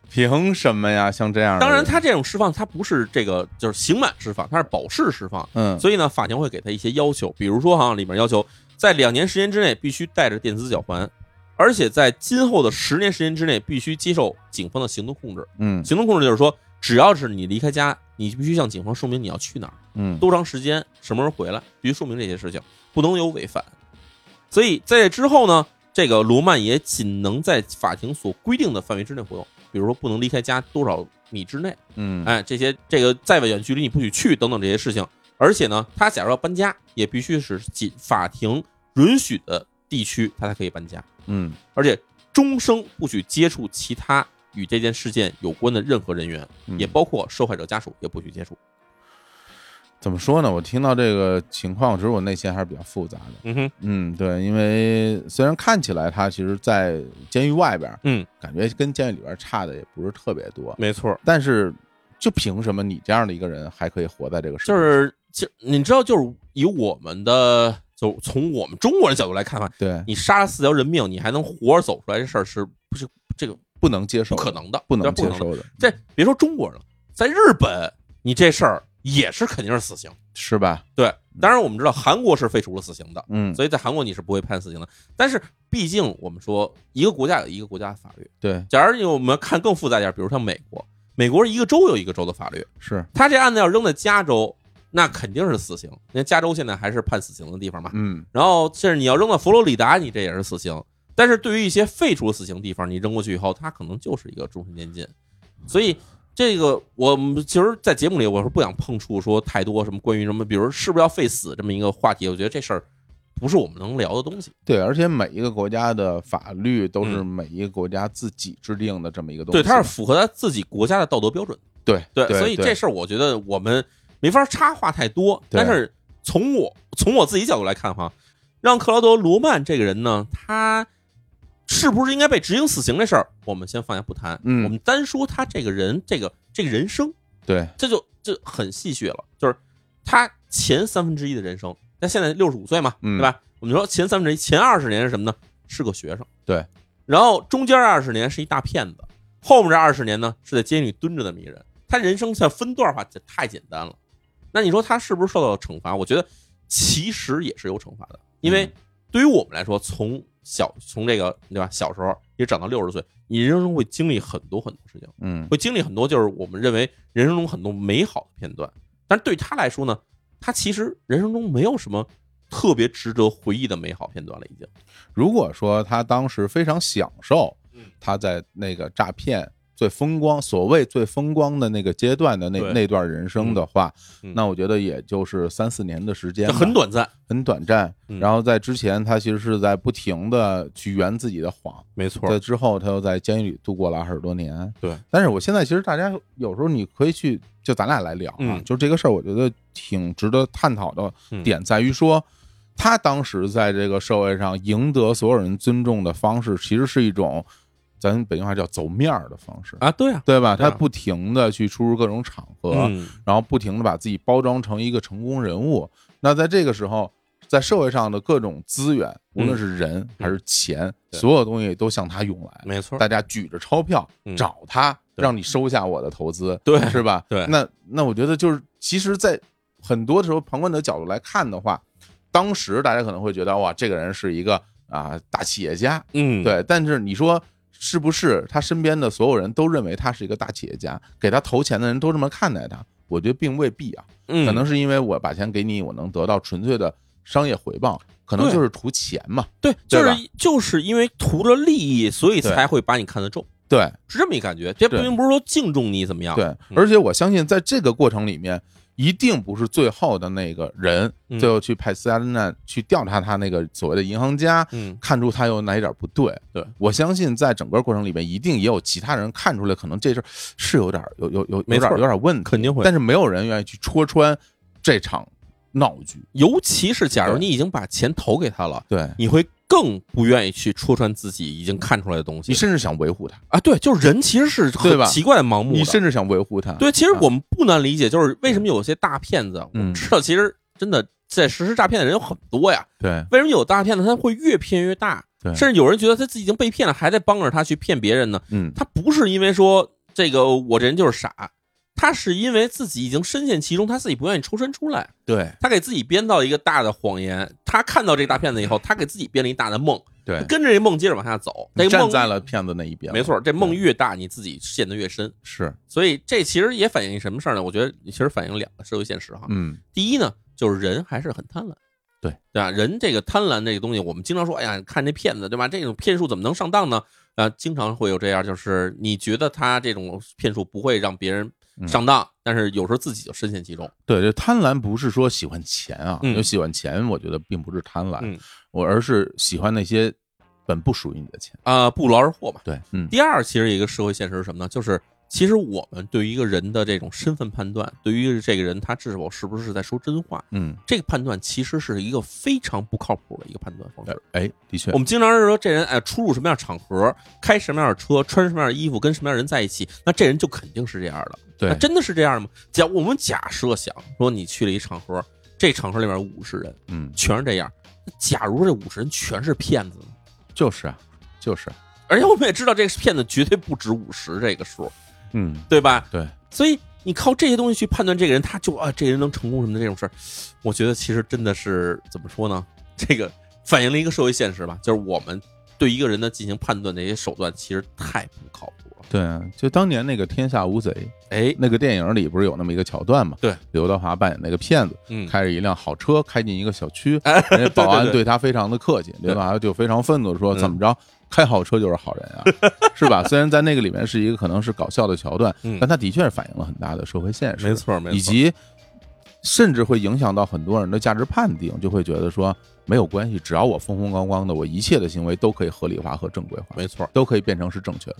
凭什么呀？像这样的人，
当然，他这种释放，他不是这个就是刑满释放，他是保释释放，
嗯
所以呢，法庭会给他一些要求，比如说哈，里面要求在两年时间之内必须带着电子脚环，而且在今后的十年时间之内必须接受警方的行动控制。
嗯
行动控制就是说，只要是你离开家，你必须向警方说明你要去哪儿，
嗯
多长时间，什么时候回来，必须说明这些事情，不能有违反。所以在这之后呢，这个罗曼也仅能在法庭所规定的范围之内活动，比如说不能离开家多少米之内，
嗯
哎，这些这个再远距离你不许去等等这些事情。而且呢，他假如要搬家，也必须是仅法庭允许的地区，他才可以搬家。
嗯
而且终生不许接触其他与这件事件有关的任何人员，
嗯
也包括受害者家属，也不许接触。
怎么说呢？我听到这个情况，其实我内心还是比较复杂的。
嗯哼，
嗯，对，因为虽然看起来他其实，在监狱外边，
嗯，
感觉跟监狱里边差的也不是特别多，
没错，
但是就凭什么你这样的一个人还可以活在这个世界
就
上？
是就你知道，就是以我们的就从我们中国人角度来看吧，
对，
你杀了四条人命，你还能活着走出来，这事儿是不是这个
不能接受
不
的，
可能的，
不
对
能
不
接
可能的。
受的，
这别说中国人了，在日本，你这事儿也是肯定是死刑。
是吧？
对，当然我们知道韩国是废除了死刑的，
嗯，
所以在韩国你是不会判死刑的。但是毕竟我们说一个国家有一个国家的法律，
对，
假如我们看更复杂一点，比如像美国，美国是一个州有一个州的法律，
是，
他这案子要扔在加州，那肯定是死刑，因为加州现在还是判死刑的地方嘛。
嗯，
然后甚至你要扔到佛罗里达，你这也是死刑。但是对于一些废除死刑地方，你扔过去以后，它可能就是一个终身监禁。所以这个我们其实，在节目里我是不想碰触说太多什么关于什么，比如是不是要废死这么一个话题，我觉得这事儿不是我们能聊的东西。
对，而且每一个国家的法律都是
嗯
每一个国家自己制定的这么一个东
对，
西，
它是符合他自己国家的道德标准。
对
对，
对，
所以这事儿我觉得我们没法插话太多。
对
但是从我从我自己角度来看哈，让克劳德·罗曼这个人呢，他是不是应该被执行死刑这事儿，我们先放下不谈。
嗯
我们单说他这个人，这个这个人生，
对，
这就这很戏谑了，就是他前三分之一的人生，他现在六十五岁嘛，
嗯
对吧？我们说前三分之一，前二十年是什么呢？是个学生，
对。
然后中间二十年是一大骗子，后面这二十年呢是在监狱里蹲着的迷人。他人生像分段化，这太简单了。那你说他是不是受到了惩罚？我觉得其实也是有惩罚的，因
嗯
为对于我们来说，从小从这个对吧，小时候一直长到六十岁，你人生会经历很多很多事情。
嗯，
会经历很多就是我们认为人生中很多美好的片段，但是对他来说呢，他其实人生中没有什么特别值得回忆的美好片段了，已经。
如果说他当时非常享受
嗯
他在那个诈骗最风光，所谓最风光的那个阶段的那
对
那段人生的话，
嗯嗯
那我觉得也就是三四年的时间
这
吧，
很短暂，
很短暂。
嗯
然后在之前，他其实是在不停的去圆自己的谎，
没错
在之后他又在监狱里度过了二十多年。
对，
但是我现在其实大家有时候你可以去，就咱俩来聊啊
嗯，
就这个事儿，我觉得挺值得探讨的
嗯
点在于说。他当时在这个社会上赢得所有人尊重的方式，其实是一种，咱北京话叫走面儿的方式，
啊，对啊，
对吧？他
对啊
不停的去出入各种场合，
嗯，
然后不停的把自己包装成一个成功人物。那在这个时候，在社会上的各种资源，无论是人还是钱，
嗯对
所有东西都向他涌来。
没错，
大家举着钞票
嗯
找他，
对
让你收下我的投资，
对
是吧？
对
那那我觉得就是，其实，在很多的时候，旁观者角度来看的话，当时大家可能会觉得，哇，这个人是一个啊、大企业家，
嗯，
对，但是你说是不是他身边的所有人都认为他是一个大企业家，给他投钱的人都这么看待他？我觉得并未必啊，
嗯，
可能是因为我把钱给你，我能得到纯粹的商业回报，可能
对
就是图钱嘛。
对，就
对
是就是因为图了利益，所以
对
才会把你看得重，
对
啊是这么一感觉。这
对
并不是说敬重你怎么样，
对，而且我相信在这个过程里面，一定不是最后的那个人，
嗯
最后去派斯嘉侦探去调查他那个所谓的银行家，
嗯
看出他有哪一点不对。
对
我相信，在整个过程里面，一定也有其他人看出来，可能这事儿是有点儿有有有
没
有点
错
儿有点儿问题，
肯定会
但是没有人愿意去戳穿这场闹剧。
尤其是假如
对
你已经把钱投给他了，
对
你会更不愿意去戳穿自己已经看出来的东西
你甚至想维护他，
啊。对，就是人其实是
对
很
吧
奇怪的盲目
你
的。
甚至想维护他。
对，其实
啊
我们不难理解，就是为什么有些大骗子，啊我
嗯
们知道其实真的在实施诈骗的人有很多呀。
对
为什么有大骗子他会越骗越大？
对
甚至有人觉得他自己已经被骗了，还在帮着他去骗别人呢？
嗯，
他不是因为说这个我这人就是傻，他是因为自己已经深陷其中，他自己不愿意抽身出来。
对
他给自己编造一个大的谎言，他看到这个大骗子以后，他给自己编了一大的梦，
对，
跟着这梦接着往下走。这
你
个
站
梦
在了骗子那一边了，
没错，这梦啊越大，你自己陷得越深。
是，
所以这其实也反映什么事儿呢？我觉得其实反映两个社会现实哈。
嗯，
第一呢，就是人还是很贪婪，
对
对吧？人这个贪婪这个东西，我们经常说，哎呀，看这骗子对吧？这种骗术怎么能上当呢？啊，经常会有这样，就是你觉得他这种骗术不会让别人
嗯
上当，但是有时候自己就深陷其中。
对，这贪婪不是说喜欢钱啊，
嗯
因为喜欢钱，我觉得并不是贪婪，
嗯
我而是喜欢那些本不属于你的钱。
啊、不劳而获吧。
对，嗯，
第二，其实一个社会现实是什么呢？就是其实我们对于一个人的这种身份判断，对于这个人他是否是不是在说真话，
嗯，
这个判断其实是一个非常不靠谱的一个判断方式。
哎，的确
我，们经常是说这人哎，出入什么样的场合，开什么样的车，穿什么样的衣服，跟什么样的人在一起，那这人就肯定是这样的。
对
那真的是啊这样吗？假我们假设想说你去了一场合，这场合里面五十人
嗯，
全是这样，那假如这五十人全是骗子呢？
就是啊，就是啊，
而且我们也知道，这个骗子绝对不止五十这个数，
嗯，
对吧？
对，
所以你靠这些东西去判断这个人，他就啊，这人能成功什么的这种事儿，我觉得其实真的是怎么说呢？ 这个反映了一个社会现实吧，就是我们对一个人的进行判断的一些手段，其实太不靠谱了。
对啊，就当年那个《天下无贼》
哎，
那个电影里不是有那么一个桥段嘛？
对，
刘德华扮演那个骗子，
嗯，
开着一辆好车开进一个小 区，人家保安
对
对他非常的客气，刘德华就非常愤怒地说：“
嗯
怎么着，开好车就是好 人啊，是吧？”虽然在那个里面是一个可能是搞笑的桥段
嗯，
但它的确是反映了很大的社会现实，
没错，没错，
以及甚至会影响到很多人的价值判定，就会觉得说没有关系，只要我风风光光的，我一切的行为都可以合理化和正规化，
没错。
都可以变成是正确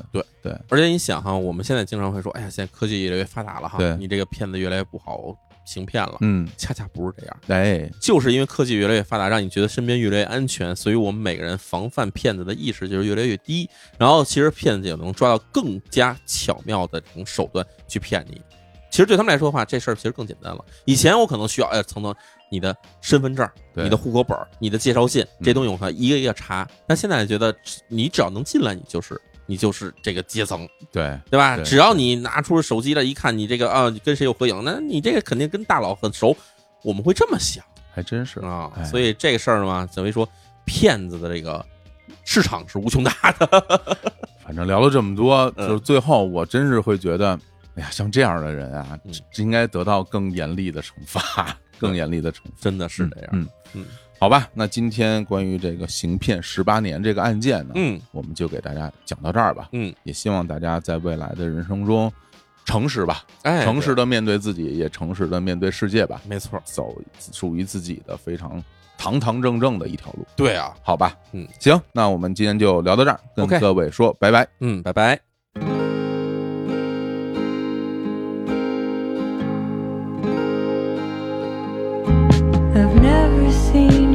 的。
而且你想哈，我们现在经常会说，哎呀，现在科技越来越发达了哈
对，
你这个骗子越来越不好行骗了，
嗯，
恰恰不是这样。
哎，
就是因为科技越来越发达，让你觉得身边越来越安全，所以我们每个人防范骗子的意识就是越来越低。然后其实骗子也能抓到更加巧妙的这种手段去骗你。其实对他们来说的话，这事儿其实更简单了。以前我可能需要，哎，层层，你的身份证、
对嗯
你的户口本、你的介绍信这些东西，我可能一个一个查。但现在觉得，你只要能进来，你就是你就是这个阶层，
对，
对吧？
对
只要你拿出手机来一看，你这个啊，你跟谁有合影，那你这个肯定跟大佬很熟。我们会这么想。
还真是。
啊、
哎
所以这个事儿嘛，等于说骗子的这个市场是无穷大的。
反正聊了这么多，
嗯
就是最后我真是会觉得，哎呀，像这样的人啊
嗯，
这应该得到更严厉的惩 罚，更严厉的惩罚。
真的是这样。
嗯
嗯
好吧，那今天关于这个行骗十八年这个案件呢，
嗯
我们就给大家讲到这儿吧。
嗯，
也希望大家在未来的人生中，诚实吧，
哎，
诚实
对，
的面对自己，也诚实的面对世界吧，
没错。
走属于自己的非常堂堂正正的一条路，
对啊，
好吧？
嗯，
行，那我们今天就聊到这儿，跟
OK
各位说拜拜。
嗯，拜拜。
I've never seen